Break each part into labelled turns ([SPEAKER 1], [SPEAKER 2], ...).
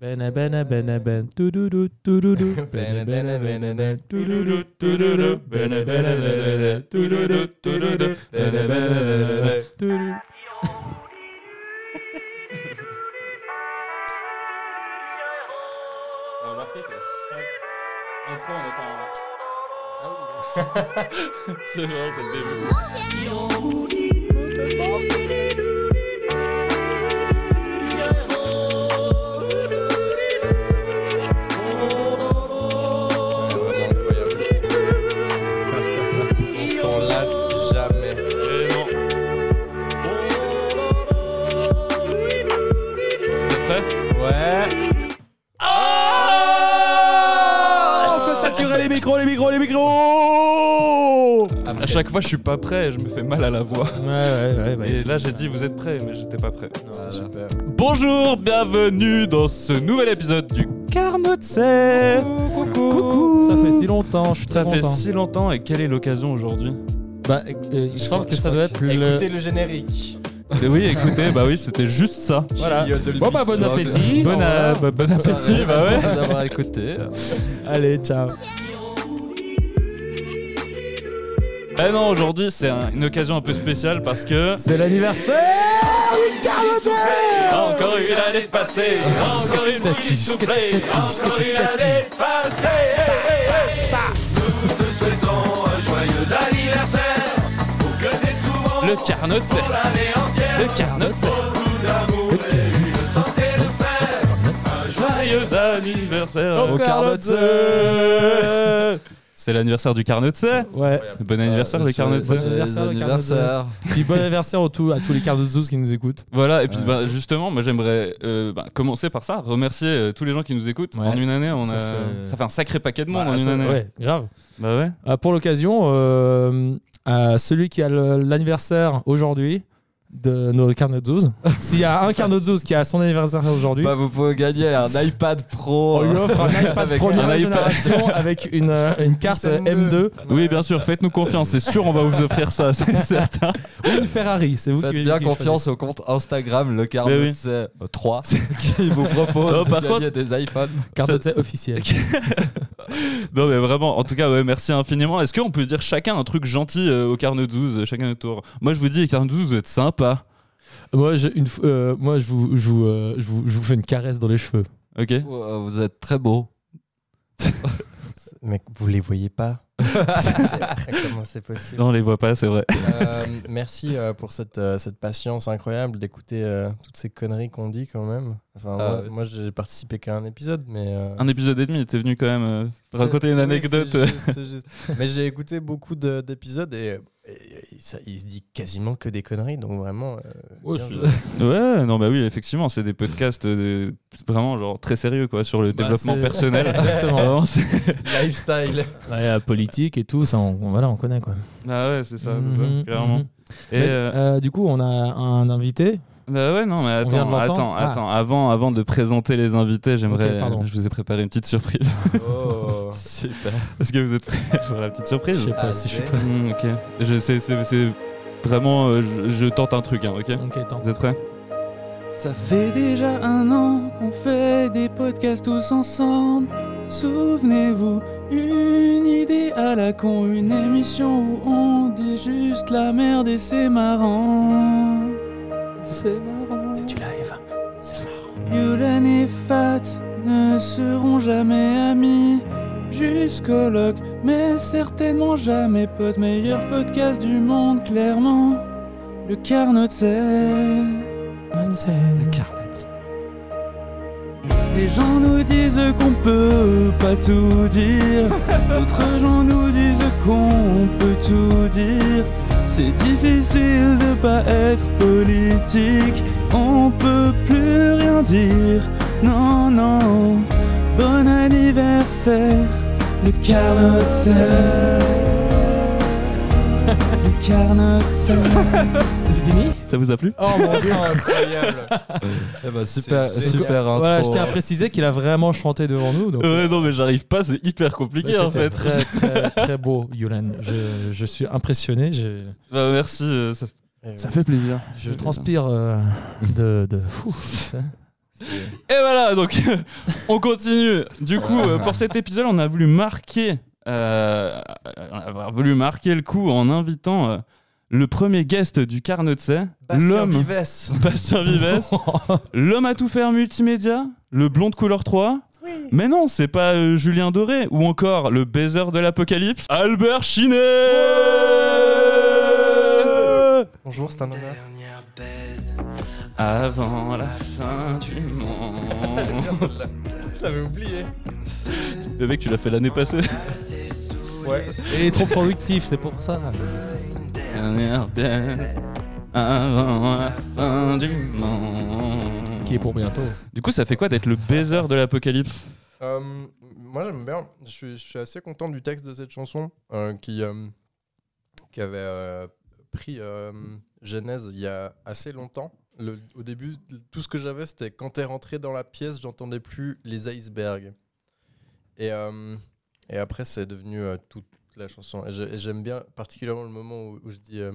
[SPEAKER 1] Bene, bene, bene, ben. Toudoudou, toudoudou.
[SPEAKER 2] Bene, bene, bene, bene. Toudoudou, toudoudou. Bene, bene, bene, bene.
[SPEAKER 1] ben,
[SPEAKER 2] Toudoudou, toudoudou. Bene, bene, bene, bene.
[SPEAKER 1] Toudoudou.
[SPEAKER 3] T'as remarqué qu'à chaque intro, on entend un- C'est genre, c'est le début.
[SPEAKER 2] Incroyable. On s'en lasse jamais.
[SPEAKER 3] Et Eh non. Vous êtes prêts
[SPEAKER 2] Ouais.
[SPEAKER 1] On peut saturer les micros, les micros, les micros
[SPEAKER 3] À chaque fois, je suis pas prêt et je me fais mal à la voix.
[SPEAKER 1] Ouais, ouais, ouais. bah,
[SPEAKER 3] Et
[SPEAKER 1] c'est-
[SPEAKER 3] là, j'ai dit vous êtes prêts, mais j'étais pas prêt.
[SPEAKER 2] C'est super.
[SPEAKER 3] Bonjour, bienvenue dans ce nouvel épisode du Carnot de Serre.
[SPEAKER 1] Coucou.
[SPEAKER 3] Coucou.
[SPEAKER 1] Ça fait si longtemps, je suis
[SPEAKER 3] Ça
[SPEAKER 1] très
[SPEAKER 3] fait
[SPEAKER 1] content.
[SPEAKER 3] si longtemps et quelle est l'occasion aujourd'hui
[SPEAKER 1] Bah, euh, il me
[SPEAKER 2] Je
[SPEAKER 1] semble
[SPEAKER 2] crois-
[SPEAKER 1] que
[SPEAKER 2] je
[SPEAKER 1] ça doit être
[SPEAKER 2] crois que-
[SPEAKER 1] le...
[SPEAKER 2] Écoutez le générique.
[SPEAKER 3] Eh Oui, écoutez, bah oui, c'était juste ça.
[SPEAKER 1] Voilà.
[SPEAKER 2] Julio Delbitz.
[SPEAKER 1] Bon, bah, bon
[SPEAKER 2] Non, c'est-
[SPEAKER 1] appétit.
[SPEAKER 3] Bon,
[SPEAKER 1] Au
[SPEAKER 3] à-
[SPEAKER 1] revoir.
[SPEAKER 3] bah, bon appétit, bah ouais.
[SPEAKER 2] Merci D'avoir écouté.
[SPEAKER 1] Allez, ciao.
[SPEAKER 3] Bah non, aujourd'hui, c'est un- une occasion un peu spéciale parce que.
[SPEAKER 1] C'est l'anniversaire du Carnotaire
[SPEAKER 3] Encore une année de passée, encore une bougie soufflée, encore une année de passée.
[SPEAKER 4] Nous te souhaitons un joyeux anniversaire pour que tes trouvailles
[SPEAKER 3] Le Carnot de Serre,
[SPEAKER 4] pour l'année entière
[SPEAKER 3] le Carnot de Serre.
[SPEAKER 4] beaucoup d'amour et une santé de fer.
[SPEAKER 3] Joyeux anniversaire
[SPEAKER 1] Au
[SPEAKER 3] Carnotze C'est l'anniversaire du Carnotze
[SPEAKER 1] Ouais.
[SPEAKER 3] Bon anniversaire
[SPEAKER 1] Euh,
[SPEAKER 3] le Carnotze
[SPEAKER 1] Bon anniversaire, le
[SPEAKER 2] anniversaire.
[SPEAKER 1] Puis bon anniversaire au tout- à tous les Carnotzous qui nous écoutent.
[SPEAKER 3] Voilà, et puis bah, justement, moi j'aimerais euh, bah, commencer par ça, remercier euh, tous les gens qui nous écoutent.
[SPEAKER 1] Ouais.
[SPEAKER 3] en une année, on
[SPEAKER 1] Ça
[SPEAKER 3] a...
[SPEAKER 1] fait-
[SPEAKER 3] ça fait un sacré paquet de monde
[SPEAKER 1] Bah,
[SPEAKER 3] en une
[SPEAKER 1] ça-
[SPEAKER 3] année.
[SPEAKER 1] Ouais, grave.
[SPEAKER 3] Bah ouais.
[SPEAKER 1] Euh, pour l'occasion, euh, à celui qui a le- l'anniversaire aujourd'hui de nos Carnotzous, s'il y a un Carnotzous qui a son anniversaire aujourd'hui,
[SPEAKER 2] Bah, vous pouvez gagner un iPad Pro. hein.
[SPEAKER 1] on lui offre un iPad
[SPEAKER 2] Avec
[SPEAKER 1] première
[SPEAKER 3] un iPad.
[SPEAKER 1] génération avec une, euh, une carte M2
[SPEAKER 2] M2.
[SPEAKER 3] Oui, bien sûr, faites-nous confiance, c'est sûr, on va vous offrir ça, c'est certain.
[SPEAKER 1] ou une Ferrari. C'est vous
[SPEAKER 2] Faites
[SPEAKER 1] qui
[SPEAKER 2] bien
[SPEAKER 1] qui
[SPEAKER 2] confiance au compte Instagram le
[SPEAKER 3] Mais oui.
[SPEAKER 2] Carnotze 3 qui vous propose
[SPEAKER 3] Non,
[SPEAKER 2] de
[SPEAKER 3] par
[SPEAKER 2] gagner des iPads.
[SPEAKER 1] Carnotzais officiel.
[SPEAKER 3] Non, mais vraiment, en tout cas, ouais, merci infiniment. Est-ce qu'on peut dire chacun un truc gentil euh, au Carnot 12, euh, chacun notre tour Moi je vous dis, Carnot 12, vous êtes sympa.
[SPEAKER 1] moi, je, une, f- euh, moi je, vous, je, vous, euh, je, vous, je vous fais une caresse dans les cheveux.
[SPEAKER 3] Ok
[SPEAKER 2] Vous, euh, vous êtes très beau.
[SPEAKER 5] Mais vous les voyez pas C'est- Comment c'est possible
[SPEAKER 3] Non, on les voit pas, c'est vrai.
[SPEAKER 5] Euh, Merci euh, pour cette, euh, cette patience incroyable d'écouter euh, toutes ces conneries qu'on dit quand même. Enfin,
[SPEAKER 2] Ah
[SPEAKER 5] moi,
[SPEAKER 2] ouais.
[SPEAKER 5] moi, j'ai participé qu'à un épisode, mais... euh,
[SPEAKER 3] Un épisode et demi, t'es venu quand même euh,
[SPEAKER 5] c'est-
[SPEAKER 3] raconter une
[SPEAKER 5] oui,
[SPEAKER 3] anecdote.
[SPEAKER 5] c'est juste, c'est juste. mais j'ai écouté beaucoup de- d'épisodes et, et- et ça- il se dit quasiment que des conneries, donc vraiment... euh,
[SPEAKER 1] Ouais,
[SPEAKER 5] bien
[SPEAKER 1] c'est-
[SPEAKER 5] joué.
[SPEAKER 3] Ouais, non, bah oui, effectivement, c'est des podcasts euh, vraiment genre très sérieux quoi sur le
[SPEAKER 1] Bah,
[SPEAKER 3] développement
[SPEAKER 1] c'est-
[SPEAKER 3] personnel.
[SPEAKER 1] Exactement.
[SPEAKER 3] Vraiment, c'est-
[SPEAKER 5] Lifestyle
[SPEAKER 1] Ouais, la politique et tout, ça, on, on- voilà, on connaît quoi.
[SPEAKER 3] ah ouais, c'est ça, c'est ça,
[SPEAKER 1] Mhm,
[SPEAKER 3] clairement.
[SPEAKER 1] mhm. Mais,
[SPEAKER 3] Et euh,
[SPEAKER 1] euh, du coup, on a un invité.
[SPEAKER 3] bah ouais, non, mais
[SPEAKER 1] on vient de
[SPEAKER 3] attends,
[SPEAKER 1] l'entendre
[SPEAKER 3] attends,
[SPEAKER 1] Ah.
[SPEAKER 3] attends, avant, avant de présenter les invités, j'aimerais,
[SPEAKER 1] Ok, pardon.
[SPEAKER 3] je vous ai préparé une petite surprise.
[SPEAKER 5] Oh.
[SPEAKER 2] Super.
[SPEAKER 3] Est-ce que vous êtes prêts pour la petite
[SPEAKER 1] Je
[SPEAKER 3] surprise
[SPEAKER 1] sais pas si je suis prêt.
[SPEAKER 3] Hmm, Ok, je, c'est, c'est- c'est vraiment, euh, je, je tente un truc, hein, ok.
[SPEAKER 1] Ok, attends.
[SPEAKER 3] Vous êtes prêts Ça fait déjà un an qu'on fait des podcasts tous ensemble. Souvenez-vous, une idée à la con, une émission où on dit juste la merde et c'est marrant.
[SPEAKER 2] C'est marrant.
[SPEAKER 1] C'est du live. C'est
[SPEAKER 3] Yolan et Fat ne seront jamais amis. Jusqu'au mais certainement jamais potes. Meilleur podcast du monde, clairement. Le Carnot c'est. Les gens nous disent qu'on peut pas tout dire. D'autres gens nous disent qu'on peut tout dire. C'est difficile de pas être politique. On peut plus rien dire. Non, non. Bon anniversaire, le Carnot Le Carnot C'est fini Ça vous a plu
[SPEAKER 1] Oh mon dieu.
[SPEAKER 2] Incroyable. Eh ben, super,
[SPEAKER 5] C'est-
[SPEAKER 2] super intro.
[SPEAKER 1] Voilà, je tiens à préciser qu'il a vraiment chanté devant nous. Donc...
[SPEAKER 3] Ouais, non, mais j'arrive pas, c'est hyper compliqué
[SPEAKER 1] Bah,
[SPEAKER 3] en
[SPEAKER 1] c'était Très,
[SPEAKER 3] fait.
[SPEAKER 1] très, très beau, Yulan. Je, je suis impressionné. Je,
[SPEAKER 3] Bah, merci, euh, ça,
[SPEAKER 5] Et
[SPEAKER 3] fait plaisir.
[SPEAKER 1] je transpire euh, de. de- fou, ça.
[SPEAKER 3] Et voilà, donc on continue. Du coup, euh, pour cet épisode, on a voulu marquer, euh, on a voulu marquer le coup en invitant euh, le premier guest du Carnotse, l'homme
[SPEAKER 5] Vives.
[SPEAKER 3] Bastien Vives, l'homme à tout faire multimédia, le blond de couleur 3. Mais non, c'est pas euh, Julien Doré ou encore le baiser de l'apocalypse, Albert Chinet.
[SPEAKER 5] Bonjour, c'est un honneur.
[SPEAKER 3] Avant la fin du monde.
[SPEAKER 5] Je l'avais oublié.
[SPEAKER 3] Le mec, tu l'as fait l'année passée.
[SPEAKER 5] Ouais.
[SPEAKER 1] Il est trop productif, c'est pour ça.
[SPEAKER 3] Dernière baisse avant la fin du monde.
[SPEAKER 1] Qui est pour bientôt.
[SPEAKER 3] Du coup, ça fait quoi d'être le baiser de l'apocalypse
[SPEAKER 5] Euh, moi, j'aime bien. Je suis, je suis assez content du texte de cette chanson euh, qui, euh, qui avait euh, pris euh, Genèse il y a assez longtemps. Le- au début, tout ce que j'avais, c'était quand t'es rentré dans la pièce, j'entendais plus les icebergs. Et, euh, et après, c'est devenu euh, toute la chanson. Et je- et j'aime bien particulièrement le moment où, où je dis euh,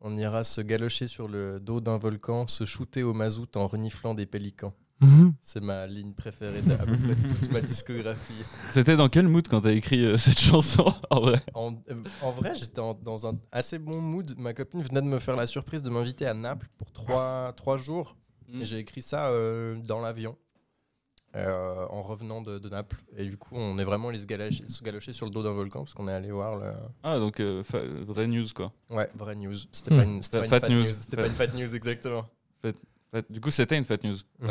[SPEAKER 5] on ira se galocher sur le dos d'un volcan, se shooter au mazout en reniflant des pélicans.
[SPEAKER 1] Mhm.
[SPEAKER 5] C'est ma ligne préférée de à peu près toute ma discographie.
[SPEAKER 3] C'était dans quel mood quand t'as écrit euh, cette chanson En vrai,
[SPEAKER 5] En, euh, en vrai, j'étais en- dans un assez bon mood. Ma copine venait de me faire la surprise de m'inviter à Naples pour trois, trois jours.
[SPEAKER 3] Mm.
[SPEAKER 5] Et j'ai écrit ça euh, dans l'avion, euh, en revenant de, de Naples. Et du coup, on est vraiment allé se galocher, se galocher sur le dos d'un volcan parce qu'on est allé voir le.
[SPEAKER 3] ah donc euh, fa- euh, vraie news quoi.
[SPEAKER 5] Ouais, vraie news. C'était
[SPEAKER 1] Mm.
[SPEAKER 5] pas une, c'était
[SPEAKER 3] Fat
[SPEAKER 5] pas une fat
[SPEAKER 3] news.
[SPEAKER 5] news. C'était pas une fat news, exactement.
[SPEAKER 3] Fa- Du coup, c'était une fat news.
[SPEAKER 5] Ah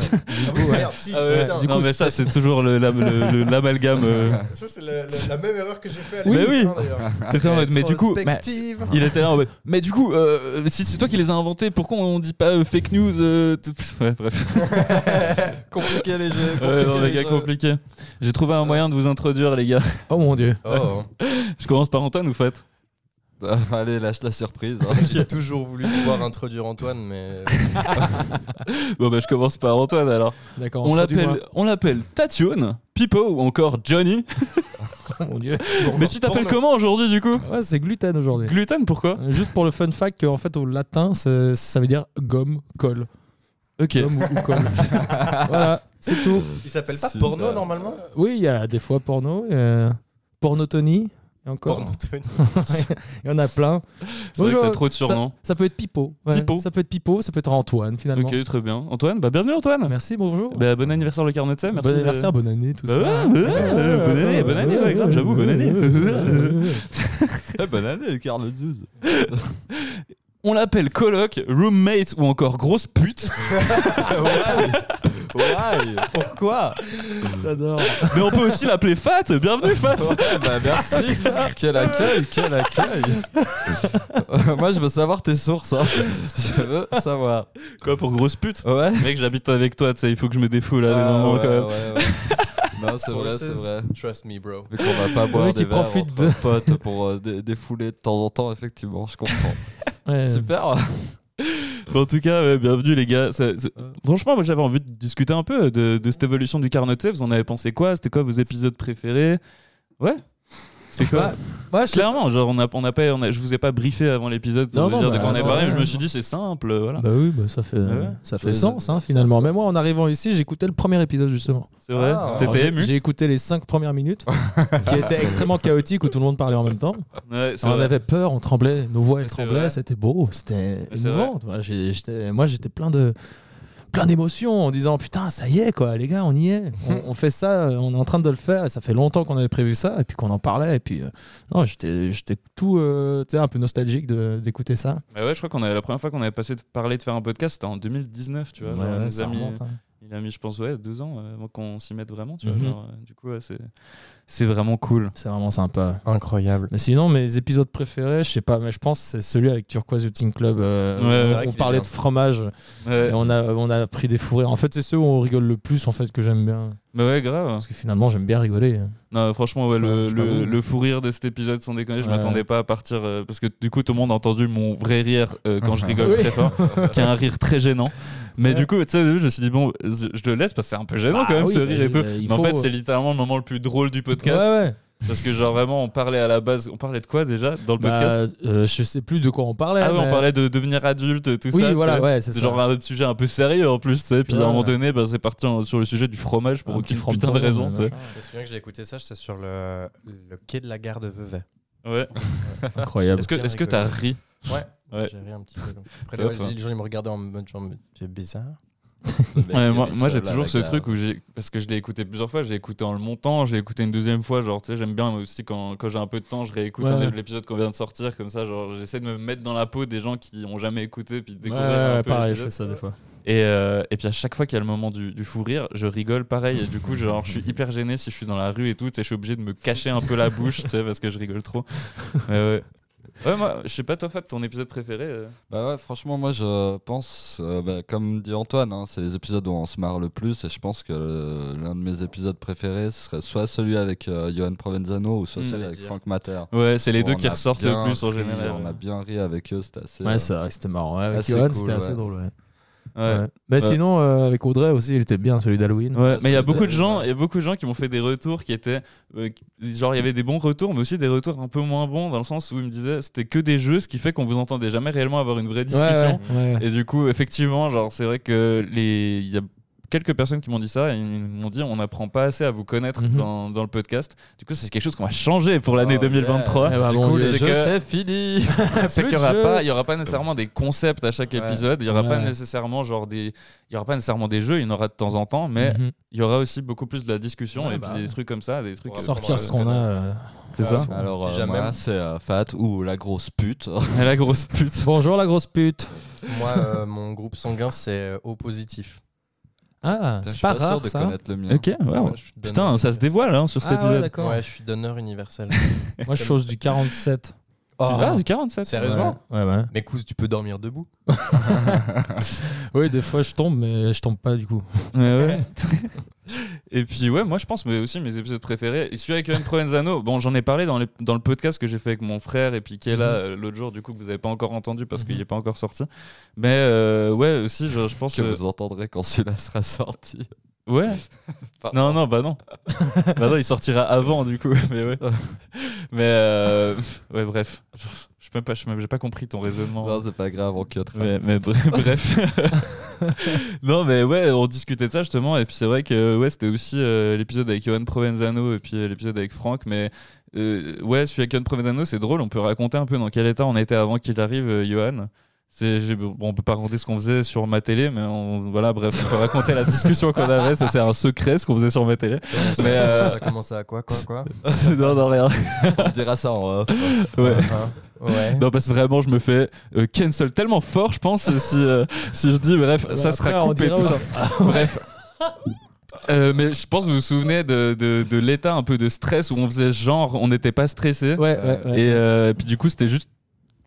[SPEAKER 5] oui, merde, si,
[SPEAKER 3] Ah ouais,
[SPEAKER 5] putain.
[SPEAKER 1] du
[SPEAKER 3] non
[SPEAKER 1] coup,
[SPEAKER 3] mais ça, c'est toujours le- la- le- le- l'amalgame. euh.
[SPEAKER 5] Ça, c'est le- le- la même erreur que j'ai fait à
[SPEAKER 3] Oui,
[SPEAKER 5] l'époque,
[SPEAKER 3] oui.
[SPEAKER 5] hein, d'ailleurs.
[SPEAKER 3] C'était en mode, mais du coup, mais-
[SPEAKER 5] Rétrospective.
[SPEAKER 3] il était là en mode. Mais du coup, euh, si c'est toi qui les as inventés, pourquoi on dit pas euh, fake news euh, t- pff, Ouais, bref.
[SPEAKER 5] compliqué les jeux.
[SPEAKER 3] Ouais, non, les
[SPEAKER 5] les
[SPEAKER 3] gars,
[SPEAKER 5] jeux.
[SPEAKER 3] compliqué. J'ai trouvé un moyen de vous introduire, les gars.
[SPEAKER 1] Oh mon dieu.
[SPEAKER 5] Oh,
[SPEAKER 3] Je commence par Antoine ou Fat
[SPEAKER 2] Allez, lâche la surprise. hein.
[SPEAKER 5] j'ai toujours voulu pouvoir introduire Antoine, mais euh,
[SPEAKER 3] Bon, bah, je commence par Antoine alors.
[SPEAKER 1] D'accord.
[SPEAKER 3] On
[SPEAKER 1] introduis-moi.
[SPEAKER 3] l'appelle, on l'appelle Tatione, Pipo ou encore Johnny.
[SPEAKER 1] Oh mon dieu.
[SPEAKER 3] Mais tu t'appelles
[SPEAKER 5] Porno.
[SPEAKER 3] comment aujourd'hui du coup
[SPEAKER 1] Ouais, c'est gluten aujourd'hui.
[SPEAKER 3] Gluten pourquoi
[SPEAKER 1] Euh, Juste pour le fun fact, en fait, au latin, c'est- ça veut dire gomme, colle.
[SPEAKER 3] Ok.
[SPEAKER 1] Gomme ou, ou colle. voilà, c'est tout.
[SPEAKER 5] il s'appelle pas
[SPEAKER 2] C'est
[SPEAKER 5] porno
[SPEAKER 2] une-
[SPEAKER 5] normalement.
[SPEAKER 1] Oui, il y a des fois porno, euh, pornotonie, et encore.
[SPEAKER 5] Porno Tony.
[SPEAKER 1] il y en a plein.
[SPEAKER 3] C'est vrai que
[SPEAKER 1] Bonjour,
[SPEAKER 3] t'as trop de surnoms.
[SPEAKER 1] Ça peut être Pipo. ouais.
[SPEAKER 3] Pipo.
[SPEAKER 1] Ça peut être Pipo, ça peut être Antoine finalement.
[SPEAKER 3] Ok, très bien. Antoine, bah bienvenue Antoine.
[SPEAKER 1] Merci, bonjour.
[SPEAKER 3] Bah, bon anniversaire le carnet de sel, merci.
[SPEAKER 1] bon anniversaire,
[SPEAKER 3] euh,
[SPEAKER 1] bonne année, tout
[SPEAKER 3] bah
[SPEAKER 1] ça.
[SPEAKER 3] ouais, ouais, euh, bonne année, bonne année, ouais, grave, j'avoue, bonne année.
[SPEAKER 2] Eh, bonne année, Carl Zeus.
[SPEAKER 3] On l'appelle coloc, roommate ou encore grosse pute.
[SPEAKER 2] Ouais, pourquoi
[SPEAKER 1] J'adore.
[SPEAKER 3] Mais on peut aussi l'appeler Fat. Bienvenue Fat.
[SPEAKER 2] Ouais, bah merci. quel accueil, quel accueil. Moi, je veux savoir tes sources. hein. Je veux savoir.
[SPEAKER 3] Quoi pour grosse pute
[SPEAKER 2] Ouais.
[SPEAKER 3] Mec, j'habite avec toi, tu sais, il faut que je me défoule à des
[SPEAKER 1] Ah,
[SPEAKER 3] moments
[SPEAKER 2] ouais,
[SPEAKER 3] quand même.
[SPEAKER 2] ouais, ouais. Non, c'est
[SPEAKER 5] Sur le
[SPEAKER 2] vrai, c'est
[SPEAKER 5] seize.
[SPEAKER 2] vrai.
[SPEAKER 5] Trust me, bro.
[SPEAKER 2] Vu qu'on va pas boire
[SPEAKER 1] mec,
[SPEAKER 2] des
[SPEAKER 1] il
[SPEAKER 2] verres
[SPEAKER 1] profite
[SPEAKER 2] entre
[SPEAKER 1] de-
[SPEAKER 2] potes pour euh, dé- défouler de temps en temps, effectivement, je comprends.
[SPEAKER 3] Euh.
[SPEAKER 1] Ouais.
[SPEAKER 2] Super.
[SPEAKER 3] Bon, en tout cas, ouais, bienvenue les gars. Ça- ça- Franchement, moi j'avais envie de discuter un peu de, de cette évolution du Carnotet. Vous en avez pensé quoi C'était quoi vos épisodes préférés Ouais. C'est quoi
[SPEAKER 1] Ouais, je-
[SPEAKER 3] Clairement, genre on a, on a pas, on a- je vous ai pas briefé avant l'épisode pour
[SPEAKER 1] Non,
[SPEAKER 3] vous
[SPEAKER 1] non,
[SPEAKER 3] dire de
[SPEAKER 1] bah,
[SPEAKER 3] quoi on
[SPEAKER 1] ça
[SPEAKER 3] est parlé.
[SPEAKER 1] va,
[SPEAKER 3] mais Je me
[SPEAKER 1] ouais.
[SPEAKER 3] suis dit c'est simple, euh, voilà.
[SPEAKER 1] Bah oui, bah ça fait,
[SPEAKER 3] Ouais.
[SPEAKER 1] ça fait sens hein, finalement. Même moi, en arrivant ici, j'écoutais le premier épisode justement.
[SPEAKER 3] C'est vrai.
[SPEAKER 5] Ah.
[SPEAKER 1] Alors,
[SPEAKER 3] T'étais
[SPEAKER 1] j'ai-
[SPEAKER 3] ému.
[SPEAKER 1] J'ai écouté les cinq premières minutes, qui étaient extrêmement chaotiques où tout le monde parlait en même temps.
[SPEAKER 3] Ouais, c'est
[SPEAKER 1] On
[SPEAKER 3] vrai.
[SPEAKER 1] avait peur, on tremblait, nos voix elles
[SPEAKER 3] C'est
[SPEAKER 1] tremblaient,
[SPEAKER 3] vrai.
[SPEAKER 1] c'était beau, c'était
[SPEAKER 3] C'est
[SPEAKER 1] émouvant. Moi, j'ai- j'étais- Moi j'étais plein de plein d'émotions en disant putain ça y est quoi les gars on y est on, on fait ça on est en train de le faire et ça fait longtemps qu'on avait prévu ça et puis qu'on en parlait et puis euh, non j'étais j'étais tout euh, tu sais, un peu nostalgique de- d'écouter ça
[SPEAKER 3] Bah ouais, je crois qu'on a la première fois qu'on avait passé de parler de faire un podcast, c'était en 2019, tu vois.
[SPEAKER 1] Ouais,
[SPEAKER 3] genre,
[SPEAKER 1] ouais,
[SPEAKER 3] nos
[SPEAKER 1] ça
[SPEAKER 3] amis- euh,
[SPEAKER 1] remonte, hein.
[SPEAKER 3] il a mis, je pense, ouais, deux ans euh, avant qu'on s'y mette vraiment, tu vois.
[SPEAKER 1] Mhm.
[SPEAKER 3] genre, euh, du coup, ouais, c'est c'est vraiment cool.
[SPEAKER 1] c'est vraiment sympa
[SPEAKER 5] Incroyable.
[SPEAKER 1] Mais sinon, mes épisodes préférés, je sais pas, mais je pense que c'est celui avec Turquoise Yachting Club. euh,
[SPEAKER 3] Ouais,
[SPEAKER 1] où
[SPEAKER 3] c'est
[SPEAKER 5] vrai
[SPEAKER 1] on
[SPEAKER 5] qu'il est
[SPEAKER 1] parlait
[SPEAKER 5] bien.
[SPEAKER 1] de fromage
[SPEAKER 3] Ouais.
[SPEAKER 1] et on a, on a pris des fourrés. En fait, c'est ceux où on rigole le plus en fait que j'aime bien.
[SPEAKER 3] Mais ouais, grave.
[SPEAKER 1] Parce que finalement, j'aime bien rigoler.
[SPEAKER 3] Non, franchement, ouais,
[SPEAKER 1] Je
[SPEAKER 3] le,
[SPEAKER 1] t'avoue, je
[SPEAKER 3] le,
[SPEAKER 1] t'avoue.
[SPEAKER 3] le fou rire de cet épisode, sans déconner, je
[SPEAKER 1] Ouais.
[SPEAKER 3] m'attendais pas à partir. euh, parce que du coup, tout le monde a entendu mon vrai rire euh, quand je rigole
[SPEAKER 1] Ah, bah. Oui.
[SPEAKER 3] très fort, qui est un rire très gênant. Mais du coup, tu sais, au début, je me suis dit, bon, je je le laisse parce que c'est un peu gênant
[SPEAKER 1] Ah
[SPEAKER 3] quand même
[SPEAKER 1] oui,
[SPEAKER 3] ce
[SPEAKER 1] bah,
[SPEAKER 3] rire
[SPEAKER 1] je-
[SPEAKER 3] et tout.
[SPEAKER 1] il
[SPEAKER 3] Mais en
[SPEAKER 1] faut-
[SPEAKER 3] fait, c'est littéralement le moment le plus drôle du podcast.
[SPEAKER 1] Ouais, ouais.
[SPEAKER 3] Parce que, genre, vraiment, on parlait à la base. On parlait de quoi déjà dans le podcast
[SPEAKER 1] Bah, euh, je sais plus de quoi on parlait.
[SPEAKER 3] Ah oui, on
[SPEAKER 1] mais-
[SPEAKER 3] parlait de devenir adulte, tout
[SPEAKER 1] Oui,
[SPEAKER 3] ça. tu
[SPEAKER 1] voilà,
[SPEAKER 3] sais.
[SPEAKER 1] ouais, c'est
[SPEAKER 3] C'est
[SPEAKER 1] ça.
[SPEAKER 3] genre un autre sujet un peu sérieux en plus, tu sais. Puis à un
[SPEAKER 1] Ouais.
[SPEAKER 3] moment donné, bah, c'est parti en- sur le sujet du fromage pour
[SPEAKER 1] Un
[SPEAKER 3] aucune
[SPEAKER 1] petit fromage,
[SPEAKER 3] putain de raison,
[SPEAKER 1] euh,
[SPEAKER 3] tu sais.
[SPEAKER 5] Je me souviens que j'ai écouté ça, c'est sur le, le quai de la gare de Vevey.
[SPEAKER 3] Ouais. ah,
[SPEAKER 1] Incroyable.
[SPEAKER 3] Est-ce que
[SPEAKER 5] bien
[SPEAKER 3] est-ce que
[SPEAKER 5] rigolé.
[SPEAKER 3] t'as ri
[SPEAKER 5] Ouais,
[SPEAKER 3] Ouais.
[SPEAKER 5] j'ai ri un petit peu comme ça. Après,
[SPEAKER 3] Top,
[SPEAKER 5] les-
[SPEAKER 3] hein.
[SPEAKER 5] les gens ils me regardaient en mode genre, mais tu es bizarre.
[SPEAKER 1] Bah,
[SPEAKER 3] Ouais, moi, moi, j'ai toujours ce
[SPEAKER 1] hein.
[SPEAKER 3] truc où j'ai parce que je l'ai écouté plusieurs fois j'ai écouté en le montant j'ai écouté une deuxième fois genre tu sais j'aime bien aussi quand, quand j'ai un peu de temps je réécoute
[SPEAKER 1] Ouais.
[SPEAKER 3] un de l'épisode qu'on vient de sortir comme ça genre j'essaie de me mettre dans la peau des gens qui ont jamais écouté puis de
[SPEAKER 1] Ouais,
[SPEAKER 3] découvrir un
[SPEAKER 1] ouais,
[SPEAKER 3] peu
[SPEAKER 1] pareil, je
[SPEAKER 3] l'épisode.
[SPEAKER 1] fais ça des fois.
[SPEAKER 3] et, euh, et puis à chaque fois qu'il y a le moment du, du fou rire je rigole pareil et du coup genre je suis hyper gêné si je suis dans la rue et tout tu sais, je suis obligé de me cacher un peu la bouche tu sais parce que je rigole trop Mais ouais. Ouais, moi je sais pas toi Fab ton épisode préféré euh,
[SPEAKER 2] Bah ouais, franchement, moi je pense, euh, bah, comme dit Antoine, hein, c'est les épisodes où on se marre le plus et je pense que euh, l'un de mes épisodes préférés ce serait soit celui avec euh, Johan Provenzano ou soit
[SPEAKER 3] Mm.
[SPEAKER 2] celui avec Frank Mater.
[SPEAKER 3] ouais c'est les
[SPEAKER 2] Où
[SPEAKER 3] deux
[SPEAKER 2] on
[SPEAKER 3] qui
[SPEAKER 2] a
[SPEAKER 3] ressortent
[SPEAKER 2] bien
[SPEAKER 3] le plus en
[SPEAKER 2] ri,
[SPEAKER 3] général
[SPEAKER 2] On a bien ri avec eux, c'était assez. euh,
[SPEAKER 1] Ouais, c'est vrai que c'était marrant. Ouais, avec
[SPEAKER 2] assez
[SPEAKER 1] Johan,
[SPEAKER 2] cool,
[SPEAKER 1] c'était assez
[SPEAKER 2] ouais.
[SPEAKER 1] drôle. ouais.
[SPEAKER 3] Ouais.
[SPEAKER 1] Ouais. Mais
[SPEAKER 3] Ouais.
[SPEAKER 1] sinon, euh, avec Audrey aussi, il était bien celui d'Halloween.
[SPEAKER 3] Ouais, mais il y a
[SPEAKER 2] c'est
[SPEAKER 3] beaucoup de
[SPEAKER 2] dingue,
[SPEAKER 3] gens,
[SPEAKER 2] ouais.
[SPEAKER 3] il y a beaucoup de gens qui m'ont fait des retours qui étaient euh, qui- genre il y avait des bons retours, mais aussi des retours un peu moins bons dans le sens où ils me disaient c'était que des jeux, ce qui fait qu'on vous entendait jamais réellement avoir une vraie discussion.
[SPEAKER 1] Ouais, ouais, ouais.
[SPEAKER 3] Et du coup, effectivement, genre c'est vrai que les il y a quelques personnes qui m'ont dit ça et ils m'ont dit on n'apprend pas assez à vous connaître
[SPEAKER 1] Mhm.
[SPEAKER 3] dans, dans le podcast. Du coup, c'est quelque chose qu'on va changer pour l'année
[SPEAKER 2] Oh,
[SPEAKER 3] 2023.
[SPEAKER 1] Eh ben,
[SPEAKER 2] Du
[SPEAKER 1] bon
[SPEAKER 2] coup,
[SPEAKER 1] Dieu.
[SPEAKER 2] les
[SPEAKER 3] c'est
[SPEAKER 2] jeux,
[SPEAKER 3] que-
[SPEAKER 2] c'est fini
[SPEAKER 3] C'est
[SPEAKER 1] Plus
[SPEAKER 3] Ah qu'il y
[SPEAKER 1] de
[SPEAKER 3] aura
[SPEAKER 1] jeux.
[SPEAKER 3] pas, il y aura pas nécessairement des concepts à chaque
[SPEAKER 2] Ouais.
[SPEAKER 3] épisode. Il y aura pas
[SPEAKER 1] Ouais.
[SPEAKER 3] nécessairement genre des, il y aura pas nécessairement des jeux. Il y en aura de temps en temps, mais
[SPEAKER 1] Mhm.
[SPEAKER 3] il y aura aussi beaucoup plus de la discussion
[SPEAKER 1] Ouais,
[SPEAKER 3] et
[SPEAKER 1] bah.
[SPEAKER 3] puis des trucs comme ça, des trucs.
[SPEAKER 5] Ouais,
[SPEAKER 1] Sortir
[SPEAKER 5] Ouais,
[SPEAKER 1] ce qu'on a. euh,
[SPEAKER 3] C'est ça
[SPEAKER 1] souvent.
[SPEAKER 2] Alors,
[SPEAKER 5] Si
[SPEAKER 2] euh,
[SPEAKER 5] jamais-
[SPEAKER 2] moi, c'est euh, Fat ou la grosse pute.
[SPEAKER 3] Et euh, la grosse pute.
[SPEAKER 1] Bonjour la grosse pute.
[SPEAKER 5] Moi, euh, mon groupe sanguin, c'est euh, O positif.
[SPEAKER 1] Ah,
[SPEAKER 2] Putain, je
[SPEAKER 1] c'est
[SPEAKER 2] suis
[SPEAKER 1] pas
[SPEAKER 2] sûr
[SPEAKER 1] rare
[SPEAKER 2] de
[SPEAKER 1] ça.
[SPEAKER 2] connaître le mien.
[SPEAKER 3] Ok, ouais.
[SPEAKER 5] Ouais, je suis donneur
[SPEAKER 3] Putain, ça se
[SPEAKER 5] universel.
[SPEAKER 3] dévoile hein, sur cet
[SPEAKER 1] Ah ouais,
[SPEAKER 3] épisode.
[SPEAKER 1] d'accord.
[SPEAKER 5] Ouais, je suis donneur universel. Oh.
[SPEAKER 1] Moi, je chose du 47.
[SPEAKER 3] Tu vas
[SPEAKER 1] Ah.
[SPEAKER 3] du 47
[SPEAKER 5] Sérieusement
[SPEAKER 1] Ouais, ouais.
[SPEAKER 5] Mais Kous, tu peux dormir debout.
[SPEAKER 1] Oui, des fois je tombe, mais je tombe pas du coup.
[SPEAKER 3] Ouais, ouais. Et puis ouais, moi je pense mais aussi mes épisodes préférés. Et celui avec Yoann Provenzano, bon j'en ai parlé dans, les- dans le podcast que j'ai fait avec mon frère et puis qui est là
[SPEAKER 1] Mhm.
[SPEAKER 3] euh, l'autre jour du coup que vous avez pas encore entendu parce qu'il
[SPEAKER 1] Mhm.
[SPEAKER 3] est pas encore sorti. Mais euh, ouais aussi je, je pense...
[SPEAKER 2] Que
[SPEAKER 3] euh,
[SPEAKER 2] vous entendrez quand celui-là sera sorti.
[SPEAKER 3] Ouais. non,
[SPEAKER 2] Pardon.
[SPEAKER 3] non, bah non. bah non, il sortira avant du coup. Mais Eh ouais. Mais euh, ouais, bref. Je n'ai pas, je sais même- j'ai pas compris ton raisonnement.
[SPEAKER 2] Non, c'est pas grave, on cuttera.
[SPEAKER 3] Mais, mais bref. bref. non, mais ouais, on discutait de ça justement. Et puis c'est vrai que ouais, c'était aussi euh, l'épisode avec Johan Provenzano et puis euh, l'épisode avec Franck. Mais euh, ouais, celui avec Johan Provenzano, c'est drôle. On peut raconter un peu dans quel état on était avant qu'il arrive, euh, Johan. C'est, j'ai- bon, on peut pas raconter ce qu'on faisait sur ma télé, mais on, voilà, bref, on peut raconter la discussion qu'on avait. Ça, c'est un secret ce qu'on faisait sur ma télé. Mais, euh,
[SPEAKER 5] Ça commence à quoi, quoi, quoi
[SPEAKER 3] non, non, rien.
[SPEAKER 2] On dira ça en off.
[SPEAKER 3] Ouais.
[SPEAKER 5] Hein Ouais.
[SPEAKER 3] Non, parce que vraiment, je me fais euh, cancel tellement fort, je pense, si, euh, si je dis, bref, ça
[SPEAKER 1] après,
[SPEAKER 3] sera
[SPEAKER 1] on
[SPEAKER 3] coupé,
[SPEAKER 1] dira
[SPEAKER 3] tout
[SPEAKER 1] aux-
[SPEAKER 3] ça. bref. Euh, mais je pense que vous vous souvenez de, de- de l'état un peu de stress où on faisait genre, on n'était pas stressé.
[SPEAKER 1] Ouais, ouais, ouais.
[SPEAKER 3] Et euh, puis du coup, c'était juste.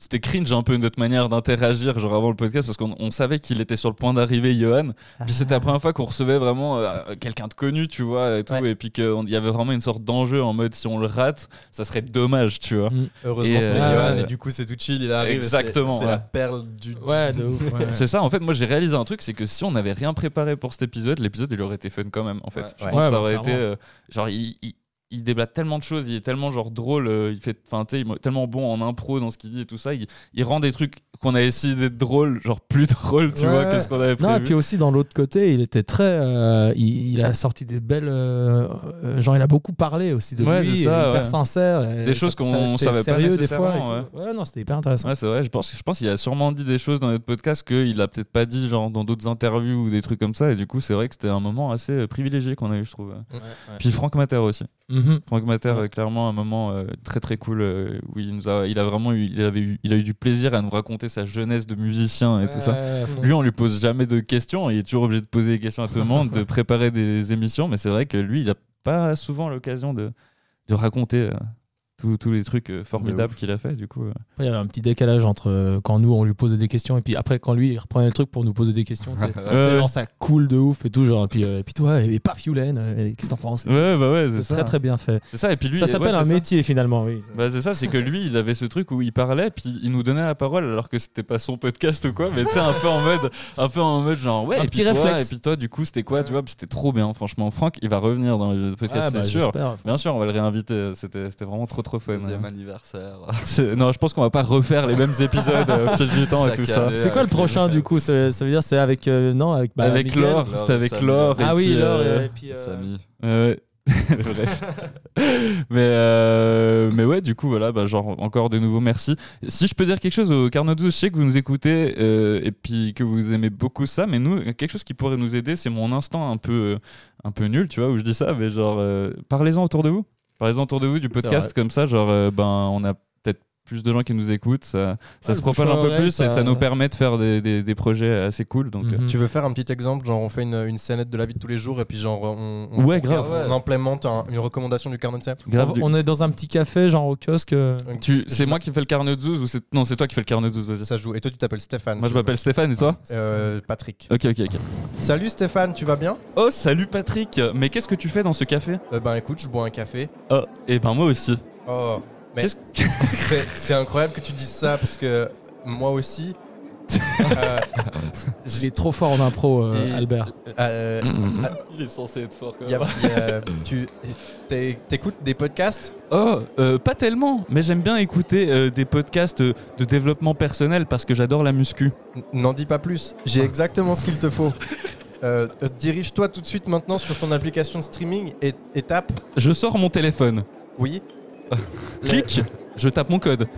[SPEAKER 3] C'était cringe un peu notre manière d'interagir, genre avant le podcast, parce qu'on on savait qu'il était sur le point d'arriver, Johan. Puis c'était la première fois qu'on recevait vraiment euh, quelqu'un de connu, tu vois, et tout.
[SPEAKER 5] Ouais.
[SPEAKER 3] Et puis qu'il y avait vraiment une sorte d'enjeu en mode si on le rate, ça serait dommage, tu vois.
[SPEAKER 5] Heureusement,
[SPEAKER 3] Et,
[SPEAKER 5] c'était
[SPEAKER 3] euh,
[SPEAKER 5] Johan,
[SPEAKER 3] ouais.
[SPEAKER 5] et du coup, c'est tout chill, il arrive. et c'est-
[SPEAKER 3] Exactement,
[SPEAKER 5] C'est
[SPEAKER 3] ouais.
[SPEAKER 5] la perle du.
[SPEAKER 1] Ouais, de ouf. ouais.
[SPEAKER 3] C'est ça, en fait, moi j'ai réalisé un truc, c'est que si on n'avait rien préparé pour cet épisode, l'épisode il aurait été fun quand même, en fait.
[SPEAKER 2] Ouais.
[SPEAKER 3] Je
[SPEAKER 5] Ouais.
[SPEAKER 3] pense
[SPEAKER 1] Ouais,
[SPEAKER 3] que ça
[SPEAKER 1] bah,
[SPEAKER 3] aurait été.
[SPEAKER 1] clairement.
[SPEAKER 3] euh, genre, il, il, il débat tellement de choses, il est tellement genre drôle, euh, il fait. Enfin, tu sais, il est tellement bon en impro dans ce qu'il dit et tout ça, il, il rend des trucs qu'on a essayé d'être drôles, genre plus drôles, tu
[SPEAKER 1] Ouais,
[SPEAKER 3] vois,
[SPEAKER 1] ouais.
[SPEAKER 3] qu'est-ce qu'on avait
[SPEAKER 1] Non, et
[SPEAKER 3] prévu.
[SPEAKER 1] puis aussi dans l'autre côté, il était très. euh, il, il a sorti des belles. euh, euh, genre, il a beaucoup parlé aussi de
[SPEAKER 3] Ouais,
[SPEAKER 1] lui,
[SPEAKER 3] c'est ça,
[SPEAKER 1] et hyper
[SPEAKER 3] ouais.
[SPEAKER 1] sincère. et
[SPEAKER 3] Des
[SPEAKER 1] ça-
[SPEAKER 3] choses qu'on
[SPEAKER 1] ça- c'était
[SPEAKER 3] savait pas
[SPEAKER 1] sérieux des fois.
[SPEAKER 3] nécessairement,
[SPEAKER 1] et tout. Ouais. non, c'était hyper intéressant.
[SPEAKER 3] Ouais, c'est vrai, je pense, je pense qu'il a sûrement dit des choses dans notre podcast qu'il a peut-être pas dit, genre dans d'autres interviews ou des trucs comme ça, et du coup, c'est vrai que c'était un moment assez euh, privilégié qu'on a eu, je trouve. Puis Franck Mater aussi.
[SPEAKER 1] Mhm.
[SPEAKER 3] Franck Mater,
[SPEAKER 1] Ouais.
[SPEAKER 3] euh, clairement, un moment euh, très très cool euh, où il nous a, il a vraiment eu, il avait eu, il a eu du plaisir à nous raconter sa jeunesse de musicien et tout ça.
[SPEAKER 1] Ouais, ouais, ouais.
[SPEAKER 3] Lui, on lui pose jamais de questions. Il est toujours obligé de poser des questions à tout le monde, de préparer des émissions, mais c'est vrai que lui, il a pas souvent l'occasion de, de raconter euh, tous tous les trucs euh, formidables qu'il a fait, du coup. euh.
[SPEAKER 1] Après, il y avait un petit décalage entre euh, quand nous on lui posait des questions et puis après quand lui il reprenait le truc pour nous poser des questions. tu sais. C'était
[SPEAKER 3] ouais.
[SPEAKER 1] genre ça coule de ouf et tout. Genre, et, puis, euh, et puis toi, et, et paf, Yulen, euh, et qu'est-ce que t'en penses et tout.
[SPEAKER 3] Ouais, bah ouais, c'est
[SPEAKER 1] C'est
[SPEAKER 3] ça.
[SPEAKER 1] très très bien fait.
[SPEAKER 3] C'est ça, et puis lui,
[SPEAKER 1] ça
[SPEAKER 3] ouais,
[SPEAKER 1] s'appelle
[SPEAKER 3] c'est
[SPEAKER 1] un
[SPEAKER 3] ça.
[SPEAKER 1] métier finalement, oui.
[SPEAKER 3] Bah c'est ça, c'est que lui, il avait ce truc où il parlait, puis il nous donnait la parole, alors que c'était pas son podcast ou quoi, mais tu sais, un peu en mode, un peu en mode genre, ouais,
[SPEAKER 1] Un
[SPEAKER 3] et
[SPEAKER 1] petit
[SPEAKER 3] puis toi,
[SPEAKER 1] réflexe.
[SPEAKER 3] et puis toi, du coup, c'était quoi, tu vois, puis c'était trop bien, franchement. Franck, il va revenir dans le podcast,
[SPEAKER 1] Ah, bah,
[SPEAKER 3] c'est sûr.
[SPEAKER 1] j'espère.
[SPEAKER 3] Bien sûr, on va le réinviter, c'était c'était vraiment trop trop fun.
[SPEAKER 2] Deuxième anniversaire.
[SPEAKER 3] C'est- Non, je pense qu'on va pas refaire les mêmes épisodes euh, au fil du temps et
[SPEAKER 2] Chaque
[SPEAKER 3] tout ça.
[SPEAKER 2] année,
[SPEAKER 1] C'est quoi le
[SPEAKER 2] avec les
[SPEAKER 1] prochain
[SPEAKER 2] nouvelles.
[SPEAKER 1] du coup C'est- Ça veut dire c'est avec euh, non avec bah,
[SPEAKER 3] euh, avec
[SPEAKER 1] Mickaël.
[SPEAKER 3] Laure,
[SPEAKER 2] Laure
[SPEAKER 3] c'était
[SPEAKER 2] et
[SPEAKER 3] avec
[SPEAKER 2] Samy.
[SPEAKER 3] Laure. et
[SPEAKER 1] Ah oui,
[SPEAKER 3] puis,
[SPEAKER 1] Laure
[SPEAKER 3] euh,
[SPEAKER 1] et puis. euh,
[SPEAKER 2] Samy.
[SPEAKER 3] Ouais. Bref. mais, euh, mais ouais, du coup, voilà, bah, genre, encore de nouveau, merci. Si je peux dire quelque chose au Carnot 12, je sais que vous nous écoutez euh, et puis que vous aimez beaucoup ça, mais nous, quelque chose qui pourrait nous aider, c'est mon instinct un peu, euh, un peu nul, tu vois, où je dis ça, mais genre, euh, parlez-en autour de vous. Parlez-en autour de vous du podcast,
[SPEAKER 1] vrai.
[SPEAKER 3] comme ça, genre, euh, ben, on a peut-être plus de gens qui nous écoutent, ça, ça
[SPEAKER 1] Ouais,
[SPEAKER 3] se
[SPEAKER 1] le bouche
[SPEAKER 3] propage un
[SPEAKER 1] à
[SPEAKER 3] peu
[SPEAKER 1] oreille,
[SPEAKER 3] plus et
[SPEAKER 1] ça-
[SPEAKER 3] ça nous permet de faire des, des- des projets assez cool. Donc, euh,
[SPEAKER 1] Mhm.
[SPEAKER 5] Tu veux faire un petit exemple, genre on fait une, une scénette de la vie de tous les jours et puis genre on, on-
[SPEAKER 3] Ouais,
[SPEAKER 5] on-
[SPEAKER 3] grave.
[SPEAKER 5] on implémente un- une recommandation du carnet de cercle.
[SPEAKER 3] grave, du-
[SPEAKER 1] On est dans un petit café genre au kiosque. euh,
[SPEAKER 3] tu- c'est moi qui fais le Carnot 12 ou c'est, non, c'est toi qui fais le Carnot 12, vas-y.
[SPEAKER 5] Ça joue. Et toi tu t'appelles Stéphane.
[SPEAKER 3] Moi je m'appelle Stéphane et toi
[SPEAKER 5] Euh, Patrick.
[SPEAKER 3] Ok ok ok.
[SPEAKER 5] Salut Stéphane, tu vas bien
[SPEAKER 3] Oh salut Patrick, mais qu'est-ce que tu fais dans ce café
[SPEAKER 5] Euh, Ben écoute, je bois un café.
[SPEAKER 3] Oh et ben moi aussi.
[SPEAKER 5] Oh, Mais-
[SPEAKER 3] Qu'est-ce que-
[SPEAKER 5] c'est c'est incroyable que tu dises ça parce que moi aussi. euh,
[SPEAKER 1] Il est trop fort en impro, euh,
[SPEAKER 5] Et-
[SPEAKER 1] Albert.
[SPEAKER 5] euh,
[SPEAKER 3] Il est censé être fort quand
[SPEAKER 5] y a- y a- tu t'é- t'écoutes des podcasts
[SPEAKER 3] Oh euh, pas tellement, mais j'aime bien écouter euh, des podcasts euh, de développement personnel parce que j'adore la muscu.
[SPEAKER 5] N- N'en dis pas plus. J'ai exactement ce qu'il te faut. Euh, Dirige-toi tout de suite maintenant sur ton application de streaming et, et tape.
[SPEAKER 3] Je sors mon téléphone,
[SPEAKER 5] Oui. Le-
[SPEAKER 3] clic, je tape mon code,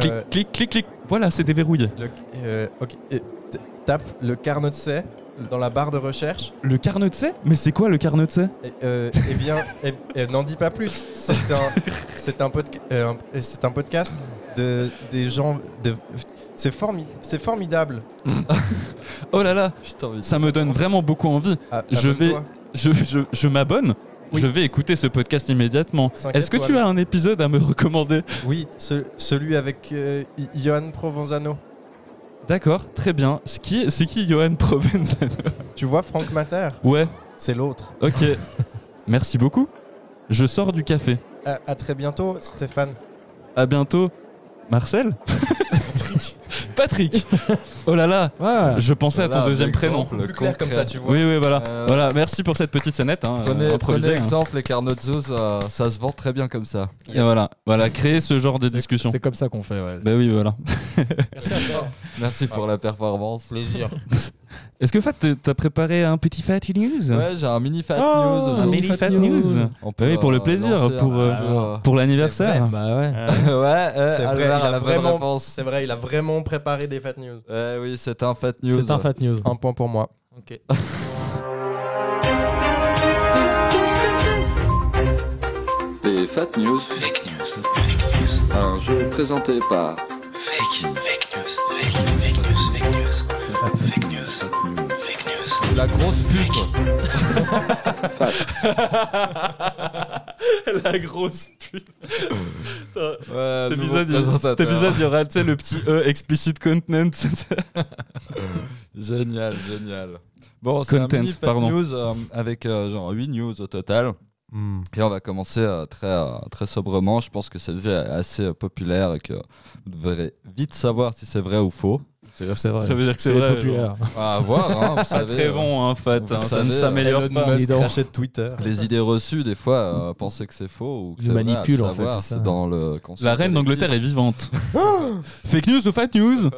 [SPEAKER 3] clic
[SPEAKER 5] euh,
[SPEAKER 3] clic clic clic. Voilà c'est déverrouillé.
[SPEAKER 5] le- euh, ok, euh, t- tape le carnet de C dans la barre de recherche.
[SPEAKER 3] Le carnet de C Mais c'est quoi le carnet de C
[SPEAKER 5] Et, euh, eh bien, eh- eh, n'en dis pas plus. C'est un, c'est un, podca- euh, un- eh, c'est un podcast de des gens. de- c'est formi- c'est formidable.
[SPEAKER 3] Oh là là,
[SPEAKER 2] Putain, mais
[SPEAKER 3] ça me donne vraiment beaucoup envie.
[SPEAKER 5] A-
[SPEAKER 3] Je vais-
[SPEAKER 5] Ah, abonne-toi.
[SPEAKER 3] Je, je, je m'abonne.
[SPEAKER 5] Oui.
[SPEAKER 3] Je vais écouter ce podcast immédiatement.
[SPEAKER 5] Cinq
[SPEAKER 3] Est-ce que tu
[SPEAKER 5] étoiles.
[SPEAKER 3] as un épisode à me recommander
[SPEAKER 5] Oui, ce- celui avec euh, I- Johan Provenzano.
[SPEAKER 3] D'accord, très bien. C'est qui, c'est qui Johan Provenzano
[SPEAKER 5] Tu vois Franck Mater,
[SPEAKER 3] Ouais,
[SPEAKER 5] c'est l'autre.
[SPEAKER 3] ok. Merci beaucoup. Je sors du café.
[SPEAKER 5] À, à très bientôt, Stéphane.
[SPEAKER 3] À bientôt, Marcel Patrick Oh là là
[SPEAKER 1] Ouais.
[SPEAKER 3] Je pensais à
[SPEAKER 2] Voilà,
[SPEAKER 3] ton deuxième prénom.
[SPEAKER 2] exemple
[SPEAKER 5] Plus clair comme
[SPEAKER 2] concret.
[SPEAKER 5] ça, tu vois.
[SPEAKER 3] Oui, oui, voilà.
[SPEAKER 2] Euh,
[SPEAKER 3] Voilà, merci pour cette petite scénette. Hein,
[SPEAKER 2] Prenez,
[SPEAKER 3] euh,
[SPEAKER 2] prenez
[SPEAKER 3] improvisée, hein.
[SPEAKER 2] exemple, les Carnot Zoos, euh, ça se vend très bien comme ça.
[SPEAKER 3] Et voilà, voilà, créer ce genre de discussion.
[SPEAKER 1] C'est comme ça qu'on fait. Ouais.
[SPEAKER 3] Bah oui, voilà.
[SPEAKER 5] Merci à toi.
[SPEAKER 2] Merci pour la performance.
[SPEAKER 5] Plaisir.
[SPEAKER 3] Est-ce que Fat, t'es- t'as préparé un petit Fat News
[SPEAKER 2] Ouais, j'ai un mini fat
[SPEAKER 1] Oh,
[SPEAKER 2] news
[SPEAKER 1] un
[SPEAKER 2] aujourd'hui.
[SPEAKER 1] mini fat news.
[SPEAKER 2] On
[SPEAKER 3] Bah oui, pour le
[SPEAKER 2] euh,
[SPEAKER 3] plaisir,
[SPEAKER 2] lancer un
[SPEAKER 3] pour,
[SPEAKER 2] petit
[SPEAKER 3] euh,
[SPEAKER 2] peu, euh,
[SPEAKER 3] Pour l'anniversaire
[SPEAKER 1] Bah ouais.
[SPEAKER 2] ouais, euh,
[SPEAKER 5] C'est vrai,
[SPEAKER 2] Albert
[SPEAKER 5] il a
[SPEAKER 2] a la bonne
[SPEAKER 5] vraiment-
[SPEAKER 2] réponse.
[SPEAKER 5] C'est vrai, il a vraiment préparé des fat news.
[SPEAKER 2] Ouais, oui, c'est un fat news.
[SPEAKER 1] C'est un fat news.
[SPEAKER 5] Un point pour moi.
[SPEAKER 6] Les Fat News. Un jeu présenté par
[SPEAKER 2] La grosse pute.
[SPEAKER 6] Fat.
[SPEAKER 3] La grosse pute
[SPEAKER 2] Ouais,
[SPEAKER 3] Cet
[SPEAKER 2] nouveau
[SPEAKER 3] épisode, il-
[SPEAKER 2] présentateur.
[SPEAKER 3] cet épisode, il y aura, tu sais, le petit E explicit content.
[SPEAKER 2] Génial, génial. Bon, c'est un
[SPEAKER 3] Content,
[SPEAKER 2] mini fat
[SPEAKER 3] pardon.
[SPEAKER 2] news euh, avec euh, genre 8 news au total. Et on va commencer euh, très, euh, très sobrement. Je pense que celle-ci est assez euh, populaire et que vous devrez vite savoir si c'est vrai ou faux.
[SPEAKER 1] C'est vrai.
[SPEAKER 3] Ça veut dire que c'est
[SPEAKER 1] les
[SPEAKER 3] vrai,
[SPEAKER 1] populaires.
[SPEAKER 2] À voir, hein, vous savez,
[SPEAKER 3] très
[SPEAKER 2] euh,
[SPEAKER 3] bon, hein, Fat.
[SPEAKER 2] vous
[SPEAKER 3] hein, ça
[SPEAKER 2] savez,
[SPEAKER 3] ne
[SPEAKER 2] euh,
[SPEAKER 3] s'améliore
[SPEAKER 5] Elon
[SPEAKER 3] pas.
[SPEAKER 5] Musk
[SPEAKER 1] donc.
[SPEAKER 5] crachait de Twitter.
[SPEAKER 2] Les idées reçues, des fois, euh, penser que c'est faux ou que
[SPEAKER 1] Ils
[SPEAKER 2] c'est vrai, à
[SPEAKER 1] manipulent, en fait,
[SPEAKER 2] savoir,
[SPEAKER 1] c'est ça.
[SPEAKER 2] c'est dans le conscient
[SPEAKER 3] La reine
[SPEAKER 2] collectif.
[SPEAKER 3] d'Angleterre est vivante.
[SPEAKER 2] Ah
[SPEAKER 3] Fake news ou fat news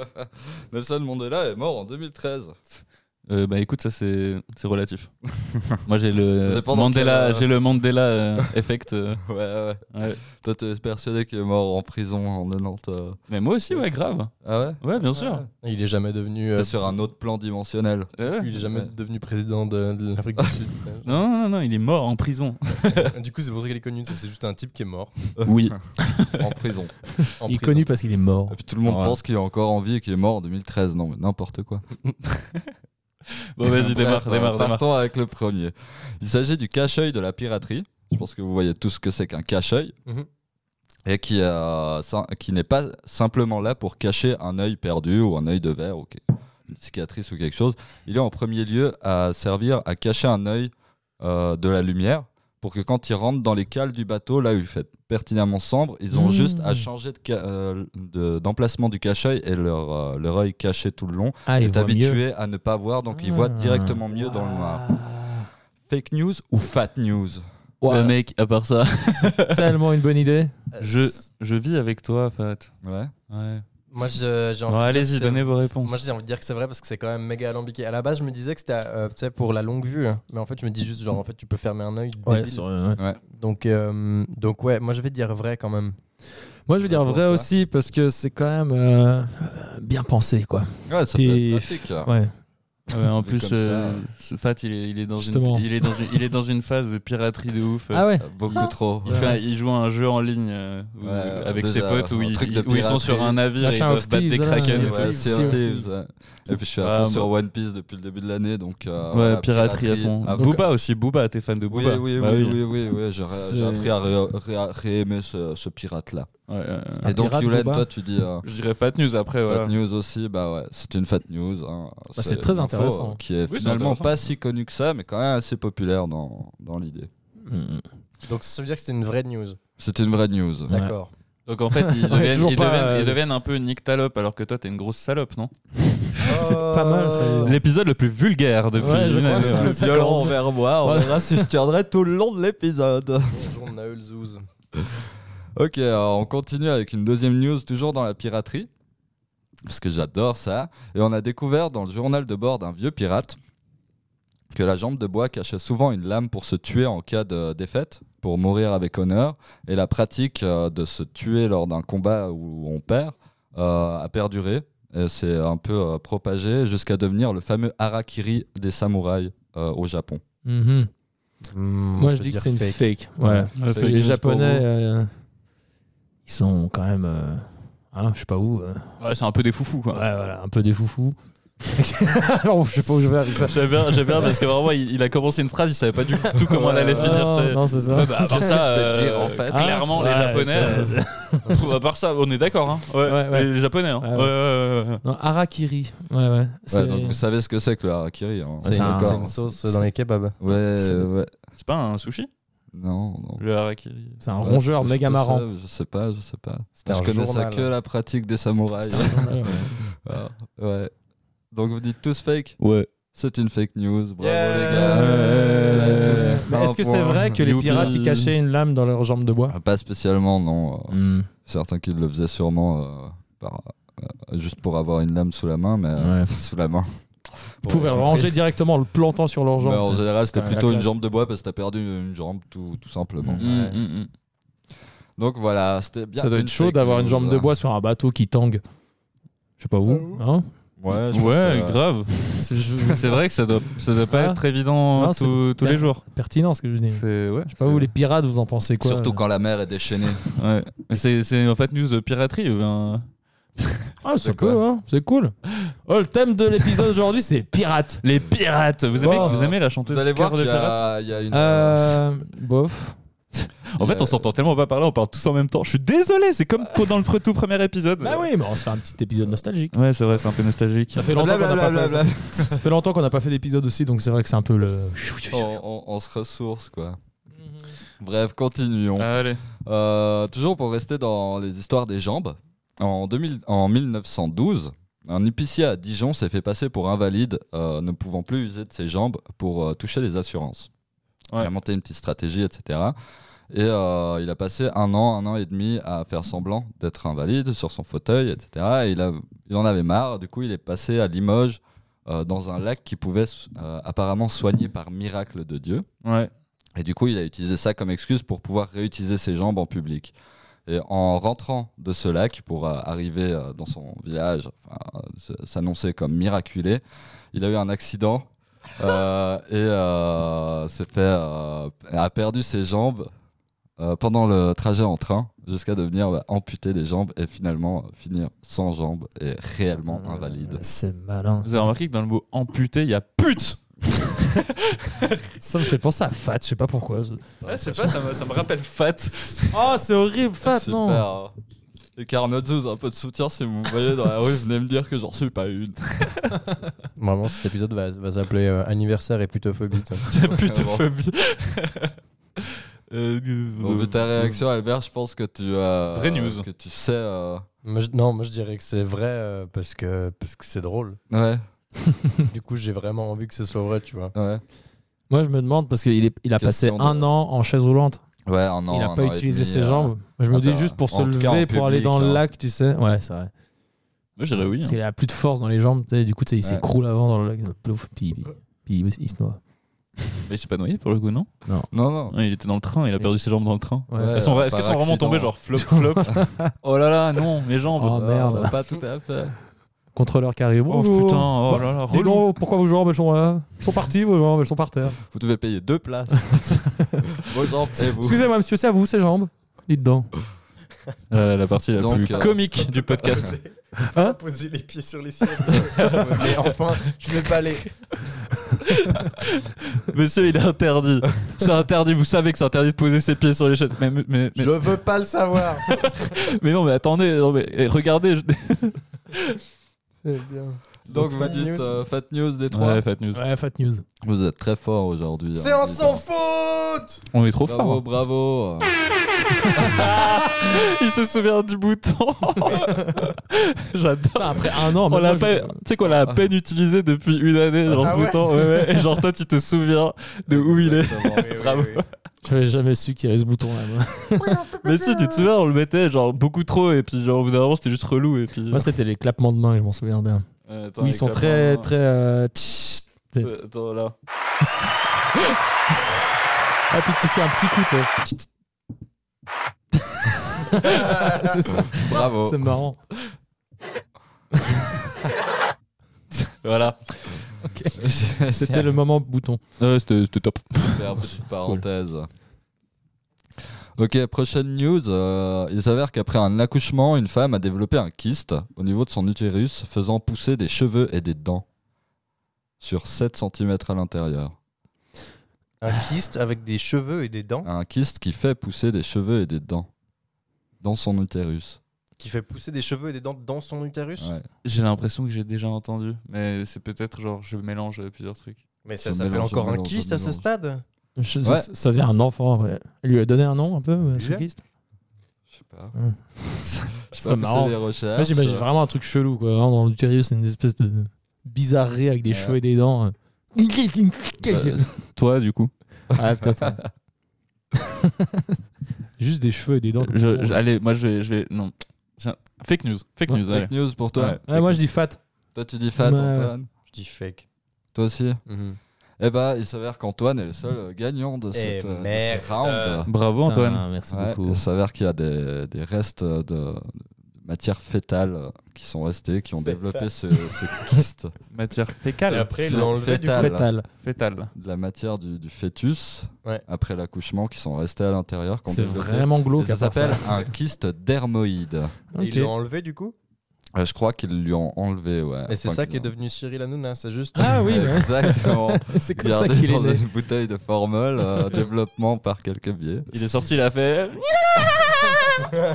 [SPEAKER 2] Nelson Mandela est mort en 2013.
[SPEAKER 3] Euh, Bah écoute, ça c'est c'est relatif. Moi j'ai le
[SPEAKER 2] Ça dépend dans
[SPEAKER 3] Mandela,
[SPEAKER 2] quel, euh,
[SPEAKER 3] j'ai le Mandela euh, effect. euh,
[SPEAKER 2] Ouais, ouais.
[SPEAKER 3] ouais.
[SPEAKER 2] Toi, t'es persuadé qu'il est mort en prison en 90. euh.
[SPEAKER 3] Mais moi aussi, ouais, grave.
[SPEAKER 2] Ah ouais
[SPEAKER 3] Ouais, bien sûr.
[SPEAKER 5] Il est jamais devenu. euh,
[SPEAKER 2] T'es sur un autre plan dimensionnel.
[SPEAKER 3] Ouais, ouais.
[SPEAKER 5] il est jamais
[SPEAKER 2] Ouais.
[SPEAKER 5] devenu président de, de l'Afrique du Sud.
[SPEAKER 3] Non, non, non, il est mort en prison.
[SPEAKER 5] du coup, c'est pour ça qu'il est connu. ça, C'est juste un type qui est mort.
[SPEAKER 3] Oui.
[SPEAKER 2] en prison.
[SPEAKER 5] en
[SPEAKER 1] Il est
[SPEAKER 5] prison.
[SPEAKER 1] connu parce qu'il est mort.
[SPEAKER 2] Et puis tout le monde
[SPEAKER 1] Ouais.
[SPEAKER 2] pense qu'il est encore en vie et qu'il est mort en 2013. Non, mais n'importe quoi.
[SPEAKER 3] Bon, vas-y, démarre,
[SPEAKER 2] Bref, euh,
[SPEAKER 3] démarre, démarre.
[SPEAKER 2] Partons avec le premier. Il s'agit du cache-œil de la piraterie. Je pense que vous voyez tout ce que c'est qu'un cache-œil.
[SPEAKER 5] Mhm.
[SPEAKER 2] et qui, euh, sim- qui n'est pas simplement là pour cacher un œil perdu ou un œil de verre ou que- une cicatrice ou quelque chose. Il est en premier lieu à servir à cacher un œil euh, de la lumière pour que quand ils rentrent dans les cales du bateau, là où il fait pertinemment sombre, ils ont
[SPEAKER 1] Mmh.
[SPEAKER 2] juste à changer de ca- euh, de- d'emplacement du cache-œil et leur, euh, leur œil caché tout le long
[SPEAKER 1] Ah, il
[SPEAKER 2] est
[SPEAKER 1] voit mieux.
[SPEAKER 2] habitué à ne pas voir, donc il voit
[SPEAKER 1] Ah.
[SPEAKER 2] directement mieux dans le noir.
[SPEAKER 1] Ah.
[SPEAKER 2] Fake news ou fat news
[SPEAKER 1] Ouah,
[SPEAKER 3] Ouais, mec, à part ça,
[SPEAKER 1] tellement une bonne idée.
[SPEAKER 3] je, je vis avec toi, Fat.
[SPEAKER 2] Ouais.
[SPEAKER 3] Ouais.
[SPEAKER 5] Euh, Moi, je- j'ai envie
[SPEAKER 3] Bon,
[SPEAKER 5] de dire
[SPEAKER 3] allez-y,
[SPEAKER 5] que c'est-
[SPEAKER 3] donnez vos réponses.
[SPEAKER 5] Moi, j'ai envie de dire que c'est vrai parce que c'est quand même méga alambiqué. À la base, je me disais que c'était euh, tu sais, pour la longue vue, hein. mais en fait, je me dis juste genre en fait, tu peux fermer un œil.
[SPEAKER 1] Ouais,
[SPEAKER 5] débile.
[SPEAKER 1] sur- ouais.
[SPEAKER 5] Donc, euh, donc ouais, moi je vais dire vrai quand même.
[SPEAKER 1] Moi, je veux dire
[SPEAKER 5] Pour
[SPEAKER 1] vrai
[SPEAKER 5] toi.
[SPEAKER 1] aussi parce que c'est quand même euh, bien pensé, quoi.
[SPEAKER 2] Ouais, ça
[SPEAKER 1] Puis-
[SPEAKER 2] peut être pratique. hein.
[SPEAKER 1] Ouais.
[SPEAKER 3] Ah ouais, en
[SPEAKER 2] Vu
[SPEAKER 3] plus,
[SPEAKER 2] comme ça,
[SPEAKER 3] euh, ce Fat, il est, il, est dans
[SPEAKER 1] Justement.
[SPEAKER 3] une, il, est dans une, il est dans une phase de piraterie de ouf.
[SPEAKER 1] Ah ouais.
[SPEAKER 2] Euh, Beaucoup trop.
[SPEAKER 3] Il, fait un- il joue à un jeu en ligne euh, où-
[SPEAKER 2] Ouais,
[SPEAKER 3] avec ses
[SPEAKER 2] déjà,
[SPEAKER 3] potes où,
[SPEAKER 2] un
[SPEAKER 3] ils-
[SPEAKER 2] truc de
[SPEAKER 3] où ils sont sur
[SPEAKER 2] piraterie.
[SPEAKER 3] un navire et ils
[SPEAKER 1] Machin
[SPEAKER 3] doivent
[SPEAKER 1] of
[SPEAKER 3] battre des
[SPEAKER 1] Thieves, hein.
[SPEAKER 3] kraken.
[SPEAKER 1] Ouais,
[SPEAKER 2] Ouais,
[SPEAKER 1] Thieves,
[SPEAKER 2] Sea of
[SPEAKER 1] Sea of
[SPEAKER 2] Thieves,
[SPEAKER 1] Thieves.
[SPEAKER 2] ouais. Et puis je suis à
[SPEAKER 3] Ah,
[SPEAKER 1] bah.
[SPEAKER 2] fond
[SPEAKER 3] moi-
[SPEAKER 2] sur One Piece depuis le début de l'année, donc. euh,
[SPEAKER 3] Ouais,
[SPEAKER 2] voilà,
[SPEAKER 3] piraterie à fond.
[SPEAKER 2] à
[SPEAKER 3] Booba aussi, Booba, t'es fan de
[SPEAKER 2] Ah, Oui,
[SPEAKER 3] Booba
[SPEAKER 2] oui,
[SPEAKER 3] Bah
[SPEAKER 2] oui, oui, oui, oui, j'ai
[SPEAKER 1] C'est-
[SPEAKER 2] j'ai appris à ré- ré- à réaimer ce, ce pirate-là.
[SPEAKER 3] Ouais, ouais, ouais.
[SPEAKER 1] Un
[SPEAKER 2] Et donc,
[SPEAKER 1] pirate,
[SPEAKER 2] Yulen,
[SPEAKER 1] Booba
[SPEAKER 2] toi, tu dis euh,
[SPEAKER 3] Je dirais Fat News après,
[SPEAKER 2] fat
[SPEAKER 3] voilà.
[SPEAKER 2] news aussi, bah ouais, c'est une fat news. hein.
[SPEAKER 1] Bah, c'est très
[SPEAKER 2] une info,
[SPEAKER 1] intéressant.
[SPEAKER 2] euh, Qui est
[SPEAKER 3] c'est
[SPEAKER 2] finalement
[SPEAKER 3] intéressant.
[SPEAKER 2] pas si connue que ça, mais quand même assez populaire dans, dans l'idée.
[SPEAKER 5] Donc ça veut dire que c'est une vraie news.
[SPEAKER 2] C'est une vraie news.
[SPEAKER 5] D'accord.
[SPEAKER 3] Donc en fait, ils
[SPEAKER 1] On est
[SPEAKER 3] deviennent,
[SPEAKER 1] toujours
[SPEAKER 3] ils
[SPEAKER 1] pas,
[SPEAKER 3] deviennent-
[SPEAKER 1] euh,
[SPEAKER 3] ils deviennent un peu Nick Talope alors que toi t'es une grosse salope, non
[SPEAKER 2] Ah,
[SPEAKER 1] C'est pas mal, ça.
[SPEAKER 5] Euh,
[SPEAKER 3] L'épisode le plus vulgaire depuis
[SPEAKER 1] Ouais, je
[SPEAKER 3] une
[SPEAKER 1] crois
[SPEAKER 3] année.
[SPEAKER 1] que ça- Ah, ça
[SPEAKER 2] Violent
[SPEAKER 1] commence.
[SPEAKER 2] envers moi, on
[SPEAKER 1] Ouais.
[SPEAKER 2] verra si je tiendrai tout le long de l'épisode.
[SPEAKER 5] Bonjour Naël Zouz.
[SPEAKER 2] Ok, alors on continue avec une deuxième news, toujours dans la piraterie, parce que j'adore ça. Et on a découvert dans le journal de bord d'un vieux pirate que la jambe de bois cachait souvent une lame pour se tuer en cas de défaite, pour mourir avec honneur. Et la pratique euh, de se tuer lors d'un combat où on perd euh, a perduré. Et C'est un peu euh, propagé jusqu'à devenir le fameux harakiri des samouraïs euh, au Japon.
[SPEAKER 1] Mhm. Moi, je dis que
[SPEAKER 5] Hmm. dire
[SPEAKER 1] c'est une fake.
[SPEAKER 5] fake.
[SPEAKER 1] Ouais.
[SPEAKER 2] Ouais,
[SPEAKER 1] Parce que
[SPEAKER 3] fake
[SPEAKER 1] les
[SPEAKER 3] news pour
[SPEAKER 1] Japonais,
[SPEAKER 3] vous.
[SPEAKER 1] euh, ils sont quand même, euh, hein, je sais pas où, euh,
[SPEAKER 3] Ouais, c'est un peu des foufous
[SPEAKER 1] ouais,
[SPEAKER 3] quoi.
[SPEAKER 1] voilà, un peu des foufous. Alors, je sais pas où je vais avec ça.
[SPEAKER 3] J'avais bien, j'aime bien parce que vraiment il, il a commencé une phrase, il savait pas du tout comment elle allait
[SPEAKER 1] Ah,
[SPEAKER 3] finir. tu sais.
[SPEAKER 1] non, c'est ça.
[SPEAKER 3] Ouais, bah, à part ça,
[SPEAKER 2] je vais te
[SPEAKER 3] euh,
[SPEAKER 2] dire, en fait.
[SPEAKER 3] clairement les
[SPEAKER 1] Ah, ouais, c'est-
[SPEAKER 3] Japonais.
[SPEAKER 1] c'est-
[SPEAKER 3] euh, à part ça, on est d'accord. Hein. Ouais,
[SPEAKER 1] Ouais, ouais.
[SPEAKER 3] Les Japonais. Hein.
[SPEAKER 1] Ouais,
[SPEAKER 3] Ouais,
[SPEAKER 1] ouais.
[SPEAKER 3] ouais, ouais, ouais.
[SPEAKER 1] Non, Harakiri. Ouais, ouais.
[SPEAKER 2] Ouais,
[SPEAKER 1] C'est-
[SPEAKER 2] donc vous savez ce que c'est que le harakiri. hein.
[SPEAKER 1] C'est un-
[SPEAKER 2] D'accord.
[SPEAKER 5] C'est une sauce euh, dans les kebabs.
[SPEAKER 2] Ouais,
[SPEAKER 1] c'est-
[SPEAKER 2] ouais.
[SPEAKER 3] C'est pas un sushi
[SPEAKER 2] Non, non.
[SPEAKER 3] Le harakiri.
[SPEAKER 1] C'est un rongeur
[SPEAKER 2] Ouais, je-
[SPEAKER 1] méga
[SPEAKER 2] je
[SPEAKER 1] marrant.
[SPEAKER 2] sais, Je sais pas, je sais pas.
[SPEAKER 5] C'était
[SPEAKER 2] je
[SPEAKER 5] un
[SPEAKER 2] connais ça
[SPEAKER 5] journal.
[SPEAKER 2] que la pratique des samouraïs. Ah, ouais. Donc vous dites tous fake
[SPEAKER 3] Ouais.
[SPEAKER 2] C'est une fake news. Bravo
[SPEAKER 5] Yeah.
[SPEAKER 2] les gars.
[SPEAKER 1] Euh,
[SPEAKER 2] Vous avez tous
[SPEAKER 1] mais
[SPEAKER 2] un
[SPEAKER 1] est-ce que c'est
[SPEAKER 2] point.
[SPEAKER 1] vrai que les
[SPEAKER 3] Youpi.
[SPEAKER 1] pirates ils cachaient une lame dans leurs jambes de bois
[SPEAKER 2] Ah, Pas spécialement, non.
[SPEAKER 1] Mm.
[SPEAKER 2] Euh, Certains qui le faisaient sûrement euh, par- euh, juste pour avoir une lame sous la main, mais euh,
[SPEAKER 1] Ouais.
[SPEAKER 2] sous la main.
[SPEAKER 1] Ils pouvaient le ranger directement en le plantant sur leurs
[SPEAKER 2] Mais
[SPEAKER 1] jambes.
[SPEAKER 2] en
[SPEAKER 1] tu sais.
[SPEAKER 2] général, c'était
[SPEAKER 1] Ouais, la
[SPEAKER 2] plutôt une
[SPEAKER 1] classe.
[SPEAKER 2] jambe de bois parce que t'as perdu une jambe, tout, tout simplement.
[SPEAKER 3] Mm,
[SPEAKER 1] Ouais.
[SPEAKER 2] Donc voilà, c'était bien.
[SPEAKER 1] Mm. Ça doit
[SPEAKER 2] une
[SPEAKER 1] être chaud
[SPEAKER 2] fake
[SPEAKER 1] d'avoir une
[SPEAKER 2] news. hein.
[SPEAKER 1] jambe de bois sur un bateau qui tangue. Je sais pas
[SPEAKER 2] Oh.
[SPEAKER 1] où. Hein
[SPEAKER 2] Ouais, je pense euh,
[SPEAKER 3] Ouais,
[SPEAKER 2] que-
[SPEAKER 3] grave.
[SPEAKER 1] C'est je-
[SPEAKER 3] C'est vrai que ça doit, ça doit pas
[SPEAKER 1] Ah.
[SPEAKER 3] être évident hein,
[SPEAKER 1] Non, c'est
[SPEAKER 3] tous tous les
[SPEAKER 1] hyper-
[SPEAKER 3] jours.
[SPEAKER 1] pertinent ce que je dis. Je
[SPEAKER 3] C'est ouais.
[SPEAKER 1] sais pas vous les pirates vous en pensez quoi euh.
[SPEAKER 2] Surtout quand la mer est déchaînée.
[SPEAKER 3] Ouais. Mais C'est c'est en fait news de piraterie. ou bien-
[SPEAKER 1] Ah ça
[SPEAKER 2] C'est quoi
[SPEAKER 1] peut hein, c'est cool. Oh le thème de l'épisode aujourd'hui c'est pirates.
[SPEAKER 3] Les pirates. Vous aimez,
[SPEAKER 1] Wow.
[SPEAKER 3] vous aimez la
[SPEAKER 2] Vous
[SPEAKER 3] chanteuse
[SPEAKER 2] allez voir
[SPEAKER 3] Cœur de
[SPEAKER 2] qu'il y,
[SPEAKER 3] pirates
[SPEAKER 2] a il y a une.
[SPEAKER 1] Euh, bof.
[SPEAKER 3] En fait, on
[SPEAKER 2] Euh,
[SPEAKER 3] s'entend tellement pas parler, on parle tous en même temps. Je suis désolé, c'est comme pour dans le pre- tout premier épisode.
[SPEAKER 1] Bah oui, mais on se fait un petit épisode nostalgique.
[SPEAKER 3] Ouais, c'est vrai, c'est un peu nostalgique.
[SPEAKER 1] Ça fait longtemps qu'on n'a pas fait ça. Ça fait longtemps qu'on n'a pas fait d'épisode aussi, donc c'est vrai que c'est un peu le.
[SPEAKER 2] on, on- on se ressource quoi. Bref, continuons.
[SPEAKER 3] Allez.
[SPEAKER 2] Euh, toujours pour rester dans les histoires des jambes, en, 2000 en 1912, un épicier à Dijon s'est fait passer pour invalide, euh, ne pouvant plus user de ses jambes pour euh, toucher les assurances.
[SPEAKER 3] Ouais.
[SPEAKER 2] Il a monté une petite stratégie, etc. Et euh, il a passé un an, un an et demi à faire semblant d'être invalide sur son fauteuil, etc. Et il, a- il en avait marre, du coup il est passé à Limoges, euh, dans un lac qui pouvait euh, apparemment soigner par miracle de Dieu.
[SPEAKER 3] Ouais.
[SPEAKER 2] Et du coup, il a utilisé ça comme excuse pour pouvoir réutiliser ses jambes en public. Et en rentrant de ce lac pour euh, arriver euh, dans son village, enfin, euh, s- s'annoncer comme miraculé, il a eu un accident euh, et euh, s'est fait, euh, a perdu ses jambes euh, pendant le trajet en train jusqu'à devenir bah, amputé des jambes et finalement euh, finir sans jambes et réellement invalide.
[SPEAKER 1] Euh, C'est malin.
[SPEAKER 3] Vous avez remarqué que dans le mot amputé, il y a pute
[SPEAKER 1] Ça me fait penser à Fat, je sais pas pourquoi.
[SPEAKER 3] Ouais, c'est pas, ça me, ça me rappelle Fat.
[SPEAKER 1] Oh, c'est horrible, Fat,
[SPEAKER 2] Super. hein.
[SPEAKER 1] non
[SPEAKER 2] Et Carnotzos, un peu de soutien si vous me voyez dans la rue, venez me dire que j'en suis pas une.
[SPEAKER 5] Vraiment, cet épisode va, va s'appeler euh, Anniversaire et putophobie. tu vois.
[SPEAKER 3] C'est putophobie. Euh,
[SPEAKER 2] Bon, vu ta réaction, Albert, je pense que tu, euh,
[SPEAKER 3] Vraie news.
[SPEAKER 2] que tu sais. euh,
[SPEAKER 5] Moi, je- non, moi je dirais que c'est vrai euh, parce que parce que c'est drôle.
[SPEAKER 2] Ouais,
[SPEAKER 5] du coup, j'ai vraiment envie que ce soit vrai, tu vois.
[SPEAKER 2] ouais.
[SPEAKER 1] Moi, je me demande, parce qu'il est- il a passé
[SPEAKER 2] Question de-
[SPEAKER 1] un an en chaise roulante.
[SPEAKER 2] Ouais, oh un an.
[SPEAKER 1] il n'a
[SPEAKER 2] un
[SPEAKER 1] pas
[SPEAKER 2] an et
[SPEAKER 1] utilisé
[SPEAKER 2] demi,
[SPEAKER 1] ses
[SPEAKER 2] euh,
[SPEAKER 1] jambes. Je me
[SPEAKER 2] ah
[SPEAKER 1] dis
[SPEAKER 2] bah,
[SPEAKER 1] juste pour se
[SPEAKER 2] en tout cas, en
[SPEAKER 1] lever, pour aller
[SPEAKER 2] public,
[SPEAKER 1] dans le
[SPEAKER 2] hein.
[SPEAKER 1] lac, tu sais. Ouais, c'est vrai.
[SPEAKER 3] Moi, j'irais oui.
[SPEAKER 1] Parce
[SPEAKER 3] hein.
[SPEAKER 1] qu'il a plus de force dans les jambes, tu sais. Du coup, tu sais, il
[SPEAKER 2] Ouais.
[SPEAKER 1] s'écroule avant dans le lac, plouf, puis, puis, puis il se noie.
[SPEAKER 3] Mais il s'est pas noyé pour le coup, non
[SPEAKER 2] Non, non.
[SPEAKER 3] Ouais, Il était dans le train, il a perdu ses jambes dans le train.
[SPEAKER 1] Ouais.
[SPEAKER 2] Ouais.
[SPEAKER 3] Elles sont-
[SPEAKER 2] par
[SPEAKER 3] Est-ce qu'elles sont vraiment
[SPEAKER 2] accident.
[SPEAKER 3] tombées, genre flop, flop Oh là là, non, mes
[SPEAKER 1] Oh
[SPEAKER 3] jambes.
[SPEAKER 1] merde.
[SPEAKER 2] Pas tout à fait.
[SPEAKER 1] Contrôleur qui
[SPEAKER 2] Ah,
[SPEAKER 1] arrive.
[SPEAKER 3] Oh,
[SPEAKER 1] Bonjour.
[SPEAKER 3] putain, oh là là,
[SPEAKER 1] Dis
[SPEAKER 3] relou.
[SPEAKER 1] donc, pourquoi vos jambes elles sont là Elles sont parties, vos jambes, elles sont par terre.
[SPEAKER 2] Vous devez payer deux places. Vos jambes et vous.
[SPEAKER 1] Excusez-moi, monsieur, c'est à vous ces jambes. Dites donc.
[SPEAKER 3] Euh, la partie la
[SPEAKER 2] Donc,
[SPEAKER 3] plus
[SPEAKER 2] euh,
[SPEAKER 3] comique du podcast.
[SPEAKER 1] Hein
[SPEAKER 5] Poser les pieds sur les siennes. mais enfin, je vais pas aller.
[SPEAKER 3] Monsieur, il est interdit. C'est interdit, vous savez que c'est interdit de poser ses pieds sur les chaises. Mais, mais, mais,
[SPEAKER 5] Je veux pas le savoir.
[SPEAKER 3] mais non, mais attendez, non, mais, eh, regardez. je-
[SPEAKER 5] C'est bien.
[SPEAKER 2] Donc vous
[SPEAKER 5] Fat
[SPEAKER 2] dites
[SPEAKER 5] news.
[SPEAKER 2] euh, Fat News des trois.
[SPEAKER 3] Ouais, Fat News.
[SPEAKER 1] Ouais, Fat News.
[SPEAKER 2] Vous êtes très fort aujourd'hui.
[SPEAKER 5] C'est
[SPEAKER 2] hein,
[SPEAKER 5] un
[SPEAKER 2] les
[SPEAKER 5] sans
[SPEAKER 2] gars.
[SPEAKER 5] faute.
[SPEAKER 3] On est trop
[SPEAKER 2] Bravo,
[SPEAKER 3] fort.
[SPEAKER 2] bravo.
[SPEAKER 3] Il se souvient du bouton. J'adore.
[SPEAKER 1] Ah, Après un an,
[SPEAKER 3] On
[SPEAKER 1] mais
[SPEAKER 3] l'a
[SPEAKER 1] moi,
[SPEAKER 3] pas-
[SPEAKER 1] je-
[SPEAKER 3] Tu sais qu'on l'a à peine utilisé depuis une année, genre
[SPEAKER 5] Ah
[SPEAKER 3] ce
[SPEAKER 5] ouais
[SPEAKER 3] bouton. Ouais, ouais. Et genre toi, tu te souviens de où il est.
[SPEAKER 2] Exactement.
[SPEAKER 3] Bravo.
[SPEAKER 1] j'avais jamais su qu'il y avait ce bouton là. moi.
[SPEAKER 3] Mais si, tu te souviens, on le mettait genre beaucoup trop. Et puis genre au bout d'un moment, c'était juste relou. Et puis.
[SPEAKER 1] Moi, c'était les clappements de mains, je m'en souviens bien.
[SPEAKER 3] Euh, attends,
[SPEAKER 1] Oui, ils
[SPEAKER 3] avec
[SPEAKER 1] sont
[SPEAKER 3] la
[SPEAKER 1] très,
[SPEAKER 3] main.
[SPEAKER 1] très. euh, tch-
[SPEAKER 3] Euh, Attends, là.
[SPEAKER 1] Ah, puis tu fais un petit coup, tu sais. c'est ça,
[SPEAKER 3] Oh.
[SPEAKER 2] Bravo.
[SPEAKER 1] c'est marrant.
[SPEAKER 3] Voilà.
[SPEAKER 1] C'était le moment bouton.
[SPEAKER 3] Ouais, C'était c'était top.
[SPEAKER 2] Super, petite parenthèse. Ok, prochaine news. euh, il s'avère qu'après un accouchement, une femme a développé un kyste au niveau de son utérus, faisant pousser des cheveux et des dents sur 7 cm à l'intérieur.
[SPEAKER 5] Un kyste avec des cheveux et des dents
[SPEAKER 2] Un kyste qui fait pousser des cheveux et des dents dans son utérus.
[SPEAKER 5] qui fait pousser des cheveux et des dents dans son utérus.
[SPEAKER 2] Ouais.
[SPEAKER 3] J'ai l'impression que j'ai déjà entendu, mais c'est peut-être genre je mélange euh, plusieurs trucs.
[SPEAKER 5] Mais ça
[SPEAKER 2] Je
[SPEAKER 5] s'appelle
[SPEAKER 2] mélange,
[SPEAKER 5] encore
[SPEAKER 2] je
[SPEAKER 5] un
[SPEAKER 2] mélange, je
[SPEAKER 5] kyste à ce
[SPEAKER 2] mélange.
[SPEAKER 5] stade
[SPEAKER 1] Je-
[SPEAKER 2] Ouais.
[SPEAKER 1] ça, ça devient un enfant. ouais. Il lui a donné un nom un peu, euh, ce
[SPEAKER 5] Julia
[SPEAKER 1] kyste
[SPEAKER 2] Je sais pas.
[SPEAKER 1] Ouais.
[SPEAKER 2] Je
[SPEAKER 1] C'est
[SPEAKER 2] sais pas,
[SPEAKER 1] marrant.
[SPEAKER 2] pousser les recherches.
[SPEAKER 3] Ah,
[SPEAKER 1] Moi, j'imagine vraiment un truc chelou, quoi. Vraiment, Dans l'utérus, c'est une espèce de bizarrerie avec des
[SPEAKER 2] Ouais.
[SPEAKER 1] cheveux et des dents. Bah,
[SPEAKER 2] Euh,
[SPEAKER 3] Toi, du coup
[SPEAKER 1] Ah, peut-être. ouais. Juste des cheveux et des dents. comme tout le
[SPEAKER 3] je,
[SPEAKER 1] monde.
[SPEAKER 3] je- Allez, moi je vais. Je vais non. Tiens, Fake news. Fake news, allez.
[SPEAKER 2] Fake news pour toi.
[SPEAKER 3] Ouais.
[SPEAKER 1] Ouais, moi, je dis fat.
[SPEAKER 2] Toi, tu dis fat,
[SPEAKER 1] Ouais.
[SPEAKER 2] Antoine.
[SPEAKER 5] Je dis fake.
[SPEAKER 2] Toi aussi. Eh bah, il s'avère qu'Antoine est le seul euh, gagnant
[SPEAKER 1] Eh,
[SPEAKER 2] de, cette, euh, de
[SPEAKER 5] merde.
[SPEAKER 2] ce round.
[SPEAKER 3] Bravo, Antoine.
[SPEAKER 1] Ah, merci
[SPEAKER 2] Ouais,
[SPEAKER 1] beaucoup.
[SPEAKER 2] il s'avère qu'il y a des, des restes euh, de de matière fétale euh, qui sont restés, qui ont développé ce, ce kyste.
[SPEAKER 3] Matière
[SPEAKER 5] Et
[SPEAKER 3] fécale.
[SPEAKER 5] après, il
[SPEAKER 2] Fé-
[SPEAKER 5] l'a enlevé du
[SPEAKER 2] fétale.
[SPEAKER 1] Fétal.
[SPEAKER 3] Fétale.
[SPEAKER 2] De la matière du, du fœtus
[SPEAKER 5] Ouais.
[SPEAKER 2] après l'accouchement qui sont restés à l'intérieur. qui ont
[SPEAKER 1] C'est
[SPEAKER 2] développé-
[SPEAKER 1] vraiment
[SPEAKER 2] Et
[SPEAKER 1] glauque.
[SPEAKER 2] Ça
[SPEAKER 1] à part
[SPEAKER 2] s'appelle un kyste dermoïde.
[SPEAKER 1] ça.
[SPEAKER 5] Et
[SPEAKER 1] Ok.
[SPEAKER 5] Ils l'ont enlevé du coup
[SPEAKER 2] Euh, je crois qu'ils lui ont enlevé, ouais.
[SPEAKER 5] Et c'est
[SPEAKER 2] Enfin,
[SPEAKER 5] ça
[SPEAKER 2] qu'ils
[SPEAKER 5] qui est
[SPEAKER 2] ont-
[SPEAKER 5] devenu Cyril Hanouna, c'est juste.
[SPEAKER 1] Ah oui, ouais.
[SPEAKER 2] Exactement.
[SPEAKER 1] c'est comme ça
[SPEAKER 2] Gardé
[SPEAKER 1] qu'il est
[SPEAKER 2] dans
[SPEAKER 1] né.
[SPEAKER 2] une bouteille de formol, euh, développement par quelques biais.
[SPEAKER 3] Il est sorti, il a fait. euh,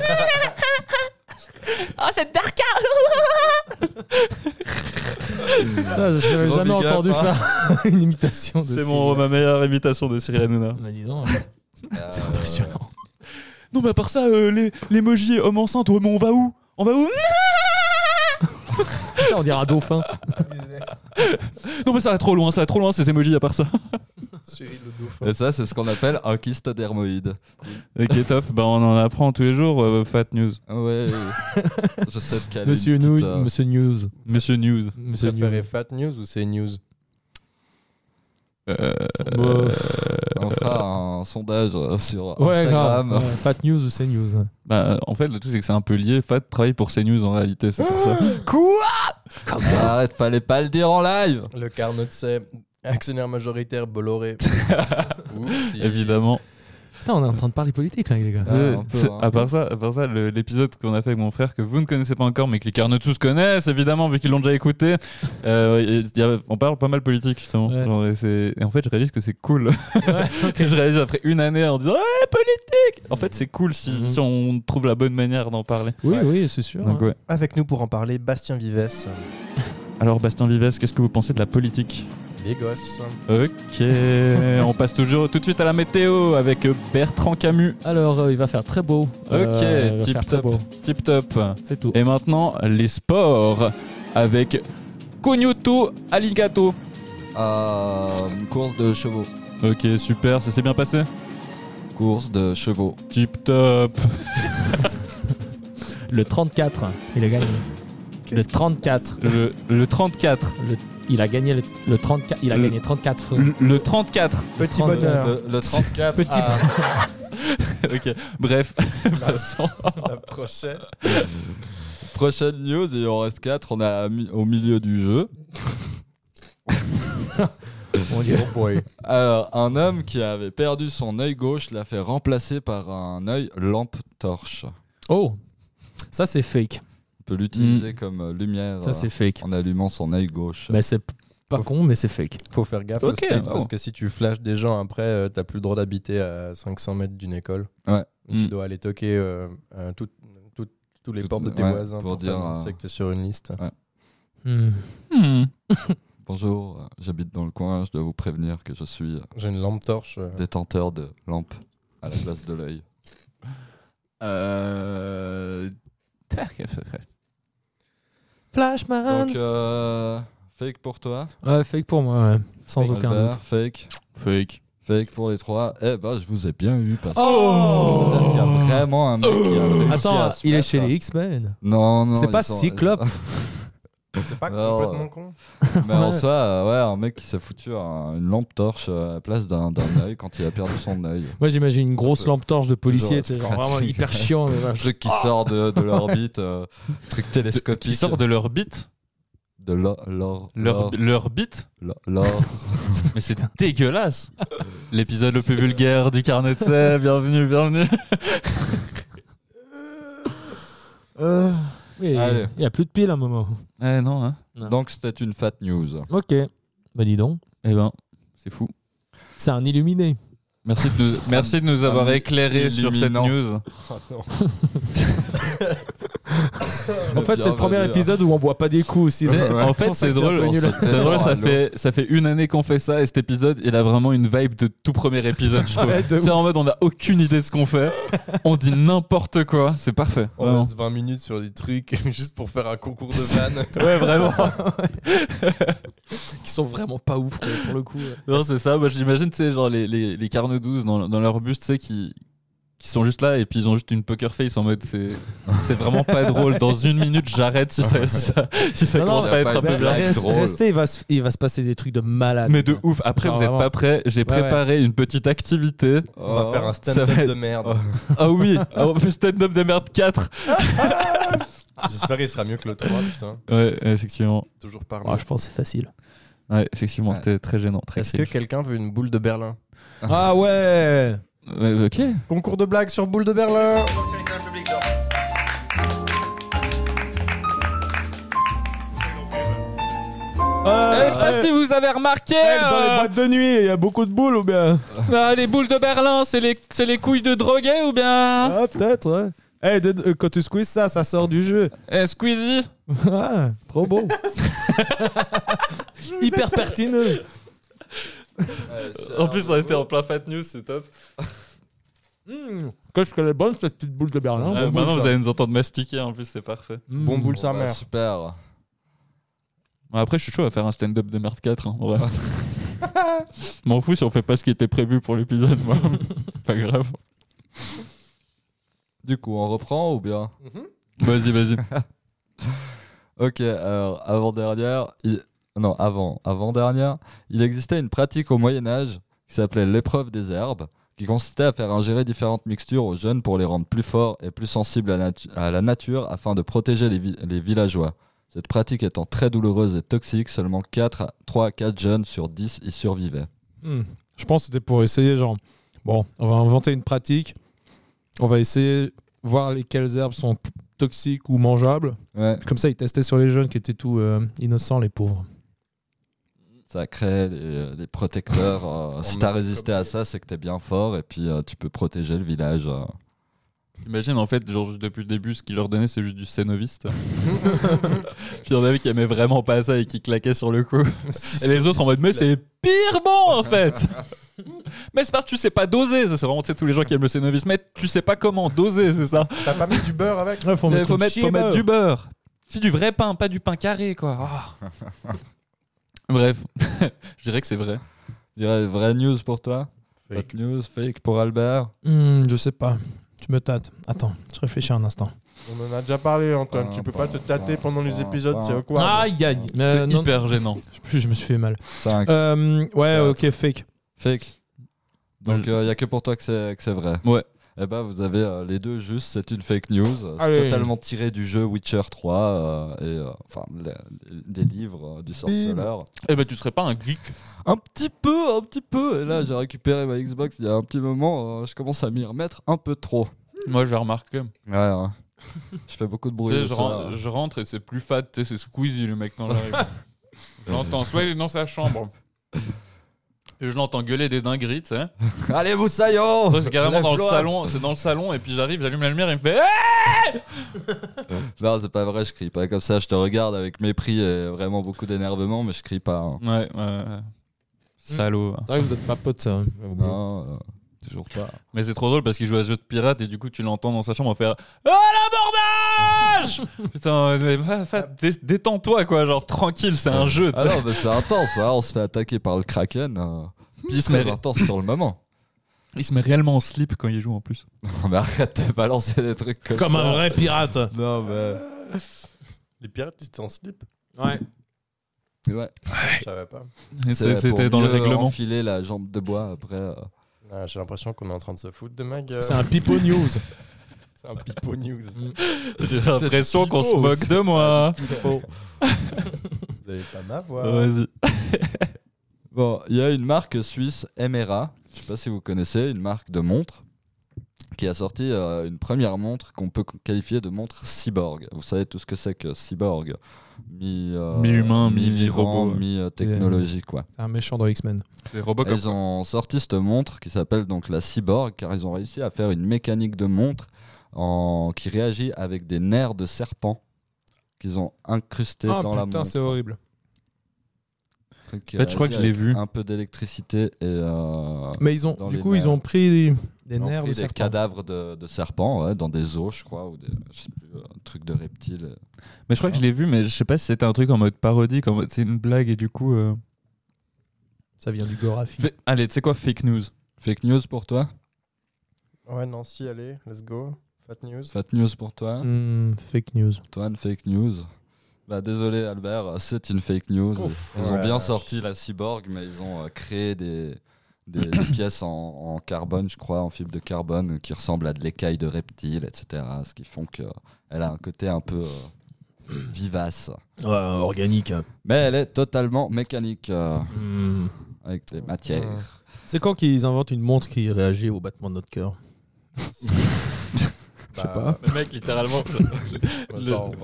[SPEAKER 7] Oh, cette darka
[SPEAKER 1] Putain, je n'avais
[SPEAKER 2] Gros
[SPEAKER 1] jamais
[SPEAKER 2] big up,
[SPEAKER 1] entendu
[SPEAKER 2] hein.
[SPEAKER 1] faire une imitation de
[SPEAKER 3] C'est
[SPEAKER 1] Cyril.
[SPEAKER 3] mon, ma meilleure imitation de Cyril Hanouna.
[SPEAKER 1] Bah, dis donc.
[SPEAKER 2] Ah, C'est
[SPEAKER 1] impressionnant.
[SPEAKER 3] Non, mais à part ça, euh, les l'emoji homme enceinte, ouais, mais on va où On va où
[SPEAKER 1] Putain, on dirait un dauphin.
[SPEAKER 3] Non, mais ça va trop loin, ça va trop loin ces emojis à part ça.
[SPEAKER 5] Cyril le dauphin.
[SPEAKER 2] Et ça, c'est ce qu'on appelle un kyste dermoïde.
[SPEAKER 3] Ok, top. Bah, on en apprend tous les jours, euh, Fat News.
[SPEAKER 2] Ah Ouais, je sais de quelle
[SPEAKER 1] Monsieur
[SPEAKER 2] petite,
[SPEAKER 1] Nouille,
[SPEAKER 2] euh,
[SPEAKER 1] Monsieur News.
[SPEAKER 3] Monsieur News.
[SPEAKER 1] Monsieur
[SPEAKER 5] Vous préférez
[SPEAKER 1] News.
[SPEAKER 5] Fat News ou c'est News
[SPEAKER 3] Euh,
[SPEAKER 1] Bof.
[SPEAKER 2] On fera euh, un sondage euh, sur
[SPEAKER 1] Ouais,
[SPEAKER 2] Instagram.
[SPEAKER 1] grave. Ouais, Fat News ou c'est News ouais.
[SPEAKER 3] Bah, en fait, le tout, c'est que c'est un peu lié. Fat travaille pour CNews en réalité, c'est pour ça.
[SPEAKER 2] Ah, Arrête, fallait pas le dire en live.
[SPEAKER 5] Le Carnot c'est actionnaire majoritaire Bolloré. Oups, il-
[SPEAKER 3] Évidemment.
[SPEAKER 1] Putain, on est en train de parler politique là, les gars.
[SPEAKER 2] Ah, un peu,
[SPEAKER 3] C'est-
[SPEAKER 2] hein.
[SPEAKER 3] à part ça, à part ça, le- l'épisode qu'on a fait avec mon frère que vous ne connaissez pas encore, mais que les carnotous connaissent évidemment vu qu'ils l'ont déjà écouté. euh, il y a- on parle pas mal politique justement.
[SPEAKER 1] Ouais.
[SPEAKER 3] Genre, et, c'est- et en fait, je réalise que c'est cool.
[SPEAKER 1] Ouais, ok.
[SPEAKER 3] que je réalise après une année en disant ouais politique. En fait, c'est cool si,
[SPEAKER 1] Mhm.
[SPEAKER 3] si on trouve la bonne manière d'en parler.
[SPEAKER 1] Oui, oui, c'est sûr.
[SPEAKER 3] Donc,
[SPEAKER 1] hein.
[SPEAKER 3] ouais.
[SPEAKER 5] Avec nous pour en parler, Bastien Vives,
[SPEAKER 3] Alors Bastien Vives, qu'est-ce que vous pensez de la politique
[SPEAKER 5] les gosses.
[SPEAKER 3] Ok, on passe toujours tout de suite à la météo avec Bertrand Camus.
[SPEAKER 1] Alors, euh, il va faire très beau.
[SPEAKER 3] Ok,
[SPEAKER 1] Euh, il va
[SPEAKER 3] tip
[SPEAKER 1] faire très
[SPEAKER 3] top,
[SPEAKER 1] beau.
[SPEAKER 3] tip top.
[SPEAKER 1] C'est tout.
[SPEAKER 3] Et maintenant, les sports avec Cognoto Aligato.
[SPEAKER 2] Euh, une course de chevaux.
[SPEAKER 3] Ok, super, ça s'est bien passé
[SPEAKER 2] Course de chevaux.
[SPEAKER 3] Tip top.
[SPEAKER 1] Le 34, il a gagné. Le 34.
[SPEAKER 3] Le, le 34.
[SPEAKER 1] Le- il a gagné le, le 34. Il a
[SPEAKER 3] Le-
[SPEAKER 1] gagné 34.
[SPEAKER 3] Le, le 34.
[SPEAKER 5] Petit
[SPEAKER 1] 30,
[SPEAKER 5] bonheur.
[SPEAKER 2] Le, le 34.
[SPEAKER 1] Petit
[SPEAKER 2] ah,
[SPEAKER 3] ok, bref. Passons.
[SPEAKER 5] La prochaine.
[SPEAKER 2] prochaine news, et on reste 4, on est à mi- au milieu du jeu.
[SPEAKER 5] Mon dieu. boy.
[SPEAKER 2] Alors, un homme qui avait perdu son œil gauche l'a fait remplacer par un œil lampe-torche.
[SPEAKER 1] Oh, ça c'est fake.
[SPEAKER 2] On peut l'utiliser comme euh, lumière
[SPEAKER 1] Mm. Ça
[SPEAKER 2] euh,
[SPEAKER 1] c'est fake.
[SPEAKER 2] en allumant son œil gauche.
[SPEAKER 1] Bah, c'est p- pas con, mais c'est fake.
[SPEAKER 5] Faut faire gaffe
[SPEAKER 3] Ok,
[SPEAKER 5] aux States
[SPEAKER 3] bon.
[SPEAKER 5] parce que si tu flashes des gens après, euh, t'as plus le droit d'habiter à 500 mètres d'une école.
[SPEAKER 2] Ouais.
[SPEAKER 5] Et
[SPEAKER 3] Mm.
[SPEAKER 5] Tu dois aller toquer euh, euh, tout- tout- tous les
[SPEAKER 2] Tout-
[SPEAKER 5] portes de tes
[SPEAKER 2] ouais,
[SPEAKER 5] voisins
[SPEAKER 2] pour
[SPEAKER 5] pour,
[SPEAKER 2] dire,
[SPEAKER 5] t'annoncer
[SPEAKER 2] euh,
[SPEAKER 5] que t'es sur une liste.
[SPEAKER 1] Hmm.
[SPEAKER 3] Hmm.
[SPEAKER 2] Bonjour, euh, j'habite dans le coin, je dois vous prévenir que je suis euh,
[SPEAKER 5] J'ai une lampe torche. euh,
[SPEAKER 2] détenteur de lampe à la place de l'œil.
[SPEAKER 3] Euh... tac,
[SPEAKER 1] Flashman.
[SPEAKER 2] Donc, euh, fake pour toi.
[SPEAKER 1] Ouais, fake pour moi, ouais. sans
[SPEAKER 2] Albert,
[SPEAKER 1] aucun doute.
[SPEAKER 2] Fake.
[SPEAKER 3] Fake.
[SPEAKER 2] Fake pour les trois. Eh ben, je vous ai bien eu parce que
[SPEAKER 1] Oh
[SPEAKER 2] il y a vraiment un mec qui a réussi à
[SPEAKER 1] Attends,
[SPEAKER 2] se
[SPEAKER 1] il est
[SPEAKER 2] battre.
[SPEAKER 1] chez les X-Men.
[SPEAKER 2] Non, non.
[SPEAKER 1] C'est
[SPEAKER 2] ils
[SPEAKER 1] pas
[SPEAKER 2] sont-
[SPEAKER 1] Cyclope.
[SPEAKER 5] C'est pas
[SPEAKER 2] Alors,
[SPEAKER 5] complètement con.
[SPEAKER 2] Mais en
[SPEAKER 1] Ouais.
[SPEAKER 2] soi, euh, ouais, un mec qui s'est foutu un- une lampe torche euh, à la place d'un d'un œil quand il a perdu son œil.
[SPEAKER 1] Moi j'imagine une grosse
[SPEAKER 2] Toujours-
[SPEAKER 1] lampe torche de policier,
[SPEAKER 2] toujours
[SPEAKER 1] c'est genre
[SPEAKER 2] pratique.
[SPEAKER 1] vraiment hyper chiant. mais
[SPEAKER 2] Un
[SPEAKER 1] voilà.
[SPEAKER 2] truc qui sort de, de l'orbite, euh, truc télescopique.
[SPEAKER 3] Qui sort de l'orbite
[SPEAKER 2] de l'or. L'or.
[SPEAKER 3] Leur-
[SPEAKER 2] L'or.
[SPEAKER 3] L'orbite
[SPEAKER 2] l'or-
[SPEAKER 3] Mais c'est dégueulasse L'épisode le plus vulgaire du carnet de sel, bienvenue, bienvenue
[SPEAKER 1] Oui,
[SPEAKER 2] Allez.
[SPEAKER 1] il y a plus de piles à un moment.
[SPEAKER 3] Eh non, hein
[SPEAKER 2] Donc, c'était une fat news.
[SPEAKER 1] Ok. Bah dis donc,
[SPEAKER 3] Eh ben, c'est fou.
[SPEAKER 1] c'est un illuminé.
[SPEAKER 3] Merci de nous, merci de nous avoir
[SPEAKER 2] un
[SPEAKER 3] éclairés sur cette
[SPEAKER 2] illuminant.
[SPEAKER 3] news.
[SPEAKER 1] En fait, c'est le premier épisode où Euh, on boit pas des coups aussi.
[SPEAKER 3] Tu
[SPEAKER 1] donc
[SPEAKER 3] sais,
[SPEAKER 1] c'est
[SPEAKER 3] en
[SPEAKER 1] pour
[SPEAKER 3] fait,
[SPEAKER 1] ça que
[SPEAKER 3] c'est drôle.
[SPEAKER 1] un peu nul.
[SPEAKER 3] C'est drôle, ça
[SPEAKER 2] Allô.
[SPEAKER 3] fait, ça fait une année qu'on fait ça et cet épisode, il a vraiment une vibe de tout premier épisode, je trouve.
[SPEAKER 1] Ouais, de
[SPEAKER 3] Tu sais, en mode, on a aucune idée de ce qu'on fait. On dit n'importe quoi. C'est parfait.
[SPEAKER 5] On
[SPEAKER 3] Vraiment.
[SPEAKER 5] reste 20 minutes sur des trucs juste pour faire un concours de vannes.
[SPEAKER 3] Ouais, vraiment.
[SPEAKER 1] ouf, qui sont vraiment pas ouf quoi, pour le coup. ouais.
[SPEAKER 3] Non, c'est ça. Moi, j'imagine, tu sais, genre les, les, les carnes 12 dans, dans leur bus, tu sais, qui, qui sont juste là et puis ils ont juste une poker face en mode, c'est, c'est vraiment pas drôle. Dans une minute, j'arrête si ça, si ça, si ça
[SPEAKER 1] Non, non,
[SPEAKER 3] commence à
[SPEAKER 2] y a
[SPEAKER 3] être
[SPEAKER 2] pas
[SPEAKER 3] un
[SPEAKER 2] de
[SPEAKER 3] peu
[SPEAKER 1] Mais
[SPEAKER 3] blague.
[SPEAKER 2] blague.
[SPEAKER 1] reste-
[SPEAKER 2] drôle.
[SPEAKER 1] restez, il va, se, il va se passer des trucs de malade.
[SPEAKER 3] Mais de ouf. Après,
[SPEAKER 1] Genre,
[SPEAKER 3] vous êtes
[SPEAKER 1] vraiment.
[SPEAKER 3] pas prêts. J'ai
[SPEAKER 1] Ouais, ouais.
[SPEAKER 3] préparé une petite activité.
[SPEAKER 2] Oh.
[SPEAKER 5] On va faire un stand-up
[SPEAKER 3] va être-
[SPEAKER 5] de merde.
[SPEAKER 3] Ah oui, ah, on fait stand-up de merde 4.
[SPEAKER 5] J'espère qu'il sera mieux que le 3, putain.
[SPEAKER 3] Ouais, effectivement.
[SPEAKER 5] Toujours par
[SPEAKER 1] Ah, je pense que c'est facile.
[SPEAKER 3] Ouais, effectivement,
[SPEAKER 2] Ouais.
[SPEAKER 3] c'était très gênant, très
[SPEAKER 5] Est-ce que
[SPEAKER 3] cringe.
[SPEAKER 5] quelqu'un veut une boule de Berlin
[SPEAKER 1] Ah ouais
[SPEAKER 3] Ouais, ok.
[SPEAKER 5] Concours de blagues sur boule de Berlin
[SPEAKER 1] Ah,
[SPEAKER 3] Euh, je sais pas si vous avez remarqué.
[SPEAKER 1] Dans les
[SPEAKER 3] euh,
[SPEAKER 1] boîtes de nuit, il y a beaucoup de boules ou bien
[SPEAKER 3] bah, les boules de Berlin, c'est les, c'est les couilles de drogués ou bien.
[SPEAKER 1] Ah, peut-être, ouais. Eh, de- euh, quand tu squeezes ça, ça sort du jeu.
[SPEAKER 3] Eh, Squeezie
[SPEAKER 1] Ah, trop beau. Hyper pertinent.
[SPEAKER 3] En plus, on était en plein fat news, c'est top.
[SPEAKER 1] Qu'est-ce qu'elle est bonne cette petite boule de Berlin.
[SPEAKER 3] Euh, maintenant, vous allez nous entendre mastiquer, en plus, c'est parfait.
[SPEAKER 5] Bon
[SPEAKER 1] Hmm.
[SPEAKER 5] boule sa
[SPEAKER 2] Bon, bah,
[SPEAKER 5] mère.
[SPEAKER 2] Super.
[SPEAKER 3] Bon, Après, je suis chaud à faire un stand-up de merde 4. Hein, en vrai. M'en fous si on fait pas ce qui était prévu pour l'épisode, moi. C'est pas grave.
[SPEAKER 2] Du coup, on reprend ou bien
[SPEAKER 5] Mhm.
[SPEAKER 3] Vas-y, vas-y.
[SPEAKER 2] Ok, alors avant-dernière, il- non, avant, avant-dernière, il existait une pratique au Moyen-Âge qui s'appelait l'épreuve des herbes, qui consistait à faire ingérer différentes mixtures aux jeunes pour les rendre plus forts et plus sensibles à, natu- à la nature afin de protéger les, vi- les villageois. Cette pratique étant très douloureuse et toxique, seulement 4, 3 à 4 jeunes sur 10 y survivaient.
[SPEAKER 1] Hmm. Je pense que c'était pour essayer, genre, Bon, on va inventer une pratique. On va essayer voir lesquelles herbes sont p- toxiques ou mangeables.
[SPEAKER 2] Ouais,
[SPEAKER 1] Comme ça, ils testaient sur les jeunes qui étaient tout euh, innocents, les pauvres.
[SPEAKER 2] ça crée les, les protecteurs. euh, si t'as
[SPEAKER 5] a-
[SPEAKER 2] résisté à ça, c'est que t'es bien fort et puis euh, tu peux protéger le village. euh.
[SPEAKER 3] Imagine en fait, genre depuis le début, ce qu'il leur donnait, c'est juste du scénoviste. Puis il y en avait qui aimaient vraiment pas ça et qui claquaient sur le coup. Et les autres en mode, mais c'est pire bon en fait Mais c'est parce que tu sais pas doser, ça c'est vraiment tu sais, tous les gens qui aiment le scénoviste, mais tu sais pas comment doser, c'est ça
[SPEAKER 5] T'as pas mis du beurre avec
[SPEAKER 1] Il
[SPEAKER 3] Il faut, mettre, faut mettre du beurre. C'est du vrai pain, pas du pain carré quoi. Ah. Bref, je dirais que c'est vrai.
[SPEAKER 2] Il y a vraie news pour toi
[SPEAKER 5] Fake.
[SPEAKER 2] Fake news, fake pour Albert
[SPEAKER 1] Hmm, je sais pas. Tu me tâtes. Attends, je réfléchis un instant.
[SPEAKER 5] On en a déjà parlé, Antoine. tu peux pas te tâter pendant les épisodes, c'est au
[SPEAKER 3] Ah.
[SPEAKER 5] quoi
[SPEAKER 1] Aïe, aïe.
[SPEAKER 3] C'est
[SPEAKER 1] Euh, non,
[SPEAKER 3] hyper gênant.
[SPEAKER 1] je, je me suis fait mal.
[SPEAKER 2] C'est un
[SPEAKER 1] Euh, ouais,
[SPEAKER 2] Ouais.
[SPEAKER 1] ok, fake.
[SPEAKER 2] fake. Donc il n'y a que pour toi que c'est que c'est vrai.
[SPEAKER 3] Ouais.
[SPEAKER 2] Eh ben vous avez euh, les deux juste, c'est une fake news. euh, C'est
[SPEAKER 1] Allez.
[SPEAKER 2] totalement tiré du jeu Witcher 3 euh, et euh, enfin le- des livres euh, du sorceleur.
[SPEAKER 3] Eh ben tu serais pas un geek.
[SPEAKER 2] Un petit peu, un petit peu. Et là j'ai récupéré ma Xbox il y a un petit moment, euh, je commence à m'y remettre un peu trop.
[SPEAKER 3] Moi j'ai remarqué.
[SPEAKER 2] Ouais. hein. je fais beaucoup de bruit.
[SPEAKER 3] Tu sais,
[SPEAKER 2] le
[SPEAKER 3] je,
[SPEAKER 2] soir.
[SPEAKER 3] rentre, je rentre et c'est plus fat, tu sais, c'est Squeezie le mec quand j'arrive. je l'entends, soit il est dans sa chambre. Et je l'entends gueuler des dingueries, tu sais.
[SPEAKER 2] Allez vous saillons
[SPEAKER 3] Moi, c'est carrément dans le
[SPEAKER 2] Lève-toi.
[SPEAKER 3] salon, c'est dans le salon, et puis j'arrive, j'allume la lumière, et il me fait Ah
[SPEAKER 2] Euh, Non c'est pas vrai, je crie pas comme ça. Je te regarde avec mépris et vraiment beaucoup d'énervement, mais je crie pas. hein.
[SPEAKER 3] Ouais, ouais, ouais. Salaud.
[SPEAKER 1] C'est vrai que vous êtes pas potes, ça. hein.
[SPEAKER 2] Non, euh, toujours pas.
[SPEAKER 3] Mais c'est trop drôle parce qu'il joue à ce jeu de pirate, et du coup, tu l'entends dans sa chambre faire Ah l'abordage Putain, mais bah, fa- dé- détends-toi, quoi, genre tranquille, c'est un jeu, tu sais.
[SPEAKER 2] Ah non, mais c'est intense, hein, on se fait attaquer par le Kraken. euh,
[SPEAKER 3] Puis il se
[SPEAKER 2] très
[SPEAKER 3] met-
[SPEAKER 2] intense sur le moment.
[SPEAKER 3] il se met réellement en slip quand il joue en plus.
[SPEAKER 2] Non, mais arrête de balancer des trucs comme,
[SPEAKER 1] Comme
[SPEAKER 2] ça.
[SPEAKER 1] un vrai pirate.
[SPEAKER 2] Non, mais.
[SPEAKER 5] Les pirates, tu t'en slip
[SPEAKER 1] Ouais.
[SPEAKER 2] Ouais,
[SPEAKER 5] Je savais pas.
[SPEAKER 3] Et c'est-
[SPEAKER 2] pour
[SPEAKER 3] C'était dans le
[SPEAKER 2] mieux
[SPEAKER 3] règlement.
[SPEAKER 2] enfiler la jambe de bois après. euh.
[SPEAKER 5] Ah, J'ai l'impression qu'on est en train de se foutre de ma gueule.
[SPEAKER 1] C'est un pipo news.
[SPEAKER 5] C'est un pipo news.
[SPEAKER 3] J'ai l'impression qu'on se moque de moi.
[SPEAKER 5] Vous allez pas m'avoir.
[SPEAKER 3] Vas-y.
[SPEAKER 2] Bon, il y a une marque suisse, Emera, je sais pas si vous connaissez, une marque de montres, qui a sorti euh, une première montre qu'on peut qualifier de montre cyborg. Vous savez tout ce que c'est que cyborg Mi, euh,
[SPEAKER 3] Mi-humain,
[SPEAKER 2] mi-vivant,
[SPEAKER 3] mi-robot.
[SPEAKER 2] mi-technologie, quoi.
[SPEAKER 1] C'est un méchant dans X-Men.
[SPEAKER 3] Les robots
[SPEAKER 2] Ils ont sorti cette montre qui s'appelle donc la Cyborg, car ils ont réussi à faire une mécanique de montre en... qui réagit avec des nerfs de serpent qu'ils ont incrustés
[SPEAKER 1] Ah
[SPEAKER 2] dans la
[SPEAKER 1] putain,
[SPEAKER 2] montre.
[SPEAKER 1] c'est horrible.
[SPEAKER 2] Truc qui
[SPEAKER 3] En fait, je crois que je
[SPEAKER 2] réagit
[SPEAKER 3] l'ai
[SPEAKER 2] avec
[SPEAKER 3] vu.
[SPEAKER 2] Un peu d'électricité et euh,
[SPEAKER 1] Mais ils ont,
[SPEAKER 2] Dans
[SPEAKER 1] du
[SPEAKER 2] les
[SPEAKER 1] coup, ils
[SPEAKER 2] nerfs.
[SPEAKER 1] ont pris des
[SPEAKER 2] ils ont
[SPEAKER 1] nerfs
[SPEAKER 2] pris
[SPEAKER 1] de
[SPEAKER 2] des
[SPEAKER 1] serpent.
[SPEAKER 2] cadavres de, de serpents ouais, dans des os, je crois, ou des je sais plus, un truc de reptile.
[SPEAKER 3] Mais je crois que je l'ai vu, mais je sais pas si c'était un truc en mode parodie, en mode c'est une blague et du coup. euh,
[SPEAKER 1] Ça vient du Gorafi.
[SPEAKER 3] fait- Allez, tu sais quoi, fake news
[SPEAKER 2] Fake news pour toi
[SPEAKER 5] Ouais, non, si, allez, let's go. Fat news.
[SPEAKER 2] Fat news pour toi
[SPEAKER 1] Hmm, fake news.
[SPEAKER 2] Antoine, fake news bah, désolé Albert, c'est une fake news. ils ont
[SPEAKER 5] Ouais.
[SPEAKER 2] bien sorti la cyborg, mais ils ont euh, créé des, des- des pièces en, en carbone, je crois, en fibre de carbone, qui ressemblent à de l'écaille de reptile, etc. Ce qui font qu'elle a un côté un peu euh, vivace.
[SPEAKER 1] organique.
[SPEAKER 2] Mais elle est totalement mécanique, euh, avec des
[SPEAKER 5] Mm.
[SPEAKER 2] matières.
[SPEAKER 1] Hmm. C'est quand qu'ils inventent une montre qui réagit au battement de notre cœur
[SPEAKER 5] Je
[SPEAKER 1] pas.
[SPEAKER 3] Le mec, littéralement.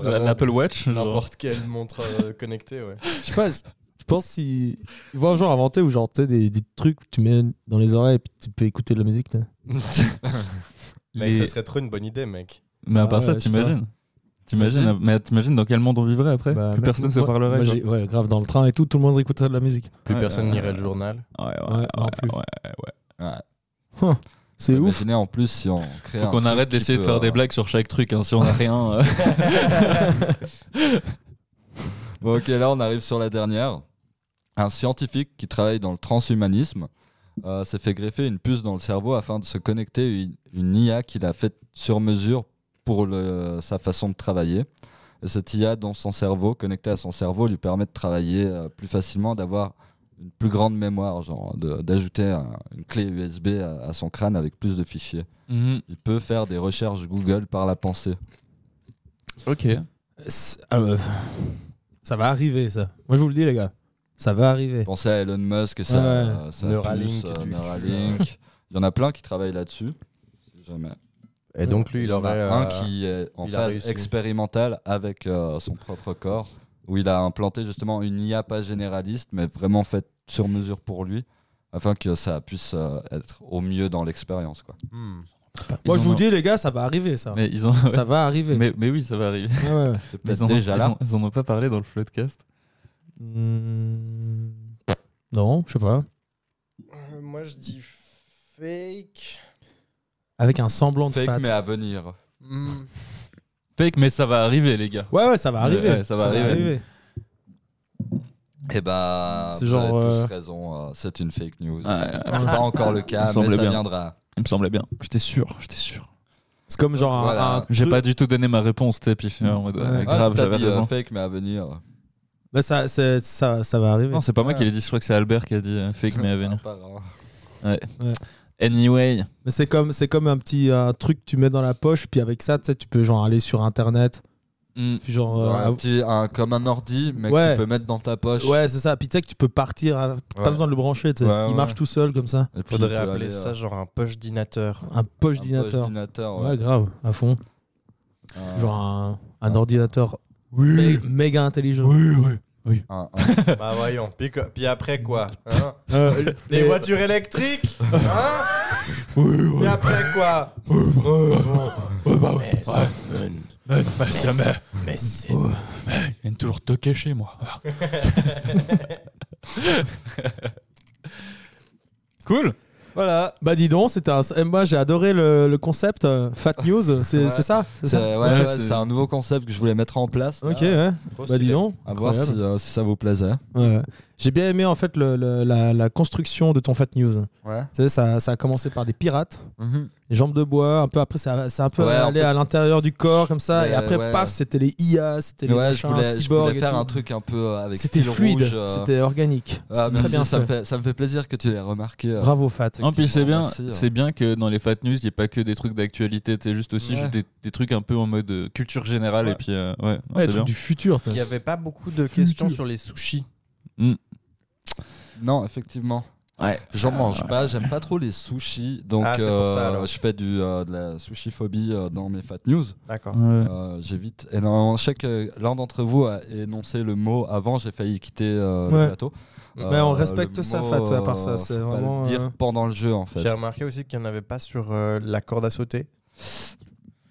[SPEAKER 3] L'Apple Watch genre.
[SPEAKER 5] N'importe quelle montre euh, connectée, ouais.
[SPEAKER 1] Je sais pas. Je pense qu'ils ils vont un jour inventer ou genre tu sais, des, des trucs que tu mets dans les oreilles et puis tu peux écouter de la musique. t'as.
[SPEAKER 5] Mec,
[SPEAKER 3] Les-
[SPEAKER 5] ça serait trop une bonne idée, mec.
[SPEAKER 3] Mais à
[SPEAKER 1] Ah
[SPEAKER 3] part ça,
[SPEAKER 1] ouais, je sais
[SPEAKER 3] t'imagines T'imagines Mais t'imagines dans quel monde on vivrait après
[SPEAKER 1] Bah,
[SPEAKER 3] Plus
[SPEAKER 1] mec,
[SPEAKER 3] personne se
[SPEAKER 1] moi-
[SPEAKER 3] parlerait.
[SPEAKER 1] moi,
[SPEAKER 3] quoi.
[SPEAKER 1] j'ai- ouais, grave, dans le train et tout, tout le monde écouterait de la musique.
[SPEAKER 5] Plus
[SPEAKER 3] Ouais,
[SPEAKER 5] personne
[SPEAKER 3] ouais,
[SPEAKER 5] n'irait
[SPEAKER 3] ouais.
[SPEAKER 5] le journal.
[SPEAKER 3] Ouais, ouais,
[SPEAKER 1] Ouais, en plus.
[SPEAKER 3] ouais, ouais.
[SPEAKER 1] C'est ouf.
[SPEAKER 2] Imaginez en plus si on crée
[SPEAKER 3] Faut
[SPEAKER 2] un
[SPEAKER 3] qu'on
[SPEAKER 2] truc
[SPEAKER 3] arrête
[SPEAKER 2] qui
[SPEAKER 3] d'essayer de
[SPEAKER 2] peut,
[SPEAKER 3] faire des
[SPEAKER 2] euh,
[SPEAKER 3] blagues sur chaque truc, hein, si on a rien. euh.
[SPEAKER 2] Bon, ok, là on arrive sur la dernière. Un scientifique qui travaille dans le transhumanisme euh, s'est fait greffer une puce dans le cerveau afin de se connecter une, une IA qu'il a faite sur mesure pour le- sa façon de travailler. Et cette IA dans son cerveau, connectée à son cerveau, lui permet de travailler euh, plus facilement, d'avoir une plus grande mémoire, genre de- d'ajouter un- une clé USB à, à son crâne avec plus de fichiers.
[SPEAKER 3] Mhm.
[SPEAKER 2] Il peut faire des recherches Google par la pensée.
[SPEAKER 3] Ok.
[SPEAKER 1] C'est- ah, euh, ça va arriver, ça. Moi, je vous le dis, les gars. Ça va arriver.
[SPEAKER 2] Pensez à Elon Musk et ça.
[SPEAKER 1] Ouais.
[SPEAKER 2] euh, ça
[SPEAKER 5] Neuralink
[SPEAKER 2] pousse, euh,
[SPEAKER 5] et tout.
[SPEAKER 2] Neuralink. Il y en a plein qui travaillent là-dessus. si Jamais.
[SPEAKER 5] Et donc lui, il
[SPEAKER 2] Il y en a
[SPEAKER 5] aurait
[SPEAKER 2] un
[SPEAKER 5] euh,
[SPEAKER 2] qui est en
[SPEAKER 5] il a
[SPEAKER 2] phase
[SPEAKER 5] réussi.
[SPEAKER 2] expérimentale avec euh, son propre corps, où il a implanté justement une IA pas généraliste, mais vraiment faite sur mesure pour lui, afin que ça puisse euh, être au mieux dans l'expérience. quoi.
[SPEAKER 5] Hmm.
[SPEAKER 3] Ils
[SPEAKER 1] Bah, Moi,
[SPEAKER 3] en
[SPEAKER 1] je vous
[SPEAKER 3] ont-
[SPEAKER 1] dis, les gars, ça va arriver, ça.
[SPEAKER 3] Mais ils ont.
[SPEAKER 1] Ça va arriver.
[SPEAKER 3] Mais, mais oui, ça va arriver.
[SPEAKER 1] Ouais, ouais.
[SPEAKER 2] C'est
[SPEAKER 3] Mais
[SPEAKER 2] peut-être
[SPEAKER 3] ils en ont-
[SPEAKER 2] déjà
[SPEAKER 3] ils
[SPEAKER 2] là.
[SPEAKER 3] en- Ils en ont pas parlé dans le floodcast.
[SPEAKER 1] Hmm. Non, je sais pas.
[SPEAKER 5] Euh, Moi, je dis fake.
[SPEAKER 1] Avec un semblant de
[SPEAKER 2] Fake,
[SPEAKER 1] fat.
[SPEAKER 2] mais à venir.
[SPEAKER 5] Hmm.
[SPEAKER 3] Fake, mais ça va arriver, les gars.
[SPEAKER 1] Ouais, ouais, ça va arriver.
[SPEAKER 3] Ouais, ouais, ça va arriver.
[SPEAKER 2] Et bah,
[SPEAKER 1] C'est
[SPEAKER 2] vous
[SPEAKER 1] genre,
[SPEAKER 2] avez
[SPEAKER 1] euh,
[SPEAKER 2] tous raison, euh, c'est une fake news.
[SPEAKER 3] Ouais, ouais,
[SPEAKER 2] C'est pas encore le cas,
[SPEAKER 3] Il me
[SPEAKER 2] mais ça
[SPEAKER 3] semble bien.
[SPEAKER 2] viendra.
[SPEAKER 3] Il me semblait bien. Ah. J'étais sûr, j'étais sûr.
[SPEAKER 1] C'est comme genre un-
[SPEAKER 2] Voilà.
[SPEAKER 1] un.
[SPEAKER 3] J'ai
[SPEAKER 1] truc-
[SPEAKER 3] pas du tout donné ma réponse, t'es puis je suis en mode, ah,
[SPEAKER 1] Ouais.
[SPEAKER 2] Ah,
[SPEAKER 3] grave,
[SPEAKER 2] si t'as
[SPEAKER 3] j'avais
[SPEAKER 2] dit euh,
[SPEAKER 3] raison.
[SPEAKER 2] fake, mais à venir.
[SPEAKER 1] Bah, ça, c'est- ça, ça va arriver.
[SPEAKER 3] Non, c'est pas moi
[SPEAKER 2] Ouais.
[SPEAKER 3] qui l'ai dit, je crois que c'est Albert qui a dit euh, fake, mais à venir.
[SPEAKER 2] À part, hein.
[SPEAKER 3] Anyway.
[SPEAKER 1] Mais c'est comme, c'est comme un petit un truc que tu mets dans la poche, puis avec ça, tu sais, tu peux genre aller sur internet.
[SPEAKER 3] Mm.
[SPEAKER 1] Puis genre.
[SPEAKER 2] Ouais,
[SPEAKER 1] euh,
[SPEAKER 2] un petit- un- comme un ordi, mais que
[SPEAKER 1] Ouais.
[SPEAKER 2] tu peux mettre dans ta poche.
[SPEAKER 1] ah- ouais, c'est ça. Puis tu sais que tu peux partir, à-
[SPEAKER 2] Ouais.
[SPEAKER 1] pas besoin de le brancher, tu sais.
[SPEAKER 2] Ouais, ouais,
[SPEAKER 1] Il marche
[SPEAKER 2] ouais.
[SPEAKER 1] tout seul comme ça.
[SPEAKER 2] Et puis, tu
[SPEAKER 5] Faudrait
[SPEAKER 2] peux
[SPEAKER 5] appeler
[SPEAKER 2] aller, euh,
[SPEAKER 5] ça genre un poche dinateur.
[SPEAKER 1] Un poche
[SPEAKER 2] un poche
[SPEAKER 1] ordinateur.
[SPEAKER 2] ordinateur,
[SPEAKER 1] Ouais.
[SPEAKER 2] ouais.
[SPEAKER 1] grave, à fond.
[SPEAKER 2] Un-
[SPEAKER 1] Genre un, un ordinateur mé- méga intelligent.
[SPEAKER 2] un-
[SPEAKER 5] bah voyons. Puis, quoi- puis après quoi hein
[SPEAKER 1] Euh,
[SPEAKER 5] Les
[SPEAKER 1] et-
[SPEAKER 5] voitures électriques Hein Et après quoi Oh,
[SPEAKER 3] Bah,
[SPEAKER 2] Bah
[SPEAKER 5] Mais ça donne. Mais c'est
[SPEAKER 3] Il vient toujours toquer chez moi. Ah, cool.
[SPEAKER 1] Voilà. Bah dis donc, c'était un... eh, moi j'ai adoré le, le concept euh, Fat News, c'est
[SPEAKER 2] Ouais.
[SPEAKER 1] c'est ça, c'est
[SPEAKER 2] C'est
[SPEAKER 1] ça
[SPEAKER 2] ouais,
[SPEAKER 3] Ouais,
[SPEAKER 2] ouais,
[SPEAKER 3] c'est-
[SPEAKER 2] c'est un nouveau concept que je voulais mettre en place. là.
[SPEAKER 1] Ok, ouais.
[SPEAKER 5] trop
[SPEAKER 1] bah dis
[SPEAKER 5] stylé.
[SPEAKER 1] donc.
[SPEAKER 2] À voir si,
[SPEAKER 1] Incroyable.
[SPEAKER 2] euh, si ça vous plaisait.
[SPEAKER 1] Ouais. J'ai bien aimé en fait le- le- la, la construction de ton Fat News. Tu
[SPEAKER 2] Ouais.
[SPEAKER 1] sais, ça, ça a commencé par des pirates,
[SPEAKER 2] Mhm.
[SPEAKER 1] les jambes de bois, un peu après ça, ça a un peu
[SPEAKER 2] Ouais, en
[SPEAKER 1] allé
[SPEAKER 2] fait-
[SPEAKER 1] à l'intérieur du corps comme ça,
[SPEAKER 2] Mais,
[SPEAKER 1] et après
[SPEAKER 2] ouais.
[SPEAKER 1] paf, c'était les IA, c'était les
[SPEAKER 2] Ouais, je
[SPEAKER 1] machins,
[SPEAKER 2] voulais, je
[SPEAKER 1] cyborgs
[SPEAKER 2] voulais
[SPEAKER 1] et
[SPEAKER 2] faire
[SPEAKER 1] tout.
[SPEAKER 2] un truc un peu euh, avec
[SPEAKER 1] C'était
[SPEAKER 2] fil
[SPEAKER 1] fluide,
[SPEAKER 2] rouge. euh,
[SPEAKER 1] c'était organique,
[SPEAKER 2] ah,
[SPEAKER 1] c'était très
[SPEAKER 2] merci,
[SPEAKER 1] bien
[SPEAKER 2] ça,
[SPEAKER 1] fait.
[SPEAKER 2] Me fait, ça me fait plaisir que tu l'aies remarqué. euh,
[SPEAKER 1] Bravo Fat.
[SPEAKER 3] En plus, c'est bien,
[SPEAKER 2] merci, hein.
[SPEAKER 3] c'est bien que dans les fat news, il n'y ait pas que des trucs d'actualité, c'est juste aussi
[SPEAKER 2] Ouais.
[SPEAKER 3] juste des, des trucs un peu en mode euh, culture générale et puis euh, ouais, non,
[SPEAKER 1] Ouais,
[SPEAKER 3] c'est
[SPEAKER 1] truc
[SPEAKER 3] bien.
[SPEAKER 1] du futur. t'as-
[SPEAKER 5] Il n'y avait pas beaucoup de questions sur les sushis.
[SPEAKER 2] Non, effectivement.
[SPEAKER 3] Ouais.
[SPEAKER 2] J'en mange pas, j'aime pas trop les sushis, donc
[SPEAKER 5] Ah, c'est pour ça,
[SPEAKER 2] euh,
[SPEAKER 5] alors.
[SPEAKER 2] je fais du, euh, de la sushi-phobie euh, dans mes fat news.
[SPEAKER 5] D'accord.
[SPEAKER 3] Ouais.
[SPEAKER 2] Euh, J'évite énormément. Je sais que l'un d'entre vous a énoncé le mot avant, j'ai failli quitter euh,
[SPEAKER 1] Ouais.
[SPEAKER 2] le plateau.
[SPEAKER 5] Mais
[SPEAKER 1] on respecte ça, Fat, à part ça,
[SPEAKER 2] euh,
[SPEAKER 1] c'est
[SPEAKER 2] faut pas le
[SPEAKER 1] vraiment,
[SPEAKER 2] dire
[SPEAKER 1] euh,
[SPEAKER 2] pendant le jeu, en fait.
[SPEAKER 5] J'ai remarqué aussi qu'il n'y en avait pas sur euh, la corde à sauter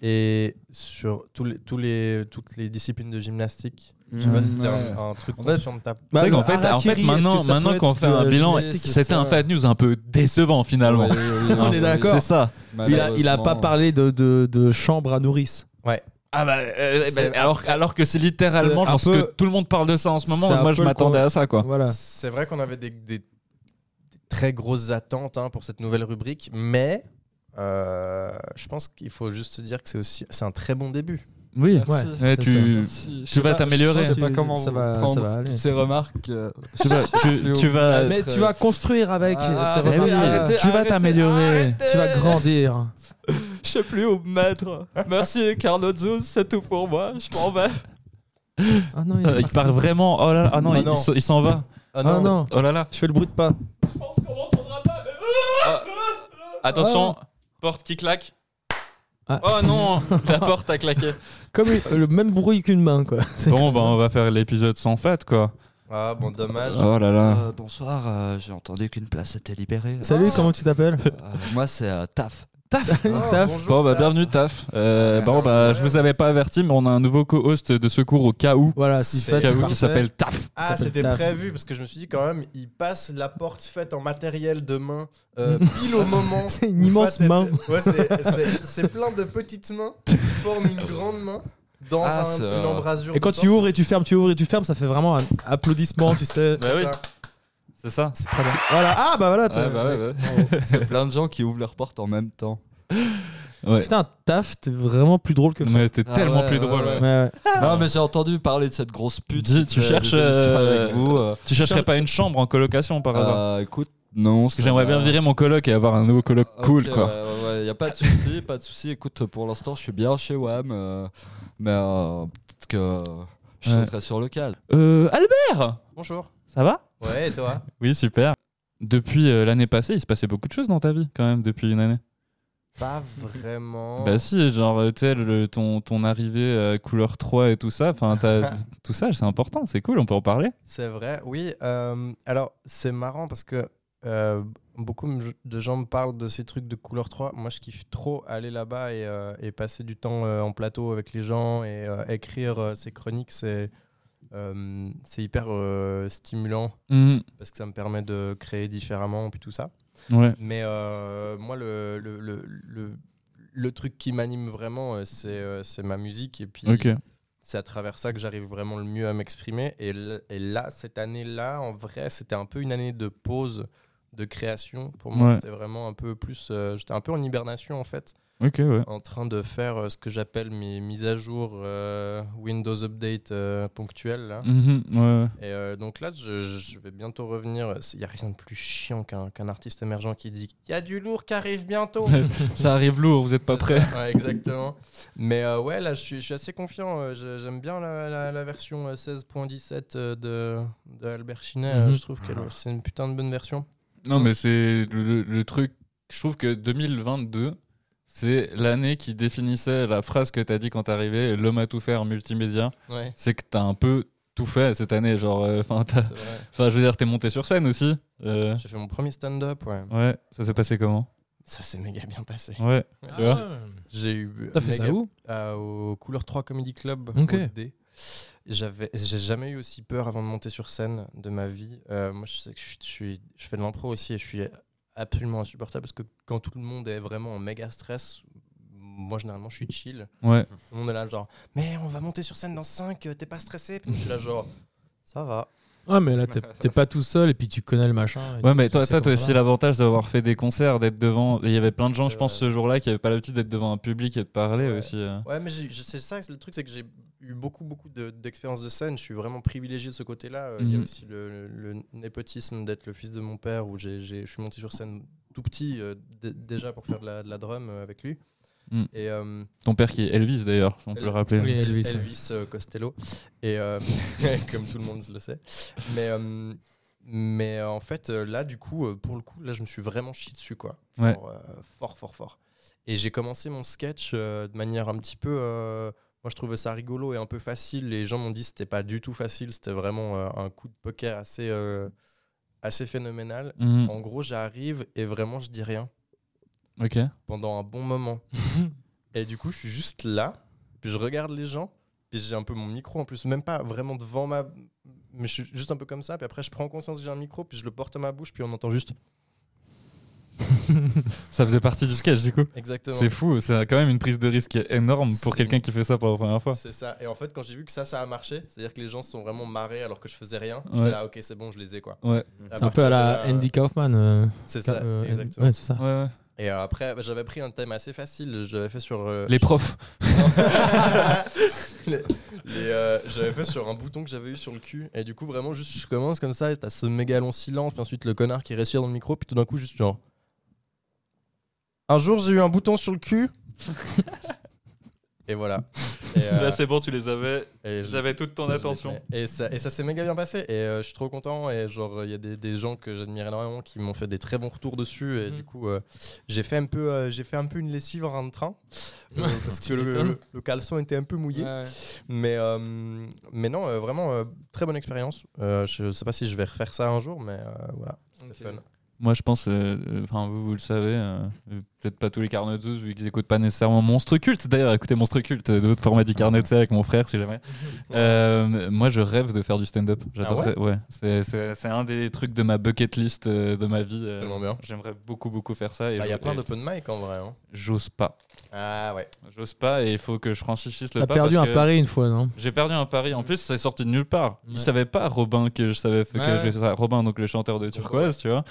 [SPEAKER 5] et sur tous les, tous les, toutes les disciplines de gymnastique. Je sais pas si c'était
[SPEAKER 2] Ouais.
[SPEAKER 5] un, un truc
[SPEAKER 2] En fait-
[SPEAKER 5] conscient de ta
[SPEAKER 1] Bah,
[SPEAKER 3] C'est vrai
[SPEAKER 1] le
[SPEAKER 3] qu'en fait, en fait,
[SPEAKER 1] harakiri, est-ce que
[SPEAKER 3] maintenant,
[SPEAKER 1] ça
[SPEAKER 3] maintenant
[SPEAKER 1] peut
[SPEAKER 3] qu'on
[SPEAKER 1] être
[SPEAKER 3] fait
[SPEAKER 1] du,
[SPEAKER 3] un
[SPEAKER 1] euh,
[SPEAKER 3] bilan,
[SPEAKER 2] gymnastique, c'est
[SPEAKER 3] c'était
[SPEAKER 2] ça.
[SPEAKER 3] un fat news un peu décevant finalement.
[SPEAKER 2] Ouais, oui, oui,
[SPEAKER 1] Ah On
[SPEAKER 2] oui,
[SPEAKER 1] est
[SPEAKER 2] oui.
[SPEAKER 1] d'accord.
[SPEAKER 3] C'est ça.
[SPEAKER 1] Il a, il a pas
[SPEAKER 2] Malheureusement.
[SPEAKER 1] parlé de, de, de chambre à nourrice.
[SPEAKER 3] Ah bah, euh, bah,
[SPEAKER 5] C'est-
[SPEAKER 3] alors, alors que c'est littéralement,
[SPEAKER 1] C'est un
[SPEAKER 3] genre, ce
[SPEAKER 1] peu-
[SPEAKER 3] que tout le monde parle de ça en ce moment,
[SPEAKER 1] c'est un
[SPEAKER 3] moi je
[SPEAKER 1] peu le
[SPEAKER 3] m'attendais
[SPEAKER 1] con-
[SPEAKER 3] à ça quoi.
[SPEAKER 1] Voilà.
[SPEAKER 5] C'est vrai qu'on avait des, des- des très grosses attentes hein, pour cette nouvelle rubrique, mais euh, je pense qu'il faut juste se dire que c'est aussi c'est un très bon début.
[SPEAKER 3] Oui,
[SPEAKER 1] Ouais,
[SPEAKER 3] Ouais,
[SPEAKER 1] c'est
[SPEAKER 3] tu,
[SPEAKER 2] Si, je
[SPEAKER 3] tu
[SPEAKER 2] sais
[SPEAKER 3] vas
[SPEAKER 2] pas-
[SPEAKER 3] t'améliorer.
[SPEAKER 2] Je sais pas comment
[SPEAKER 1] Ça
[SPEAKER 2] ça
[SPEAKER 1] va-
[SPEAKER 2] va,
[SPEAKER 1] ça
[SPEAKER 2] prendre
[SPEAKER 1] va aller.
[SPEAKER 2] toutes ces remarques. euh,
[SPEAKER 3] tu vas, tu, tu vas, Eh
[SPEAKER 1] Mais
[SPEAKER 2] très-
[SPEAKER 1] tu vas construire avec.
[SPEAKER 2] euh,
[SPEAKER 1] euh,
[SPEAKER 2] Ah,
[SPEAKER 1] c'est
[SPEAKER 2] mais
[SPEAKER 1] remarqué.
[SPEAKER 2] oui, arrêtez,
[SPEAKER 3] tu vas
[SPEAKER 2] arrêtez,
[SPEAKER 3] t'améliorer.
[SPEAKER 2] arrêtez.
[SPEAKER 1] Tu vas grandir.
[SPEAKER 2] Je sais plus où me mettre. Merci Carlozzo, c'est tout pour moi. Je m'en vais.
[SPEAKER 1] Ah non, il,
[SPEAKER 3] Euh,
[SPEAKER 1] est
[SPEAKER 3] il part vraiment. Oh là là, ah non,
[SPEAKER 1] Bah
[SPEAKER 5] Ah
[SPEAKER 3] il-
[SPEAKER 5] non.
[SPEAKER 3] il s- il s'en va.
[SPEAKER 5] Ah
[SPEAKER 1] Ah non,
[SPEAKER 3] Oh là là.
[SPEAKER 1] je fais le bruit de pas.
[SPEAKER 3] Attention, porte qui claque.
[SPEAKER 1] Ah.
[SPEAKER 3] Oh non, la porte a claqué.
[SPEAKER 1] Comme une- le même bruit qu'une main, quoi. C'est-
[SPEAKER 3] Bon, bah on va faire l'épisode sans fête quoi.
[SPEAKER 5] Ah bon, dommage.
[SPEAKER 3] Oh là là.
[SPEAKER 2] Euh, bonsoir, j'ai entendu qu'une place était libérée. Euh,
[SPEAKER 1] Salut, comment tu t'appelles
[SPEAKER 2] moi, c'est Taf.
[SPEAKER 5] Ah,
[SPEAKER 1] Taf.
[SPEAKER 5] bonjour,
[SPEAKER 3] Bon, bah
[SPEAKER 5] Taf.
[SPEAKER 3] bienvenue, Taf. Euh, bon, bah je vous avais pas averti, mais on a un nouveau co-host de secours au cas où.
[SPEAKER 1] Voilà, si
[SPEAKER 5] C'est
[SPEAKER 1] fait.
[SPEAKER 3] Cas où
[SPEAKER 1] parfait.
[SPEAKER 3] qui s'appelle Taf.
[SPEAKER 1] Ça
[SPEAKER 5] Ah,
[SPEAKER 1] s'appelle
[SPEAKER 5] c'était
[SPEAKER 1] Taf.
[SPEAKER 5] prévu parce que je me suis dit quand même, il passe la porte faite en matériel de main euh, pile au moment.
[SPEAKER 1] C'est une
[SPEAKER 5] où
[SPEAKER 1] immense
[SPEAKER 5] Fat était-
[SPEAKER 1] main.
[SPEAKER 5] Ouais, c'est- c'est c'est plein de petites mains qui forment une grande main dans
[SPEAKER 2] Ah,
[SPEAKER 5] un-
[SPEAKER 2] c'est, euh,
[SPEAKER 5] une embrasure.
[SPEAKER 1] Et quand
[SPEAKER 5] de
[SPEAKER 1] tu
[SPEAKER 5] porte.
[SPEAKER 1] ouvres et tu fermes, tu ouvres et tu fermes, ça fait vraiment un applaudissement, tu sais.
[SPEAKER 3] Bah
[SPEAKER 5] C'est
[SPEAKER 3] oui,
[SPEAKER 5] ça.
[SPEAKER 3] c'est ça.
[SPEAKER 1] C'est pratique. Voilà. Ah bah voilà.
[SPEAKER 3] Ouais,
[SPEAKER 1] t'as-
[SPEAKER 3] bah ouais, ouais.
[SPEAKER 2] C'est plein de gens qui ouvrent leurs portes en même temps.
[SPEAKER 3] Ouais.
[SPEAKER 1] Putain, taf, t'es vraiment plus drôle que. Ouais,
[SPEAKER 3] Mais c'était
[SPEAKER 2] Ah
[SPEAKER 3] tellement
[SPEAKER 2] ouais,
[SPEAKER 3] plus
[SPEAKER 2] ouais,
[SPEAKER 3] drôle.
[SPEAKER 2] ouais.
[SPEAKER 3] ouais.
[SPEAKER 1] ouais.
[SPEAKER 2] Non, mais j'ai entendu parler de cette grosse pute.
[SPEAKER 3] Dis,
[SPEAKER 2] qui
[SPEAKER 3] tu
[SPEAKER 2] fait
[SPEAKER 3] cherches,
[SPEAKER 2] des émissions
[SPEAKER 3] euh,
[SPEAKER 2] avec vous. euh,
[SPEAKER 3] Tu chercherais pas une chambre en colocation par hasard
[SPEAKER 2] euh, écoute, non.
[SPEAKER 3] Parce que j'aimerais bien virer mon coloc et avoir un nouveau coloc cool quoi.
[SPEAKER 2] Ouais, ouais, ouais, y a pas de souci, pas de souci. Écoute, pour l'instant, je suis bien chez WAM, euh, mais euh, peut-être que je
[SPEAKER 3] Ouais.
[SPEAKER 2] sauterai sur le cas.
[SPEAKER 3] Euh, Albert
[SPEAKER 5] Bonjour.
[SPEAKER 3] Ça va
[SPEAKER 5] Ouais, et toi
[SPEAKER 3] Oui, super. depuis euh, l'année passée, il se passait beaucoup de choses dans ta vie, quand même, depuis une année.
[SPEAKER 5] Pas vraiment.
[SPEAKER 3] Bah si, genre, euh, tu sais, le- ton, ton arrivée à couleur 3 et tout ça, enfin, t'as- tout ça, c'est important, c'est cool, on peut en parler.
[SPEAKER 5] C'est vrai, oui. euh, alors, c'est marrant parce que euh, beaucoup me- de gens me parlent de ces trucs de couleur 3. Moi, je kiffe trop aller là-bas et, euh, et passer du temps euh, en plateau avec les gens et euh, écrire euh, ces chroniques. C'est euh, c'est hyper euh, stimulant
[SPEAKER 3] Mhm.
[SPEAKER 5] parce que ça me permet de créer différemment puis tout ça.
[SPEAKER 3] Ouais.
[SPEAKER 5] Mais euh, moi, le, le, le, le- le truc qui m'anime vraiment, euh, c'est euh, c'est ma musique. Et puis,
[SPEAKER 3] Ok.
[SPEAKER 5] c'est à travers ça que j'arrive vraiment le mieux à m'exprimer. Et, l- et là, cette année-là, en vrai, c'était un peu une année de pause, de création. Pour moi,
[SPEAKER 3] Ouais.
[SPEAKER 5] c'était vraiment un peu plus. euh, J'étais un peu en hibernation, en fait,
[SPEAKER 3] Ok, ouais.
[SPEAKER 5] en train de faire euh, ce que j'appelle mes mises à jour euh, Windows Update euh, ponctuelles. là.
[SPEAKER 3] Mhm, ouais, ouais.
[SPEAKER 5] Et euh, donc là, je, je vais bientôt revenir. Il n'y a rien de plus chiant qu'un qu'un artiste émergent qui dit Il y a du lourd qui arrive bientôt.
[SPEAKER 3] ça arrive lourd, vous êtes pas prêts.
[SPEAKER 5] Ouais, exactement. Mais euh, ouais, là, je suis, je suis assez confiant. euh, je- J'aime bien la, la- la version euh, 16.17 euh, de, de Albert Chinet. euh,
[SPEAKER 1] Mhm.
[SPEAKER 5] Je trouve que c'est une putain de bonne version.
[SPEAKER 3] Non, mais c'est le, le- le truc. Je trouve que 2022, c'est l'année qui définissait la phrase que t'as dit quand t'arrivais, l'homme à tout faire multimédia.
[SPEAKER 5] Ouais,
[SPEAKER 3] C'est que t'as un peu tout fait cette année. Genre, euh, enfin, t'as-
[SPEAKER 5] c'est vrai.
[SPEAKER 3] enfin, je veux dire, t'es monté sur scène aussi. euh,
[SPEAKER 5] J'ai fait mon premier stand-up, ouais.
[SPEAKER 3] ouais, ça s'est passé comment
[SPEAKER 5] Ça s'est méga bien passé.
[SPEAKER 3] Ouais. Tu vois
[SPEAKER 5] J'ai eu.
[SPEAKER 1] T'as fait
[SPEAKER 5] méga-
[SPEAKER 1] ça où
[SPEAKER 5] à- euh, Au Couleur 3 Comedy Club.
[SPEAKER 1] Ok.
[SPEAKER 5] au D. J'avais, j'ai jamais eu aussi peur avant de monter sur scène de ma vie. Euh, moi, je sais que je, suis- je suis, je fais de l'impro aussi et je suis absolument insupportable parce que quand tout le monde est vraiment en méga stress, moi, généralement, je suis chill.
[SPEAKER 3] Ouais.
[SPEAKER 5] Tout le monde est là, genre, mais on va monter sur scène dans 5, t'es pas stressé Puis je suis là, genre, ça va.
[SPEAKER 1] Ouais, mais là, t'es- t'es pas tout seul et puis tu connais le machin. et
[SPEAKER 3] Ouais,
[SPEAKER 1] tu-
[SPEAKER 3] mais
[SPEAKER 1] tu
[SPEAKER 3] toi,
[SPEAKER 1] sais
[SPEAKER 3] toi, t'as
[SPEAKER 1] comment ça
[SPEAKER 3] aussi
[SPEAKER 1] va.
[SPEAKER 3] l'avantage d'avoir fait des concerts, d'être devant. Il y avait plein de gens,
[SPEAKER 5] C'est
[SPEAKER 3] je pense,
[SPEAKER 5] vrai.
[SPEAKER 3] ce jour-là, qui n'avaient pas l'habitude d'être devant un public et de parler
[SPEAKER 5] Ouais.
[SPEAKER 3] aussi. euh.
[SPEAKER 5] Ouais, mais j'ai- je- c'est ça, c'est le truc, c'est que j'ai eu beaucoup, beaucoup de- d'expériences de scène. Je suis vraiment privilégié de ce côté-là. Euh, Il y a
[SPEAKER 3] Mhm.
[SPEAKER 5] aussi le, le- le népotisme d'être le fils de mon père, où j'ai- j'ai- je suis monté sur scène tout petit, euh, d- déjà pour faire de la, de la drum euh, avec lui.
[SPEAKER 3] Mm.
[SPEAKER 5] Et euh,
[SPEAKER 3] Ton père qui est Elvis, d'ailleurs, on peut le rappeler.
[SPEAKER 1] Oui, Elvis. ouais.
[SPEAKER 5] Elvis euh, Costello. Et euh, comme tout le monde le sait. Mais, euh, mais euh, en fait, euh, là, du coup, euh, pour le coup, là, je me suis vraiment chié dessus, quoi. Genre,
[SPEAKER 3] Ouais.
[SPEAKER 5] euh, fort, fort, fort. Et j'ai commencé mon sketch euh, de manière un petit peu. euh, moi, je trouvais ça rigolo et un peu facile. Les gens m'ont dit que c'était pas du tout facile. C'était vraiment euh, un coup de poker assez, euh, assez phénoménal.
[SPEAKER 3] Mhm,
[SPEAKER 5] En gros, j'arrive et vraiment, je dis rien
[SPEAKER 3] Ok.
[SPEAKER 5] pendant un bon moment. et du coup, je suis juste là, puis je regarde les gens, puis j'ai un peu mon micro en plus, même pas vraiment devant ma. Mais je suis juste un peu comme ça, puis après, je prends conscience que j'ai un micro, puis je le porte à ma bouche, puis on entend juste.
[SPEAKER 3] Ça faisait partie du sketch, du coup.
[SPEAKER 5] Exactement.
[SPEAKER 3] C'est fou, c'est quand même une prise de risque qui est énorme pour
[SPEAKER 5] C'est-
[SPEAKER 3] quelqu'un qui fait ça pour la première fois.
[SPEAKER 5] C'est ça. Et en fait, quand j'ai vu que ça, ça a marché, c'est-à-dire que les gens se sont vraiment marrés alors que je faisais rien,
[SPEAKER 3] Ouais.
[SPEAKER 5] j'étais là, ok, c'est bon, je les ai quoi.
[SPEAKER 3] Ouais.
[SPEAKER 1] C'est un peu à la
[SPEAKER 5] partir de là,
[SPEAKER 1] Andy Kaufman. euh,
[SPEAKER 5] C'est ça,
[SPEAKER 1] euh,
[SPEAKER 5] exactement.
[SPEAKER 1] ouais, c'est ça.
[SPEAKER 3] Ouais, ouais.
[SPEAKER 5] Et euh, après, bah, j'avais pris un thème assez facile, j'avais fait sur. euh,
[SPEAKER 3] Les profs.
[SPEAKER 5] Les- les, euh, j'avais fait sur un bouton que j'avais eu sur le cul et du coup vraiment juste je commence comme ça et t'as ce méga long silence puis ensuite le connard qui respire dans le micro puis tout d'un coup juste genre un jour j'ai eu un bouton sur le cul et voilà et, euh,
[SPEAKER 3] c'est bon, tu les avais.
[SPEAKER 5] et je-
[SPEAKER 3] avaient toute ton
[SPEAKER 5] je l'ai fait. et ça, et ça s'est méga bien passé et euh, je suis trop content et genre il y a des, des gens que j'admire énormément qui m'ont fait des très bons retours dessus et
[SPEAKER 1] Mhm.
[SPEAKER 5] du coup euh, j'ai fait un peu euh, j'ai fait un peu une lessive en rentrant euh, parce que le,
[SPEAKER 1] m'étonnes.
[SPEAKER 5] le- le caleçon était un peu mouillé mais, euh, mais non, euh, vraiment, euh, très bonne expérience. Euh, je sais pas si je vais refaire ça un jour, mais euh, voilà, c'était fun. Bah,
[SPEAKER 3] Moi, je pense, euh, euh, enfin, vous, vous le savez, euh, euh, peut-être pas tous les carnets tous, vu qu'ils écoutent pas nécessairement Monstre Culte. D'ailleurs, écoutez Monstre Culte, euh, d'autres formats du carnet de ça avec mon frère, si jamais. Euh, moi, je rêve de faire du stand-up. J'adorerais.
[SPEAKER 5] Ah
[SPEAKER 3] ouais, C'est- c'est c'est un des trucs de ma bucket list euh, de ma vie. euh,
[SPEAKER 5] Tellement bien. Bah,
[SPEAKER 3] J'aimerais beaucoup, beaucoup faire ça.
[SPEAKER 5] Il
[SPEAKER 3] Et
[SPEAKER 5] y a
[SPEAKER 3] je-
[SPEAKER 5] plein
[SPEAKER 3] et
[SPEAKER 5] d'open mic en vrai. hein.
[SPEAKER 3] J'ose pas.
[SPEAKER 5] Ah ouais.
[SPEAKER 3] J'ose pas et il faut que je franchisse le
[SPEAKER 1] T'as
[SPEAKER 3] pas.
[SPEAKER 1] perdu
[SPEAKER 3] parce
[SPEAKER 1] un
[SPEAKER 3] que-
[SPEAKER 1] pari une fois, non
[SPEAKER 3] J'ai perdu un pari. En plus, c'est sorti de nulle part.
[SPEAKER 1] Ouais.
[SPEAKER 3] Il savait pas Robin que je savais que
[SPEAKER 5] Ouais.
[SPEAKER 3] je faisais ça. Robin, donc le chanteur de Turquoise, tu vois.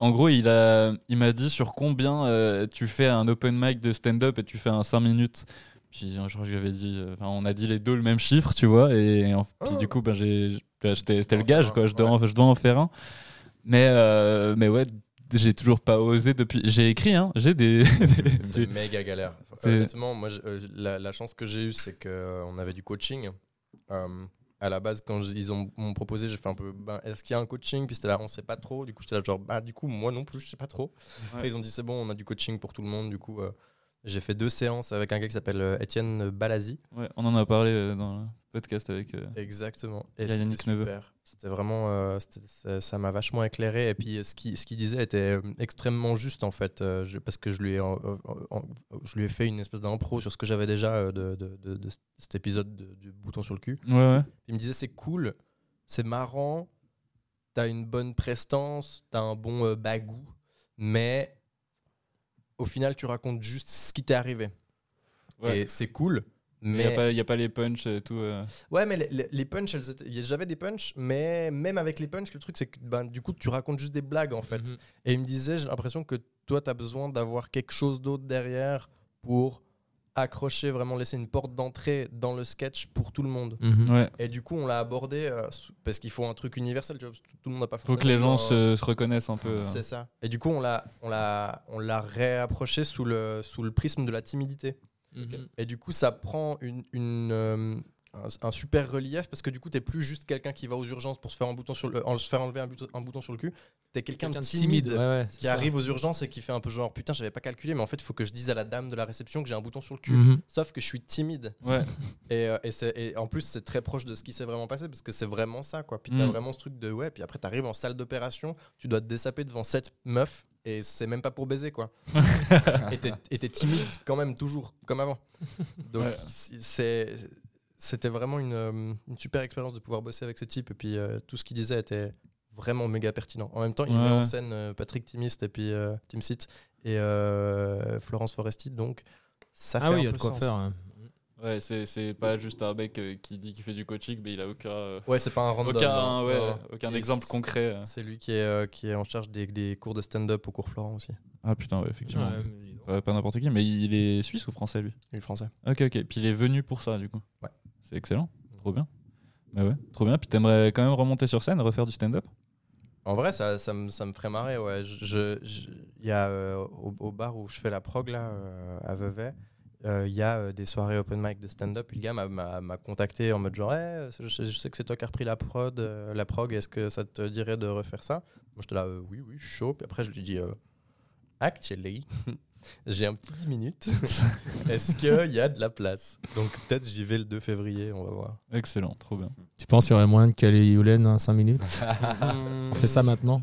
[SPEAKER 3] En gros, il a, il m'a dit sur combien euh, tu fais un open mic de stand-up et tu fais un 5 minutes. Puis je crois que j'avais dit, euh, enfin, on a dit les deux le même chiffre, tu vois. Et en- puis
[SPEAKER 5] Oh.
[SPEAKER 3] du coup, ben j'ai, ben, j'étais-
[SPEAKER 5] Faut
[SPEAKER 3] c'était le
[SPEAKER 5] en faire
[SPEAKER 3] gage,
[SPEAKER 5] un,
[SPEAKER 3] quoi. Je dois,
[SPEAKER 5] ouais.
[SPEAKER 3] en, je dois en faire un. Mais, euh, mais ouais, j'ai toujours pas osé depuis. J'ai écrit, hein. J'ai des. des-
[SPEAKER 5] C'est méga galère.
[SPEAKER 3] c'est-
[SPEAKER 5] Honnêtement, moi, je- euh, la, la chance que j'ai eue, c'est qu'on avait du coaching. Euh, à la base, quand j- ils ont- m'ont proposé, j'ai fait un peu ben, est-ce qu'il y a un coaching Puis c'était là, on sait pas trop. Du coup, j'étais là, genre, bah, du coup, moi non plus, je sais pas trop. Après, ils ont dit c'est bon, on a du coaching pour tout le monde. Du coup, euh, j'ai fait deux séances avec un gars qui s'appelle euh, Étienne Balazi.
[SPEAKER 3] Ouais, on en a parlé euh, dans le podcast avec. euh,
[SPEAKER 5] Exactement. Et
[SPEAKER 3] Il y a Yannick
[SPEAKER 5] c'était
[SPEAKER 3] Neveu.
[SPEAKER 5] super. C'était vraiment, euh, c'était- ça- ça m'a vachement éclairé. Et puis euh, ce qu'il ce qu'il disait était euh, extrêmement juste en fait, euh, je- parce que je lui ai, en- en- en- je lui ai fait une espèce d'impro sur ce que j'avais déjà euh, de, de- de- de cet épisode de- du bouton sur le cul.
[SPEAKER 3] Ouais, ouais.
[SPEAKER 5] Il me disait c'est cool, c'est marrant, t'as une bonne prestance, t'as un bon euh, bagou, mais au final tu racontes juste ce qui t'est arrivé.
[SPEAKER 3] Ouais.
[SPEAKER 5] Et c'est cool,
[SPEAKER 3] Il
[SPEAKER 5] mais
[SPEAKER 3] n'y a, pas les punchs et tout. euh.
[SPEAKER 5] Ouais, mais les, les- les punchs, elles étaient- y- j'avais des punchs, mais même avec les punchs, le truc, c'est que ben, du coup, tu racontes juste des blagues, en fait.
[SPEAKER 1] Mhm.
[SPEAKER 5] Et il me disait, j'ai l'impression que toi, tu as besoin d'avoir quelque chose d'autre derrière pour accrocher, vraiment laisser une porte d'entrée dans le sketch pour tout le monde.
[SPEAKER 1] Mhm.
[SPEAKER 3] Ouais.
[SPEAKER 5] Et du coup, on l'a abordé euh, sous- parce qu'il faut un truc universel, tu vois, parce que tout- tout le monde n'a pas
[SPEAKER 3] Faut que les gens se, se reconnaissent un peu. euh.
[SPEAKER 5] C'est ça. Et du coup, on l'a- on l'a on l'a réapproché sous le, sous le prisme de la timidité.
[SPEAKER 1] Mhm.
[SPEAKER 5] Mm. Et du coup, ça prend une, une, euh, un, un super relief parce que du coup, t'es plus juste quelqu'un qui va aux urgences pour se faire, un bouton sur le, en se faire enlever un, bouton- un bouton sur le cul. T'es quelqu'un de timide,
[SPEAKER 1] Ouais, ouais, c'est
[SPEAKER 5] qui
[SPEAKER 1] ça.
[SPEAKER 5] arrive aux urgences et qui fait un peu genre putain, j'avais pas calculé, mais en fait, il faut que je dise à la dame de la réception que j'ai un bouton sur le cul.
[SPEAKER 1] Mhm.
[SPEAKER 5] Sauf que je suis timide.
[SPEAKER 3] Ouais.
[SPEAKER 5] Et, euh, et, c'est- et en plus, c'est très proche de ce qui s'est vraiment passé parce que c'est vraiment ça, quoi. Puis t'as
[SPEAKER 3] Mm.
[SPEAKER 5] vraiment ce truc de ouais. Puis après, t'arrives en salle d'opération, tu dois te dessaper devant sept meufs et c'est même pas pour baiser, quoi. et t'es- et t'es timide quand même, toujours, comme avant. Donc, c- c'est. C'était vraiment une, euh, une super expérience de pouvoir bosser avec ce type. Et puis, euh, tout ce qu'il disait était vraiment méga pertinent. En même temps, il
[SPEAKER 3] Ouais,
[SPEAKER 5] met en
[SPEAKER 3] ouais.
[SPEAKER 5] scène euh, Patrick Timist et puis euh, Tim Sit et euh, Florence Foresti. Donc, ça fait
[SPEAKER 1] Ah oui,
[SPEAKER 5] un
[SPEAKER 1] il y a
[SPEAKER 5] peu
[SPEAKER 1] de quoi
[SPEAKER 5] sens.
[SPEAKER 1] faire. hein.
[SPEAKER 3] Ouais, c'est, c'est pas juste un mec euh, qui dit qu'il fait du coaching, mais il a aucun, euh,
[SPEAKER 5] Ouais, c'est pas un random.
[SPEAKER 3] aucun,
[SPEAKER 5] hein.
[SPEAKER 3] ouais,
[SPEAKER 5] Ouais, ouais.
[SPEAKER 3] aucun
[SPEAKER 5] Et
[SPEAKER 3] exemple
[SPEAKER 5] c'est-
[SPEAKER 3] concret. euh.
[SPEAKER 5] C'est lui qui est, euh, qui est en charge des, des cours de stand-up au cours Florent aussi.
[SPEAKER 3] Ah putain, ouais, effectivement.
[SPEAKER 1] Ouais, mais dis donc.
[SPEAKER 3] Ouais, pas n'importe qui, mais il est suisse ou français lui
[SPEAKER 5] Il est français.
[SPEAKER 3] Ok, ok. Puis il est venu pour ça, du coup.
[SPEAKER 5] Ouais.
[SPEAKER 3] C'est excellent. Trop bien. Bah ouais, trop bien. Puis t'aimerais quand même remonter sur scène, refaire du stand-up
[SPEAKER 5] En vrai, ça, ça, me, ça me ferait marrer. Ouais. Je, je- je- il y a euh, au, au bar où je fais la prog là, euh, à Vevey. euh, Il y a euh, des soirées open mic de stand-up. Le gars m'a- m'a m'a contacté en mode genre, Eh, je, sais- je sais que c'est toi qui as repris la prod, euh, la prog. Est-ce que ça te dirait de refaire ça Moi, j'étais là, Euh, oui, oui, je suis chaud. Puis après, je lui dis, euh, actually, j'ai un petit 10 minutes. Est-ce qu'il y a de la place Donc peut-être j'y vais le 2 février, on va voir.
[SPEAKER 3] Excellent, trop bien.
[SPEAKER 1] Tu penses qu'il y aurait moyen de caler Yulen en 5 minutes
[SPEAKER 5] On
[SPEAKER 1] On fait ça maintenant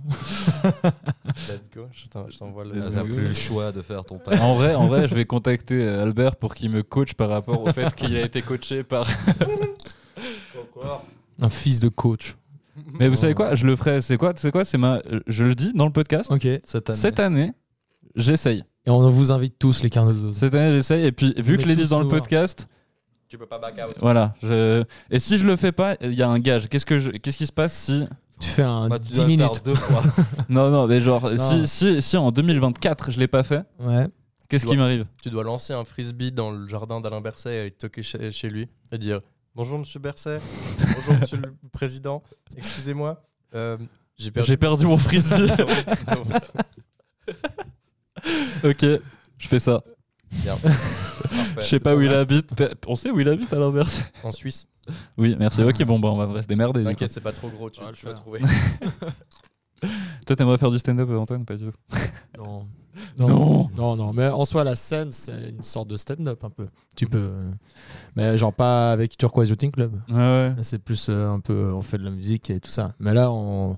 [SPEAKER 5] Let's go. Je t'en- je t'envoie le.
[SPEAKER 2] T'as plus le choix de faire ton père.
[SPEAKER 3] En vrai, en vrai, je vais contacter euh, Albert pour qu'il me coach par rapport au fait qu'il a été coaché par.
[SPEAKER 1] Un fils de coach.
[SPEAKER 3] Mais vous savez quoi Je le ferai. C'est quoi C'est quoi C'est ma. Je le dis dans le podcast.
[SPEAKER 1] Ok. Et
[SPEAKER 2] Cette année.
[SPEAKER 3] Cette année, j'essaye.
[SPEAKER 1] on vous invite tous, les carnets
[SPEAKER 3] Cette année, j'essaye. Et puis, vu
[SPEAKER 1] Mais
[SPEAKER 3] que je l'ai
[SPEAKER 1] tous
[SPEAKER 3] dit dans le
[SPEAKER 1] sourds.
[SPEAKER 3] podcast,
[SPEAKER 5] Tu peux pas back out.
[SPEAKER 3] voilà. Je... Et si je le fais pas, il y a un gage. Qu'est-ce que je... qu'est-ce qui se passe si
[SPEAKER 1] Tu fais un
[SPEAKER 3] Euh,
[SPEAKER 2] Bah, tu dois
[SPEAKER 1] 10
[SPEAKER 2] le faire
[SPEAKER 1] minutes.
[SPEAKER 2] deux fois.
[SPEAKER 3] Non, non, mais genre,
[SPEAKER 1] Non.
[SPEAKER 3] Si, si, si en 2024 je l'ai pas fait,
[SPEAKER 1] Ouais.
[SPEAKER 3] qu'est-ce
[SPEAKER 5] Tu
[SPEAKER 3] qui m'arrive
[SPEAKER 5] Tu dois lancer un frisbee dans le jardin d'Alain Berset et aller toquer chez, chez lui et dire Bonjour monsieur Berset, bonjour monsieur le président, excusez-moi, euh, j'ai perdu.
[SPEAKER 3] J'ai perdu mon frisbee. ok, je fais ça.
[SPEAKER 5] Bien.
[SPEAKER 3] Je
[SPEAKER 5] Parfait,
[SPEAKER 3] sais
[SPEAKER 5] c'est
[SPEAKER 3] pas où il
[SPEAKER 5] mal.
[SPEAKER 3] habite. Pe- On sait où il habite à l'inverse.
[SPEAKER 5] En Suisse,
[SPEAKER 3] Oui, merci. Ok, bon, bah, on va se démerder. du coup.
[SPEAKER 5] t'inquiète, c'est pas trop gros, tu,
[SPEAKER 1] On va le
[SPEAKER 5] tu vas
[SPEAKER 1] faire.
[SPEAKER 5] trouver.
[SPEAKER 3] Toi, t'aimerais faire du stand-up, euh, Antoine Pas du tout.
[SPEAKER 1] Non.
[SPEAKER 3] Non.
[SPEAKER 1] non, non, mais en soi, la scène, c'est une sorte de stand-up un peu. Tu peux. euh, Mais genre pas avec Turquoise Yachting Club.
[SPEAKER 3] Ouais,
[SPEAKER 1] Là, C'est plus euh, un peu. euh, On fait de la musique et tout ça. Mais là, on.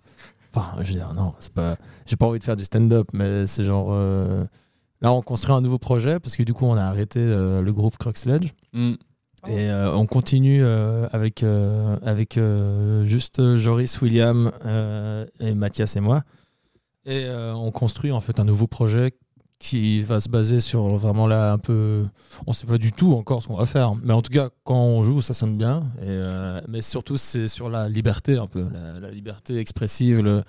[SPEAKER 1] Enfin, je veux dire, non, c'est pas. J'ai pas envie de faire du stand-up, mais c'est genre. euh, Là, on construit un nouveau projet parce que du coup, on a arrêté euh, le groupe Crux Ledge.
[SPEAKER 3] Mm.
[SPEAKER 1] Et euh, on continue euh, avec, euh, avec euh, juste euh, Joris, William euh, et Mathias et moi. Et euh, on construit en fait un nouveau projet qui va se baser sur vraiment là un peu. On sait pas du tout encore ce qu'on va faire, mais en tout cas quand on joue ça sonne bien. Et, euh, mais surtout c'est sur la liberté un peu, la, la liberté expressive, le,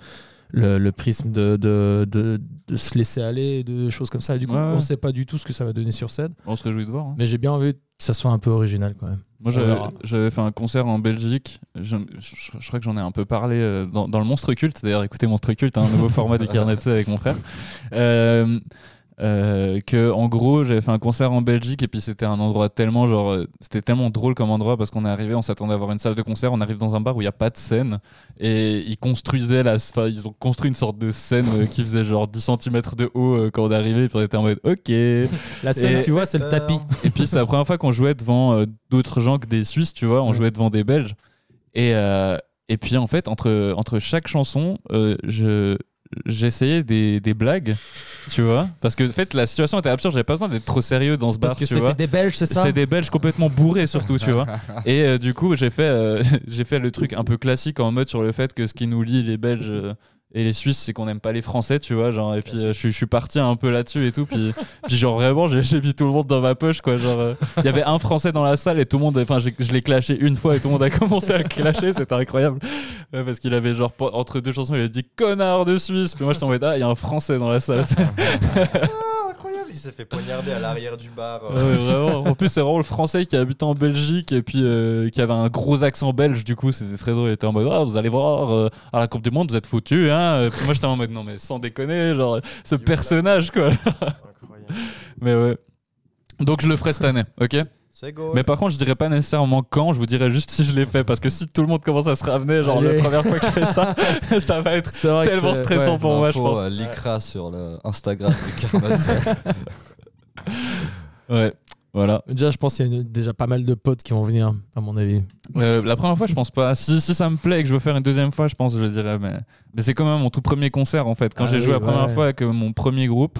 [SPEAKER 1] le, le prisme de, de, de, de se laisser aller, de choses comme ça. Et du coup
[SPEAKER 3] Ouais, ouais.
[SPEAKER 1] on sait pas du tout ce que ça va donner sur scène,
[SPEAKER 3] On se réjouit de voir. hein.
[SPEAKER 1] mais j'ai bien envie que ça soit un peu original quand même.
[SPEAKER 3] Moi,
[SPEAKER 1] On
[SPEAKER 3] j'avais-
[SPEAKER 1] verra.
[SPEAKER 3] j'avais fait un concert en Belgique. Je, je- je crois que j'en ai un peu parlé euh, dans, dans le Monstre Culte. D'ailleurs, écoutez Monstre Culte, un nouveau format du carnet de C avec mon frère. Euh, euh, que en gros j'avais fait un concert en Belgique et puis c'était un endroit tellement genre euh, c'était tellement drôle comme endroit parce qu'on est arrivé on s'attendait à avoir une salle de concert on arrive dans un bar où il n'y a pas de scène et ils construisaient la enfin, ils ont construit une sorte de scène euh, qui faisait genre 10 cm de haut euh, quand on est arrivé et puis on était en mode ok et
[SPEAKER 1] La scène,
[SPEAKER 3] Et-
[SPEAKER 1] tu vois, c'est le tapis.
[SPEAKER 3] puis c'est la première fois qu'on jouait devant euh, d'autres gens que des Suisses tu vois on
[SPEAKER 1] Ouais.
[SPEAKER 3] jouait devant des Belges et, euh, et puis en fait entre, entre chaque chanson euh, je j'essayais des, des blagues tu vois parce que en fait la situation était absurde j'avais pas besoin d'être trop sérieux dans ce bar
[SPEAKER 1] Parce que
[SPEAKER 3] tu vois
[SPEAKER 1] c'était des Belges, c'est ça
[SPEAKER 3] c'était des Belges complètement bourrés surtout, tu vois. Et euh, du coup, j'ai fait, euh, j'ai fait le truc un peu classique en mode sur le fait que ce qui nous lie les Belges euh, et les Suisses, c'est qu'on n'aime pas les Français, tu vois. Genre, et puis euh, je, suis- je suis parti un peu là-dessus et tout. Puis, puis genre vraiment, j'ai, j'ai mis tout le monde dans ma poche, quoi. Genre, euh, il y avait un Français dans la salle et tout le monde, enfin, j'ai- je l'ai clashé une fois et tout le monde a commencé à clasher, c'était incroyable. Euh, parce qu'il avait genre po- entre deux chansons, il a dit connard de Suisse. Puis moi, je t'en ah, il y a un Français dans la salle.
[SPEAKER 5] Ah, incroyable, il s'est fait poignarder à l'arrière du bar. euh.
[SPEAKER 3] Ouais, ouais, vraiment. En plus, c'est vraiment le français qui habitait en Belgique et puis euh, qui avait un gros accent belge. Du coup, c'était très drôle. Il était en mode Ah, Vous allez voir, euh, à la Coupe du Monde, vous êtes foutus. Hein. Et puis moi, j'étais en mode Non, mais sans déconner, genre, ce personnage, quoi.
[SPEAKER 5] Incroyable.
[SPEAKER 3] Mais ouais. Donc, je le ferai cette année, ok
[SPEAKER 5] C'est go.
[SPEAKER 3] Mais par contre, je dirais pas nécessairement quand, je vous dirais juste si je l'ai fait. Parce que si tout le monde commence à se ramener, genre,
[SPEAKER 1] Allez.
[SPEAKER 3] la première fois que je fais ça, ça va être
[SPEAKER 1] C'est vrai que
[SPEAKER 3] tellement
[SPEAKER 1] c'est-
[SPEAKER 3] stressant
[SPEAKER 1] ouais.
[SPEAKER 3] pour moi, je
[SPEAKER 2] L'info,
[SPEAKER 3] pense.
[SPEAKER 2] euh, L'ICRA sur le Instagram du Carnot.
[SPEAKER 3] Ouais, voilà.
[SPEAKER 1] Déjà, je pense qu'il y a une- déjà pas mal de potes qui vont venir, à mon avis.
[SPEAKER 3] Euh, la première fois, je pense pas. Si, si ça me plaît et que je veux faire une deuxième fois, je pense que je le dirais. Mais, mais c'est quand même mon tout premier concert en fait. Quand
[SPEAKER 1] Ah
[SPEAKER 3] j'ai
[SPEAKER 1] oui,
[SPEAKER 3] joué la
[SPEAKER 1] ouais.
[SPEAKER 3] première fois avec euh, mon premier groupe,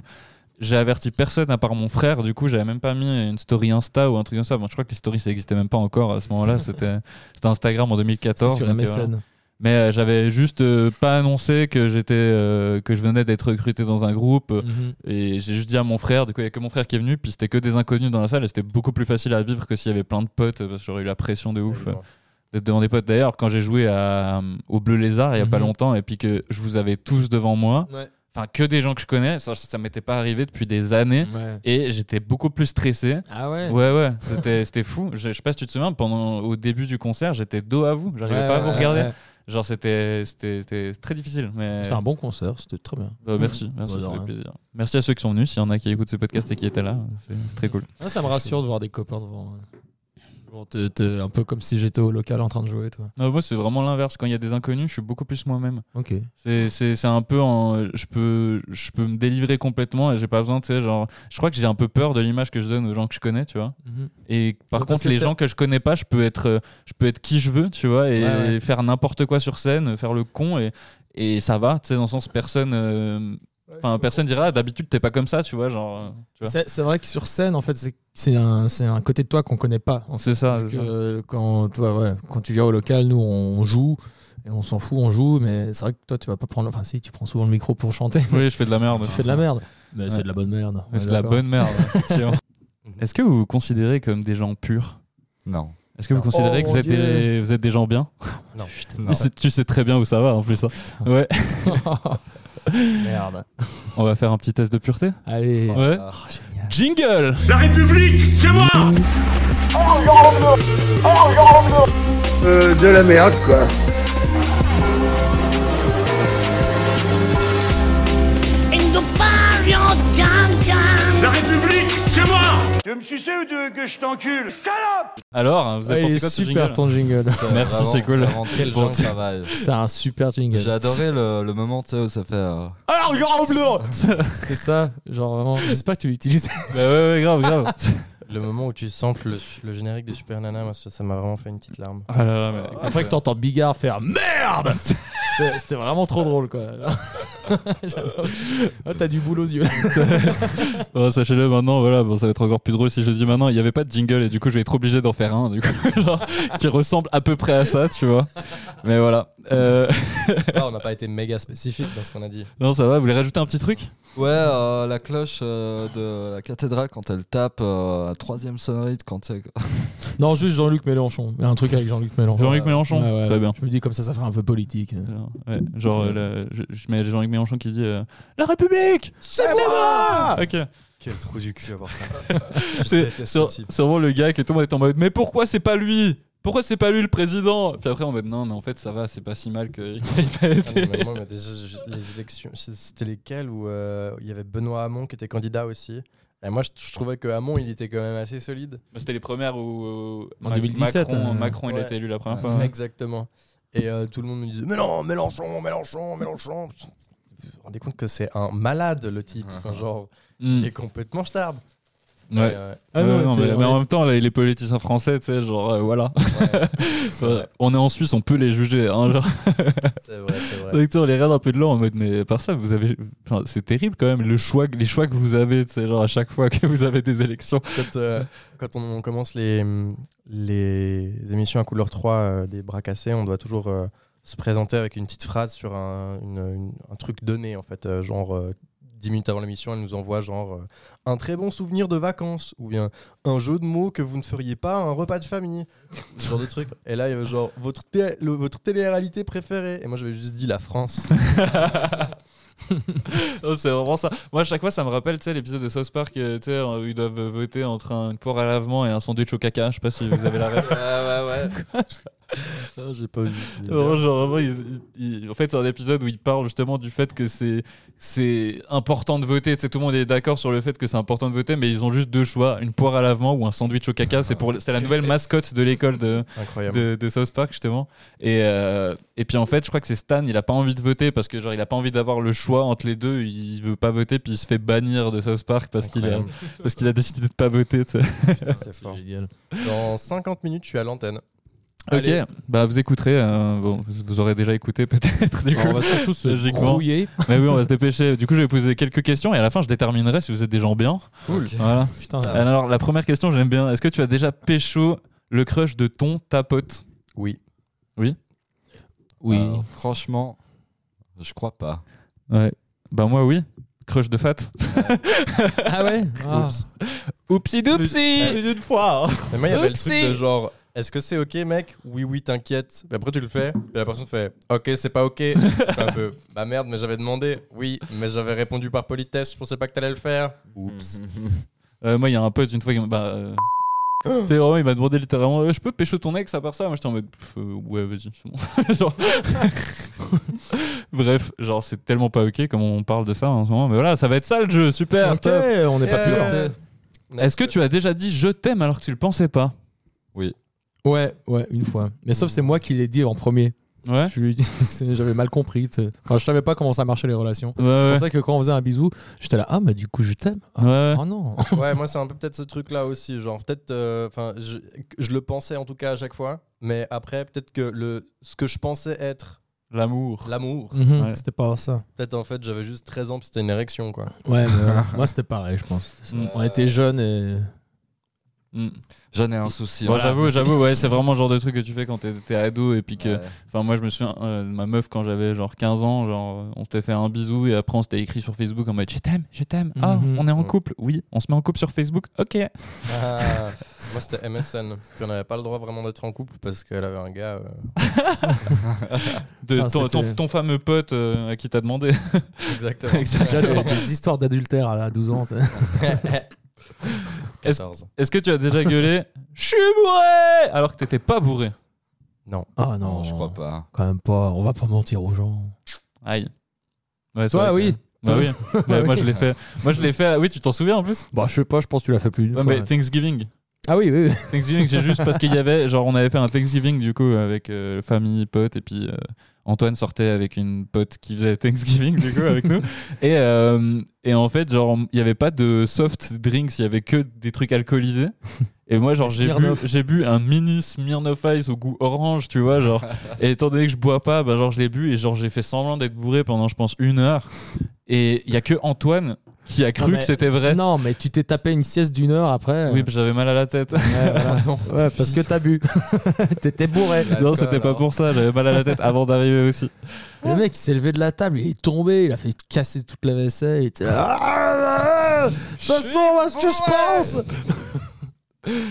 [SPEAKER 3] j'ai averti personne à part mon frère. Du coup, j'avais même pas mis une story Insta ou un truc comme ça. Bon, je crois que les stories ça existait même pas encore à ce moment-là. C'était c'était Instagram en
[SPEAKER 1] C'est
[SPEAKER 3] 2014.
[SPEAKER 1] sur
[SPEAKER 3] donc, euh,
[SPEAKER 1] MSN.
[SPEAKER 3] mais euh, j'avais juste euh, pas annoncé que j'étais euh, que je venais d'être recruté dans un groupe.
[SPEAKER 1] Mhm.
[SPEAKER 3] Et j'ai juste dit à mon frère, du coup, il n'y a que mon frère qui est venu, puis c'était que des inconnus dans la salle, et c'était beaucoup plus facile à vivre que s'il y avait plein de potes, parce que j'aurais eu la pression de ouf euh, d'être devant des potes. D'ailleurs, quand j'ai joué à, euh, au Bleu Lézard il n'y a pas
[SPEAKER 1] Mhm.
[SPEAKER 3] longtemps, et puis que je vous avais tous devant moi,
[SPEAKER 1] Ouais.
[SPEAKER 3] enfin, que des gens que je connais, ça, ça m'était pas arrivé depuis des années,
[SPEAKER 1] Ouais.
[SPEAKER 3] et j'étais beaucoup plus stressé.
[SPEAKER 1] Ah Mhm. ouais.
[SPEAKER 3] Ouais, ouais, c'était c'était fou. Je, je sais pas si tu te souviens, pendant, au début du concert, j'étais dos à vous, j'arrivais
[SPEAKER 1] Ouais,
[SPEAKER 3] pas à
[SPEAKER 1] ouais,
[SPEAKER 3] vous regarder.
[SPEAKER 1] ouais.
[SPEAKER 3] Genre, c'était c'était- c'était très difficile. Mais...
[SPEAKER 1] C'était un bon concert, c'était très bien.
[SPEAKER 3] Bah, merci, merci,
[SPEAKER 1] Ouais, de
[SPEAKER 3] ça fait
[SPEAKER 1] rien.
[SPEAKER 3] plaisir. Merci à ceux qui sont venus, s'il y en a qui écoutent ce podcast et qui étaient là, c'est c'est très cool.
[SPEAKER 1] Ah, ça me rassure de voir des copains devant. euh. Bon, t'es- t'es un peu comme si j'étais au local en train de jouer, toi.
[SPEAKER 3] Non, moi, c'est vraiment l'inverse. Quand il y a des inconnus, je suis beaucoup plus moi-même.
[SPEAKER 1] Ok.
[SPEAKER 3] C'est- C'est c'est un peu. en- je, peux, je peux me délivrer complètement et j'ai pas besoin, tu sais, genre. Je crois que j'ai un peu peur de l'image que je donne aux gens que je connais, tu vois.
[SPEAKER 1] Mhm.
[SPEAKER 3] Et par
[SPEAKER 1] Ouais, parce
[SPEAKER 3] contre,
[SPEAKER 1] que
[SPEAKER 3] les
[SPEAKER 1] c'est-
[SPEAKER 3] gens que je connais pas, je peux être, euh, je peux être qui je veux, tu vois, et,
[SPEAKER 1] Ouais, ouais.
[SPEAKER 3] faire n'importe quoi sur scène, faire le con et, et ça va, tu sais, dans le sens, personne. euh, Enfin, personne dira, Ah, d'habitude, t'es pas comme ça, tu vois, genre. euh, tu vois.
[SPEAKER 1] C'est c'est vrai que sur scène, en fait, c'est- c'est un, c'est un côté de toi qu'on connaît pas. en fait.
[SPEAKER 3] C'est ça.
[SPEAKER 1] Parce
[SPEAKER 3] Ah, c'est
[SPEAKER 1] que,
[SPEAKER 3] ça.
[SPEAKER 1] euh, quand, toi, ouais, quand tu viens au local, nous, on joue. Et on s'en fout, on joue, mais c'est vrai que toi, tu vas pas prendre. Enfin, si, tu prends souvent le micro pour chanter.
[SPEAKER 3] Oui, je fais de la merde.
[SPEAKER 1] tu fais de la merde. Mais
[SPEAKER 3] Ouais.
[SPEAKER 1] c'est de la bonne merde.
[SPEAKER 3] Mais
[SPEAKER 1] Ouais,
[SPEAKER 3] c'est de la
[SPEAKER 1] d'accord.
[SPEAKER 3] bonne merde. effectivement. Est-ce que vous vous considérez comme des gens purs
[SPEAKER 2] Non.
[SPEAKER 3] Est-ce que vous considérez
[SPEAKER 1] Oh
[SPEAKER 3] que
[SPEAKER 1] mon
[SPEAKER 3] vous êtes,
[SPEAKER 1] Dieu.
[SPEAKER 3] des, vous êtes des gens bien
[SPEAKER 5] Non.
[SPEAKER 2] Non.
[SPEAKER 3] Tu sais- Tu sais très bien où ça va en plus. hein. Ouais.
[SPEAKER 1] Merde.
[SPEAKER 3] On va faire un petit test de pureté.
[SPEAKER 1] Allez.
[SPEAKER 3] Ouais. Jingle
[SPEAKER 8] de la merde, quoi. La République, c'est moi Tu me sucer ou que je t'encule Salope
[SPEAKER 3] Alors, vous avez
[SPEAKER 1] Ouais, il
[SPEAKER 3] pensé
[SPEAKER 1] est
[SPEAKER 3] quoi de ce
[SPEAKER 1] super
[SPEAKER 3] jingle
[SPEAKER 1] ton jingle.
[SPEAKER 3] Merci, c'est cool.
[SPEAKER 2] Vraiment,
[SPEAKER 1] Quel
[SPEAKER 2] bon
[SPEAKER 1] gentil.
[SPEAKER 2] travail.
[SPEAKER 1] C'est un super jingle. Ah,
[SPEAKER 2] J'ai adoré le, le moment tu sais, où ça fait. euh,
[SPEAKER 1] Alors, genre C'est ça, genre vraiment. J'espère que tu l'utilises.
[SPEAKER 3] Bah ouais, ouais, grave, grave.
[SPEAKER 5] Le moment où tu samples le, le générique des Super Nana, moi, ça ça m'a vraiment fait une petite larme.
[SPEAKER 3] Ah là là, mais-
[SPEAKER 1] Après que t'entends Bigard faire merde C'était c'était vraiment trop drôle quoi. J'adore. Ah, t'as du boulot, Dieu.
[SPEAKER 3] Bon, Sachez-le maintenant, voilà, bon, ça va être encore plus drôle si je le dis maintenant. Il n'y avait pas de jingle et du coup, je vais être obligé d'en faire un, du coup, genre, qui ressemble à peu près à ça, tu vois. Mais voilà. Euh,
[SPEAKER 5] Là, Ah, on n'a pas été méga spécifique dans ce qu'on a dit.
[SPEAKER 3] Non, ça va, vous voulez rajouter un petit truc
[SPEAKER 2] Ouais, euh, la cloche euh, de la cathédrale quand elle tape euh, la troisième sonnerie quand tu sais,
[SPEAKER 1] Non, juste Jean-Luc Mélenchon. Il y a un truc avec Jean-Luc Mélenchon.
[SPEAKER 3] Jean-Luc Mélenchon
[SPEAKER 1] Ouais, ouais.
[SPEAKER 3] Très bien.
[SPEAKER 1] Je me dis comme ça, ça ferait un peu politique.
[SPEAKER 3] Alors, ouais, genre, euh, la- je, je mets Jean-Luc Mélenchon qui dit euh, La République C'est moi Ok.
[SPEAKER 5] Quel trou du cul à voir ça.
[SPEAKER 3] C'est
[SPEAKER 5] déteste
[SPEAKER 3] sur-
[SPEAKER 5] ce type.
[SPEAKER 3] c'est vraiment le gars que tout le monde est en mode Mais pourquoi c'est pas lui Pourquoi c'est pas lui le président Puis après, on va dire non, mais en fait, ça va, c'est pas si mal que qu'il ait pas
[SPEAKER 5] Ah non,
[SPEAKER 3] été.
[SPEAKER 5] mais moi, mais déjà, je- les élections, c'était lesquelles où euh, il y avait Benoît Hamon qui était candidat aussi. Et moi, je, je trouvais que Hamon, il était quand même assez solide.
[SPEAKER 3] Bah, C'était les premières où.
[SPEAKER 1] En
[SPEAKER 3] Ma-
[SPEAKER 1] 2017,
[SPEAKER 3] Macron,
[SPEAKER 1] euh,
[SPEAKER 3] Macron il a
[SPEAKER 5] ouais.
[SPEAKER 3] été élu la première fois.
[SPEAKER 5] Exactement. Et euh, tout le monde me disait Mais non, Mélenchon, Mélenchon, Mélenchon. Vous vous rendez compte que c'est un malade, le type. Enfin, genre,
[SPEAKER 3] Mm.
[SPEAKER 5] il est complètement starbe.
[SPEAKER 3] Ouais. Ouais,
[SPEAKER 1] Ah non,
[SPEAKER 3] Ah non,
[SPEAKER 1] t'es-
[SPEAKER 3] mais, mais en même temps, là, les politiciens français, tu sais, genre, euh, voilà.
[SPEAKER 5] vrai.
[SPEAKER 3] on est en Suisse, on peut les juger. Hein, genre,
[SPEAKER 5] c'est vrai, c'est vrai.
[SPEAKER 3] Donc, tu sais, on les regarde un peu de loin en mode, mais par ça, vous avez. enfin, c'est terrible quand même, le choix, les choix que vous avez, tu sais, genre, à chaque fois que vous avez des élections.
[SPEAKER 5] quand, euh, quand on, on commence les, les émissions à couleur 3 euh, des bras cassés, on doit toujours euh, se présenter avec une petite phrase sur un, une- une- un truc donné, en fait. euh, genre, euh, 10 minutes avant l'émission, elle nous envoie genre euh, un très bon souvenir de vacances ou bien un jeu de mots que vous ne feriez pas à un repas de famille. Ce genre de truc. Et là, il y avait genre votre, té- le- votre télé-réalité préférée. Et moi, j'avais juste dit la France.
[SPEAKER 3] Oh, c'est vraiment ça. Moi, à chaque fois, ça me rappelle, tu sais, l'épisode de South Park, euh, tu sais, où ils doivent voter entre un- une poire à lavement et un sandwich au caca. Je sais pas si vous avez la ref.
[SPEAKER 5] J'ai pas vu.
[SPEAKER 3] Non, genre, vraiment, ils- ils- ils- en fait, c'est un épisode où il parle justement du fait que c'est c'est important de voter. Tu sais, tout le monde est d'accord sur le fait que c'est important de voter, mais ils ont juste deux choix une poire à lavement ou un sandwich au caca. C'est pour c'est la nouvelle mascotte de l'école de,
[SPEAKER 5] Incroyable.
[SPEAKER 3] de, de South Park justement. Et, euh, et puis en fait, je crois que c'est Stan, il a pas envie de voter parce que genre il a pas envie d'avoir le choix entre les deux. Il veut pas voter puis il se fait bannir de South Park parce qu'il a
[SPEAKER 5] Incroyable.
[SPEAKER 3] parce qu'il a décidé de pas voter. tu sais.
[SPEAKER 5] Putain, c'est fort.
[SPEAKER 1] Génial.
[SPEAKER 5] Dans 50 minutes, je suis à l'antenne.
[SPEAKER 3] Ok, bah vous écouterez. euh, bon, vous vous aurez déjà écouté peut-être du coup.
[SPEAKER 1] On va surtout se
[SPEAKER 3] Logiquement.
[SPEAKER 1] grouiller.
[SPEAKER 3] Mais oui, on va se dépêcher. Du coup, je vais poser quelques questions et à la fin, je déterminerai si vous êtes des gens bien.
[SPEAKER 1] Cool.
[SPEAKER 3] Voilà.
[SPEAKER 1] Putain,
[SPEAKER 3] Alors, la première question, j'aime bien. Est-ce que tu as déjà pécho le crush de ton ta pote
[SPEAKER 5] Oui.
[SPEAKER 1] oui.
[SPEAKER 2] Alors, Euh, franchement, je crois pas.
[SPEAKER 3] Ouais. Bah moi, oui. Crush de fat.
[SPEAKER 1] Ah ouais Ah.
[SPEAKER 3] Oupsie doupsie Une fois hein.
[SPEAKER 5] Mais moi, il y avait le
[SPEAKER 3] Oupsie.
[SPEAKER 5] truc de genre, est-ce que c'est ok, mec Oui, oui, t'inquiète. Puis après, tu le fais. Puis la personne fait, ok, c'est pas ok. C'est un peu, bah merde, mais j'avais demandé. Oui, mais j'avais répondu par politesse, je pensais pas que t'allais le faire. Oups.
[SPEAKER 3] Euh, moi, il y a un pote, une fois, qui m'a. Bah, euh, tu sais, vraiment, il m'a demandé littéralement euh, Je peux pécho ton ex à part ça Moi, j'étais en mode Pff, euh, Ouais, vas-y, c'est bon. Genre- Bref, genre, c'est tellement pas ok comme on parle de ça en ce moment. Mais voilà, ça va être ça le jeu, super,
[SPEAKER 1] Ok,
[SPEAKER 3] top.
[SPEAKER 1] on n'est pas plus loin.
[SPEAKER 5] Euh,
[SPEAKER 3] Est-ce que tu as déjà dit Je t'aime alors que tu le pensais pas
[SPEAKER 1] Ouais, ouais, une fois. Mais sauf c'est moi qui l'ai dit en premier.
[SPEAKER 3] Ouais.
[SPEAKER 1] Je lui dis, j'avais mal compris. tu sais. Enfin, je savais pas comment ça marchait les relations.
[SPEAKER 3] Ouais,
[SPEAKER 1] C'est
[SPEAKER 3] ouais.
[SPEAKER 1] pour ça que quand on faisait un bisou, j'étais là, ah, mais du coup, je t'aime. Ah,
[SPEAKER 3] Ouais.
[SPEAKER 1] oh non.
[SPEAKER 5] euh, Ouais, moi, c'est un peu peut-être ce truc-là aussi. Genre, peut-être, euh, enfin, je, je le pensais en tout cas à chaque fois. Mais après, peut-être que le, ce que je pensais être
[SPEAKER 3] L'amour.
[SPEAKER 5] l'amour,
[SPEAKER 1] Mhm,
[SPEAKER 3] Ouais.
[SPEAKER 1] C'était pas ça.
[SPEAKER 5] peut-être en fait, j'avais juste 13 ans, puis c'était une érection, quoi.
[SPEAKER 1] Ouais, mais euh, moi, c'était pareil, je pense.
[SPEAKER 3] Mm.
[SPEAKER 1] On était jeunes et.
[SPEAKER 3] Mm.
[SPEAKER 2] J'en ai un souci. hein.
[SPEAKER 3] Bon,
[SPEAKER 2] Voilà.
[SPEAKER 3] j'avoue, j'avoue, ouais, c'est vraiment le genre de truc que tu fais quand t'es t'es ado et puis que.
[SPEAKER 2] Ouais.
[SPEAKER 3] Enfin, moi, je me souviens euh, de ma meuf quand j'avais genre 15 ans, genre, on s'était fait un bisou et après on s'était écrit sur Facebook en mode Je t'aime, je t'aime. Ah,
[SPEAKER 1] Mhm.
[SPEAKER 3] on est en couple. Oui, on se met en couple sur Facebook. Ok.
[SPEAKER 5] Ah, moi c'était MSN. Puis on n'avait pas le droit vraiment d'être en couple parce qu'elle avait un gars. euh,
[SPEAKER 3] De
[SPEAKER 1] Ah,
[SPEAKER 3] ton,
[SPEAKER 1] c'était-
[SPEAKER 3] ton- ton fameux pote euh, à qui t'as demandé.
[SPEAKER 5] Exactement.
[SPEAKER 1] Déjà, des, des histoires d'adultère à 12 ans. tu sais.
[SPEAKER 5] 14.
[SPEAKER 3] Est-ce Euh, que tu as déjà gueulé Je suis bourré Alors que t'étais pas bourré.
[SPEAKER 5] Non.
[SPEAKER 1] Ah non,
[SPEAKER 2] Non, je crois pas.
[SPEAKER 1] Quand même pas. On va pas mentir aux gens.
[SPEAKER 3] Aïe. Ouais, c'est
[SPEAKER 1] Toi,
[SPEAKER 3] vrai que-
[SPEAKER 1] oui.
[SPEAKER 3] Bah oui. Ouais,
[SPEAKER 1] oui.
[SPEAKER 3] Moi, je l'ai fait. Moi, je l'ai fait. Oui, tu t'en souviens en plus
[SPEAKER 1] Bah, je sais pas, je pense que tu l'as fait plus d'une
[SPEAKER 3] Ouais,
[SPEAKER 1] fois.
[SPEAKER 3] mais Thanksgiving.
[SPEAKER 1] Ah oui, oui, oui.
[SPEAKER 3] Thanksgiving, c'est juste parce qu'il y avait, genre, on avait fait un Thanksgiving du coup avec euh, famille, potes, et puis euh, Antoine sortait avec une pote qui faisait Thanksgiving du coup avec nous. Et, euh, et en fait, genre, il n'y avait pas de soft drinks, il y avait que des trucs alcoolisés. Et moi, genre, j'ai bu,
[SPEAKER 1] Smirnoff.
[SPEAKER 3] j'ai bu un mini Smirnoff Ice au goût orange, tu vois, genre. Et étant donné que je bois pas, bah, genre, je l'ai bu et genre, j'ai fait semblant d'être bourré pendant, je pense, une heure. Et il y a que Antoine qui a cru
[SPEAKER 1] mais-
[SPEAKER 3] que c'était vrai.
[SPEAKER 1] Non, mais tu t'es tapé une sieste d'une heure après.
[SPEAKER 3] Oui, j'avais mal à la tête.
[SPEAKER 1] Ouais, voilà. Ouais, parce que t'as bu. T'étais bourré.
[SPEAKER 3] Non, c'était pas pour ça, j'avais mal à la tête avant d'arriver aussi.
[SPEAKER 1] Le mec, il s'est levé de la table, il est tombé, il a fait casser toute la vaisselle. Il était là, Ah, ah, ah, ça sent à ce que je pense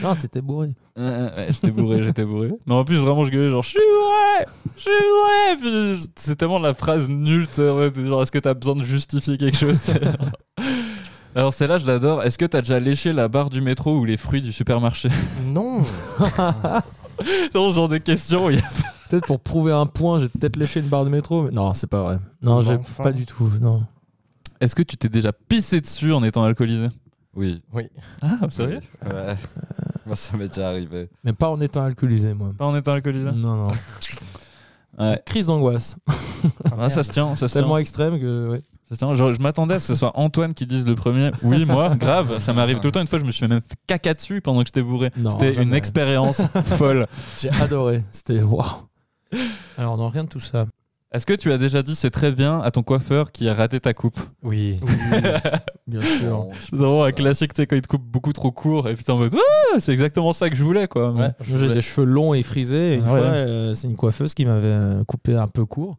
[SPEAKER 1] Non, t'étais bourré.
[SPEAKER 3] Euh, ouais, j'étais bourré, j'étais bourré. Mais en plus, vraiment, je gueulais genre, je suis vrai, je suis vrai. Puis c'est tellement la phrase nulle, tu sais, en fait, c'est genre, est-ce que t'as besoin de justifier quelque chose tu sais. Alors, celle-là, je l'adore. Est-ce que t'as déjà léché la barre du métro ou les fruits du supermarché
[SPEAKER 5] Non.
[SPEAKER 3] Dans ce genre de questions, il y a
[SPEAKER 1] Peut-être pour prouver un point, j'ai peut-être léché une barre de métro. Mais... Non, c'est pas vrai. Non, j'ai
[SPEAKER 5] Enfin.
[SPEAKER 1] pas du tout. Non.
[SPEAKER 3] Est-ce que tu t'es déjà pissé dessus en étant alcoolisé
[SPEAKER 2] Oui.
[SPEAKER 3] Ah, sérieux
[SPEAKER 2] Ouais. Moi, ça m'est déjà arrivé.
[SPEAKER 1] Mais pas en étant alcoolisé, moi.
[SPEAKER 3] Pas en étant alcoolisé
[SPEAKER 1] Non, non.
[SPEAKER 3] Ouais.
[SPEAKER 1] Crise d'angoisse.
[SPEAKER 3] Ah, ça se tient, ça se tient.
[SPEAKER 1] Tellement extrême que. ouais.
[SPEAKER 3] Ça se tient. Je, je m'attendais à ce que ce soit Antoine qui dise le premier. Oui, moi, grave, ça m'arrive tout le temps. Une fois, je me suis même fait caca dessus pendant que j'étais bourré.
[SPEAKER 1] Non,
[SPEAKER 3] C'était une
[SPEAKER 1] jamais.
[SPEAKER 3] expérience folle.
[SPEAKER 1] J'ai adoré. C'était waouh. Alors, non, rien de tout ça.
[SPEAKER 3] Est-ce que tu as déjà dit c'est très bien à ton coiffeur qui a raté ta coupe
[SPEAKER 1] Oui. Bien sûr.
[SPEAKER 2] Non, je
[SPEAKER 3] C'est
[SPEAKER 2] pense
[SPEAKER 3] vraiment un
[SPEAKER 2] pas.
[SPEAKER 3] classique, tu sais, quand il te coupe beaucoup trop court et puis t'es en mode Ah, c'est exactement ça que je voulais quoi.
[SPEAKER 1] Ouais. Moi, j'ai des cheveux longs et frisés. et une
[SPEAKER 3] Ouais.
[SPEAKER 1] fois, euh, c'est une coiffeuse qui m'avait euh, coupé un peu court.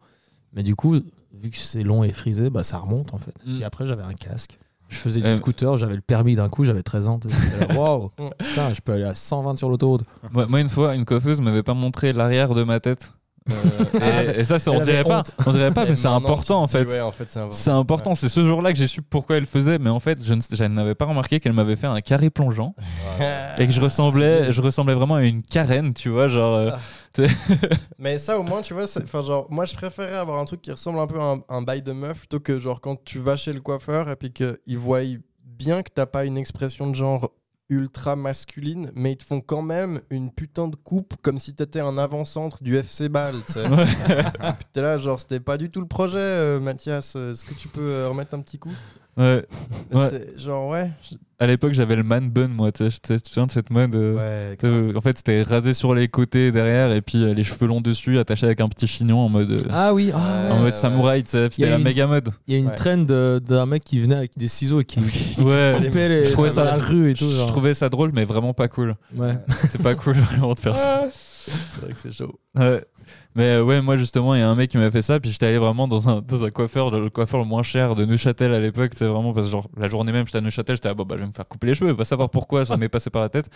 [SPEAKER 1] Mais du coup, vu que c'est long et frisé, bah, ça remonte en fait.
[SPEAKER 3] Mm.
[SPEAKER 1] Et après, j'avais un casque. Je faisais du
[SPEAKER 3] Euh.
[SPEAKER 1] scooter, j'avais le permis d'un coup, j'avais 13 ans. t'sais, j'étais là, Waouh! Putain, je peux aller à 120 sur l'autoroute.
[SPEAKER 3] Moi, moi, une fois, une coiffeuse m'avait pas montré l'arrière de ma tête. Euh, et, et ça, c'est- on
[SPEAKER 1] Elle
[SPEAKER 3] dirait
[SPEAKER 1] avait
[SPEAKER 3] pas. On dirait pas,
[SPEAKER 5] Et
[SPEAKER 3] mais c'est
[SPEAKER 5] maintenant,
[SPEAKER 3] important
[SPEAKER 5] tu
[SPEAKER 3] en
[SPEAKER 5] te dis,
[SPEAKER 3] fait.
[SPEAKER 5] ouais, en fait, c'est important.
[SPEAKER 3] C'est important. C'est ce jour-là que j'ai su pourquoi elle faisait, mais en fait, je ne je n'avais pas remarqué qu'elle m'avait fait un carré plongeant et que
[SPEAKER 1] Ah,
[SPEAKER 3] je ressemblais, je ressemblais vraiment à une carène, tu vois, genre. euh,
[SPEAKER 5] Mais ça, au moins, tu vois, c'est- enfin, genre, moi, je préférais avoir un truc qui ressemble un peu à un, un bail de meuf plutôt que, genre, quand tu vas chez le coiffeur et puis qu'ils voient bien que t'as pas une expression de genre ultra masculine, mais ils te font quand même une putain de coupe comme si t'étais un avant-centre du FC Ball, tu
[SPEAKER 1] Ah.
[SPEAKER 5] sais.
[SPEAKER 3] Ouais.
[SPEAKER 5] Puis t'es là, genre, c'était pas du tout le projet, euh, Mathias. Euh, Est-ce que tu peux euh, remettre un petit coup
[SPEAKER 3] ouais. Ouais.
[SPEAKER 5] C'est- Genre, ouais.
[SPEAKER 3] À l'époque, j'avais le man bun, moi. Tu sais, tu te souviens de cette mode euh,
[SPEAKER 5] Ouais,
[SPEAKER 3] tu sais, En fait, c'était rasé sur les côtés derrière et puis euh, les cheveux longs dessus, attachés avec un petit chignon en mode. euh,
[SPEAKER 1] Ah oui, ah ouais.
[SPEAKER 3] En
[SPEAKER 2] ouais,
[SPEAKER 3] mode
[SPEAKER 2] ouais.
[SPEAKER 3] samouraï, tu sais,
[SPEAKER 1] Il y
[SPEAKER 3] c'était
[SPEAKER 1] a
[SPEAKER 3] la
[SPEAKER 1] une-
[SPEAKER 3] méga mode.
[SPEAKER 1] il y a une
[SPEAKER 5] Ouais.
[SPEAKER 1] traîne d'un mec qui venait avec des ciseaux et qui
[SPEAKER 3] Ouais,
[SPEAKER 1] coupait les,
[SPEAKER 3] je trouvais
[SPEAKER 1] dans
[SPEAKER 3] ça-
[SPEAKER 1] la rue et tout.
[SPEAKER 3] je
[SPEAKER 1] genre.
[SPEAKER 3] trouvais ça drôle, mais vraiment pas cool.
[SPEAKER 1] Ouais.
[SPEAKER 3] C'est pas cool vraiment de faire ça.
[SPEAKER 5] c'est vrai que c'est chaud.
[SPEAKER 3] Ouais. Mais euh, ouais, moi justement, il y a un mec qui m'a fait ça, puis j'étais allé vraiment dans un, dans un coiffeur, le coiffeur le moins cher de Neuchâtel à l'époque, c'est vraiment parce que genre la journée même, j'étais à Neuchâtel, j'étais ah, bon bah je vais me faire couper les cheveux, va savoir pourquoi, ça m'est passé par la tête.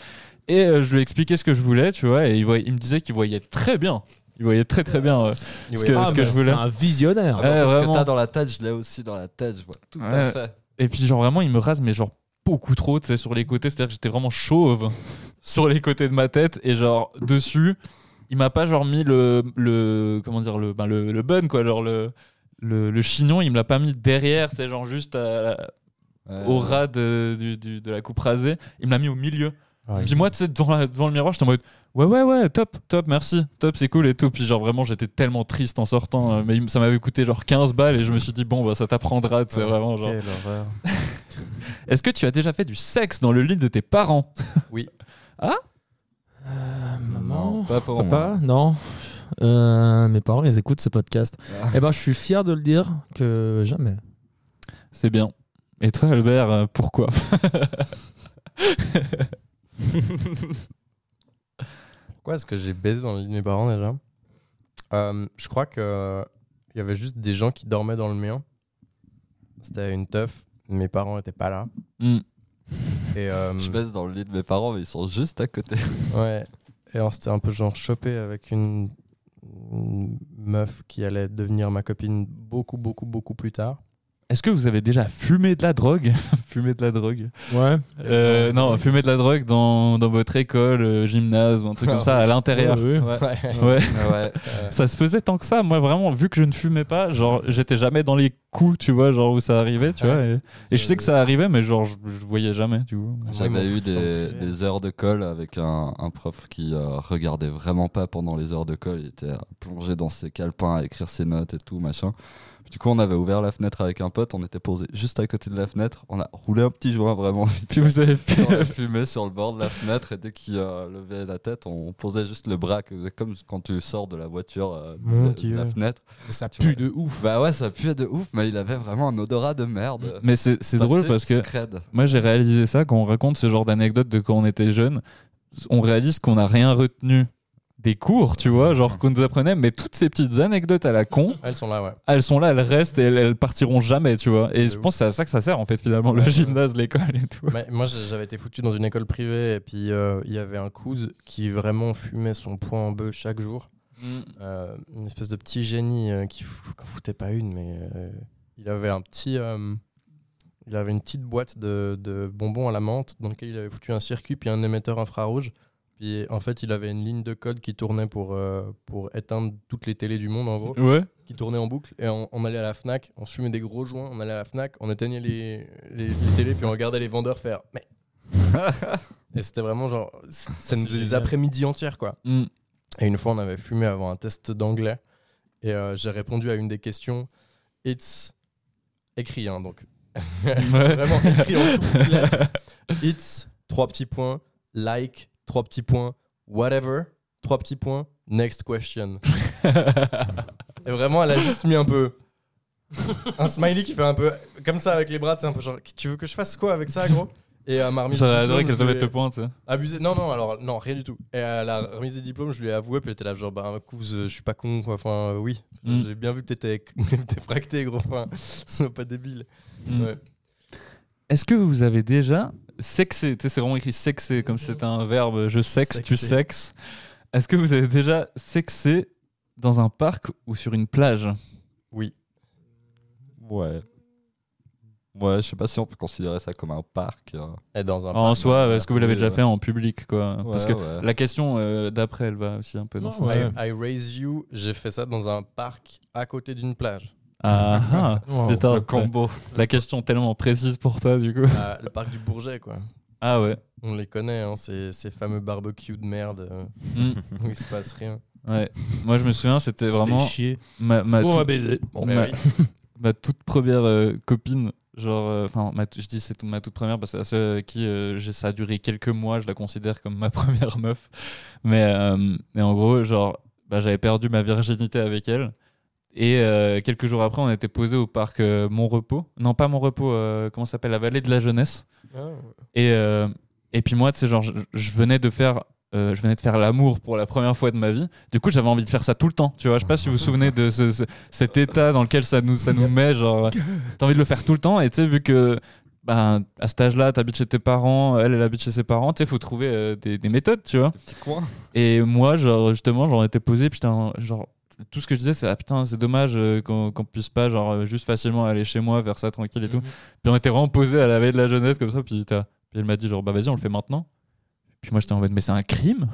[SPEAKER 3] Et euh, je lui ai expliqué ce que je voulais, tu vois, et il, voyait- il me disait qu'il voyait très bien. Il voyait très très bien. euh.
[SPEAKER 5] Parce
[SPEAKER 3] que- ce
[SPEAKER 1] Ah, mais
[SPEAKER 3] je voulais.
[SPEAKER 1] C'est un visionnaire.
[SPEAKER 2] Ah bah,
[SPEAKER 3] Ouais,
[SPEAKER 2] parce
[SPEAKER 3] vraiment.
[SPEAKER 2] que t'as dans la tête, je l'ai aussi dans la tête, je vois tout
[SPEAKER 3] Ouais.
[SPEAKER 2] à fait.
[SPEAKER 3] Et puis genre vraiment, il me rase, mais genre beaucoup trop, tu sais, sur les côtés, c'est-à-dire que j'étais vraiment chauve sur les côtés de ma tête, et genre dessus, il m'a pas genre mis le, le comment dire, le, ben, le, le bun, quoi, genre le... Le, le chignon, il me l'a pas mis derrière, c'est genre juste à,
[SPEAKER 2] Ouais.
[SPEAKER 3] au ras de, du- du- de la coupe rasée. Il me l'a mis au milieu. Puis moi, tu sais, devant, la- devant le miroir, j'étais en mode Ouais, ouais, ouais, top, top, merci, top, c'est cool et tout. Puis genre, vraiment, j'étais tellement triste en sortant, euh, mais il me- ça m'avait coûté genre 15 balles et je me suis dit Bon, bah, ça t'apprendra, tu sais, vraiment. Genre.
[SPEAKER 5] Quelle horreur.
[SPEAKER 3] Est-ce que tu as déjà fait du sexe dans le lit de tes parents
[SPEAKER 2] Non,
[SPEAKER 1] Ah, Maman.
[SPEAKER 2] pas pour moi.
[SPEAKER 1] Papa, non. Euh, mes parents, ils écoutent ce podcast.
[SPEAKER 5] Ah.
[SPEAKER 1] Eh ben, je suis fier de le dire que jamais.
[SPEAKER 3] C'est bien. Et toi, Albert, euh, pourquoi
[SPEAKER 5] Pourquoi est-ce que j'ai baisé dans le lit de mes parents déjà Euh, Je crois que euh, il y avait juste des gens qui dormaient dans le mien. C'était une teuf. Mes parents n'étaient pas là.
[SPEAKER 3] Hmm.
[SPEAKER 5] Et, euh,
[SPEAKER 2] Je baisse dans le lit de mes parents, mais ils sont juste à côté.
[SPEAKER 5] ouais. et on s'était un peu genre chopé avec une... une meuf qui allait devenir ma copine beaucoup, beaucoup, beaucoup plus tard.
[SPEAKER 3] Est-ce que vous avez déjà fumé de la drogue Fumé de la drogue
[SPEAKER 1] Ouais.
[SPEAKER 3] Euh, Non, fumé de la drogue dans, dans votre école, euh, gymnase ou un truc comme ça, à l'intérieur.
[SPEAKER 1] Ouais, ouais.
[SPEAKER 3] Ah Ouais.
[SPEAKER 2] ouais.
[SPEAKER 3] Ça se faisait tant que ça. Moi, vraiment, vu que je ne fumais pas, genre, j'étais jamais dans les coups, tu vois, genre où ça arrivait, tu vois. Et, et je sais que ça arrivait, mais genre, je, je voyais jamais, tu vois.
[SPEAKER 5] Moi,
[SPEAKER 2] J'avais
[SPEAKER 5] ils m'ont
[SPEAKER 2] eu
[SPEAKER 5] foutu dans le
[SPEAKER 2] des,
[SPEAKER 5] cul.
[SPEAKER 2] des heures de colle avec un, un prof qui euh, regardait vraiment pas pendant les heures de colle. Il était euh, plongé dans ses calepins à écrire ses notes et tout, machin. Du coup, on avait ouvert la fenêtre avec un pote, on était posé juste à côté de la fenêtre. On a roulé un petit joint vraiment vite.
[SPEAKER 3] Puis vous avez fait.
[SPEAKER 2] On a fumé sur le bord de la fenêtre et dès qu'il euh, levait la tête, on posait juste le bras, que- comme quand tu sors de la voiture euh,
[SPEAKER 5] Mon
[SPEAKER 2] de- de,
[SPEAKER 5] Dieu.
[SPEAKER 2] la fenêtre.
[SPEAKER 1] Ça
[SPEAKER 2] pue
[SPEAKER 1] de ouf.
[SPEAKER 2] Bah ouais, ça puait de ouf, mais il avait vraiment un odorat de merde.
[SPEAKER 3] Mais c'est Bah, c'est drôle parce que.
[SPEAKER 2] Scred.
[SPEAKER 3] Moi, j'ai réalisé ça quand on raconte ce genre d'anecdote de quand on était jeune. On réalise qu'on n'a rien retenu des cours, tu vois, genre qu'on nous apprenait, mais toutes ces petites anecdotes à la con,
[SPEAKER 5] Elles sont là, ouais.
[SPEAKER 3] elles sont là, elles restent et elles, elles partiront jamais, tu vois. Et
[SPEAKER 5] De
[SPEAKER 3] je
[SPEAKER 5] ouf.
[SPEAKER 3] pense que c'est à ça que ça sert, en fait, finalement,
[SPEAKER 5] Ouais,
[SPEAKER 3] le
[SPEAKER 5] ouais.
[SPEAKER 3] gymnase, l'école et tout.
[SPEAKER 5] Mais moi, j'ai- j'avais été foutu dans une école privée et puis euh, il y avait un cousin qui vraiment fumait son poing en bœuf chaque jour. Euh, une espèce de petit génie euh, qui fou- qu'en foutait pas une, mais euh, il avait un petit, euh, il avait une petite boîte de, de bonbons à la menthe dans lequel il avait foutu un circuit puis un émetteur infrarouge. Puis en fait, il avait une ligne de code qui tournait pour, euh, pour éteindre toutes les télés du monde en gros,
[SPEAKER 3] Ouais.
[SPEAKER 5] qui tournait en boucle. Et on, on allait à la Fnac, on fumait des gros joints, on allait à la Fnac, on éteignait les, les, les télés, puis on regardait les vendeurs faire. Mais. et c'était vraiment genre. c- Ça nous faisait des
[SPEAKER 1] génial.
[SPEAKER 5] après-midi entières quoi.
[SPEAKER 3] Mm.
[SPEAKER 5] Et une fois, on avait fumé avant un test d'anglais. Et euh, j'ai répondu à une des questions. It's écrit, hein, donc. Vraiment écrit en toutes lettres. It's, trois petits points. Like, trois petits points. Whatever, trois petits points. Next question. et vraiment, elle a juste mis un peu. un smiley qui fait un peu comme ça avec les bras, c'est un peu genre, tu veux que je fasse quoi avec ça, gros Et euh, m'a remis le
[SPEAKER 3] J'aurais adoré
[SPEAKER 5] diplôme,
[SPEAKER 3] qu'elle te
[SPEAKER 5] je
[SPEAKER 3] mette
[SPEAKER 5] lui ai-
[SPEAKER 3] le point, tu sais.
[SPEAKER 5] Abusé. Non, non, alors, non, rien du tout. Et à la remise des diplômes, je lui ai avoué, puis elle était là, genre, bah, cous, euh, je suis pas con, quoi. Enfin, euh, oui,
[SPEAKER 3] Mm.
[SPEAKER 5] j'ai bien vu que t'étais t'étais fracté, gros. Enfin, sois pas débile.
[SPEAKER 3] Mm.
[SPEAKER 5] Ouais.
[SPEAKER 3] Est-ce que vous avez déjà sexé Tu sais, c'est vraiment écrit sexé, comme si c'était un verbe je sexe, tu
[SPEAKER 5] Sexé.
[SPEAKER 3] sexes. Est-ce que vous avez déjà sexé dans un parc ou sur une plage
[SPEAKER 5] Oui.
[SPEAKER 2] Ouais. Ouais, je sais pas si on peut considérer ça comme un parc. hein.
[SPEAKER 5] Et dans un.
[SPEAKER 3] En
[SPEAKER 5] parc,
[SPEAKER 3] soi,
[SPEAKER 5] dans un
[SPEAKER 3] est-ce que vous l'avez
[SPEAKER 5] parc,
[SPEAKER 3] déjà
[SPEAKER 5] euh,
[SPEAKER 3] fait en public quoi Parce que
[SPEAKER 2] Ouais, ouais.
[SPEAKER 3] la question euh, d'après, elle va aussi un peu dans
[SPEAKER 1] Non,
[SPEAKER 3] ce
[SPEAKER 1] ouais.
[SPEAKER 3] sens.
[SPEAKER 5] I Raise You, j'ai fait ça dans un parc à côté d'une plage.
[SPEAKER 3] Ah, ah. Attends,
[SPEAKER 2] le combo.
[SPEAKER 3] La question tellement précise pour toi, du coup.
[SPEAKER 5] À- le parc du Bourget, quoi.
[SPEAKER 3] Ah ouais.
[SPEAKER 5] On les connaît, hein, ces, ces fameux barbecues de merde euh,
[SPEAKER 3] Mm.
[SPEAKER 5] où il se passe rien.
[SPEAKER 3] Ouais. Moi, je me souviens, c'était
[SPEAKER 1] Fais
[SPEAKER 3] vraiment
[SPEAKER 1] chier.
[SPEAKER 3] ma, ma
[SPEAKER 1] On va
[SPEAKER 3] toute-
[SPEAKER 1] baiser.
[SPEAKER 5] Bon, bah,
[SPEAKER 3] ma, ma toute première euh, copine. Genre, euh, enfin, je dis c'est tout- ma toute première parce que c'est la seule avec qui euh, j'ai- ça a duré quelques mois, je la considère comme ma première meuf. Mais, euh, mais en gros, genre, bah, j'avais perdu ma virginité avec elle. Et euh, quelques jours après, on était posé au parc euh, Mont-Repos. Non, pas Mont-Repos, euh, comment ça s'appelle La Vallée de la Jeunesse. Et, euh, et puis moi, tu sais, genre, je, je venais de faire. euh, je venais de faire l'amour pour la première fois de ma vie. Du coup, j'avais envie de faire ça tout le temps. Tu vois, je sais pas si vous vous souvenez de ce- ce- cet état dans lequel ça nous, ça nous met. Genre, t'as envie de le faire tout le temps. Et tu sais, vu que bah, à cet âge-là, t'habites chez tes parents, elle, elle habite chez ses parents, tu sais, faut trouver euh, des, des méthodes, tu vois.
[SPEAKER 2] Petit coin.
[SPEAKER 3] Et moi, genre, justement, j'en étais posé, putain, genre, tout ce que je disais, c'est, ah putain, c'est dommage euh, qu'on qu'on puisse pas, genre, euh, juste facilement aller chez moi, vers ça tranquille et tout. Puis on était vraiment posé à la veille de la jeunesse, comme ça, puis, t'as- puis elle m'a dit, genre, bah vas-y, on le fait maintenant. Puis moi, j'étais en mode, mais c'est un crime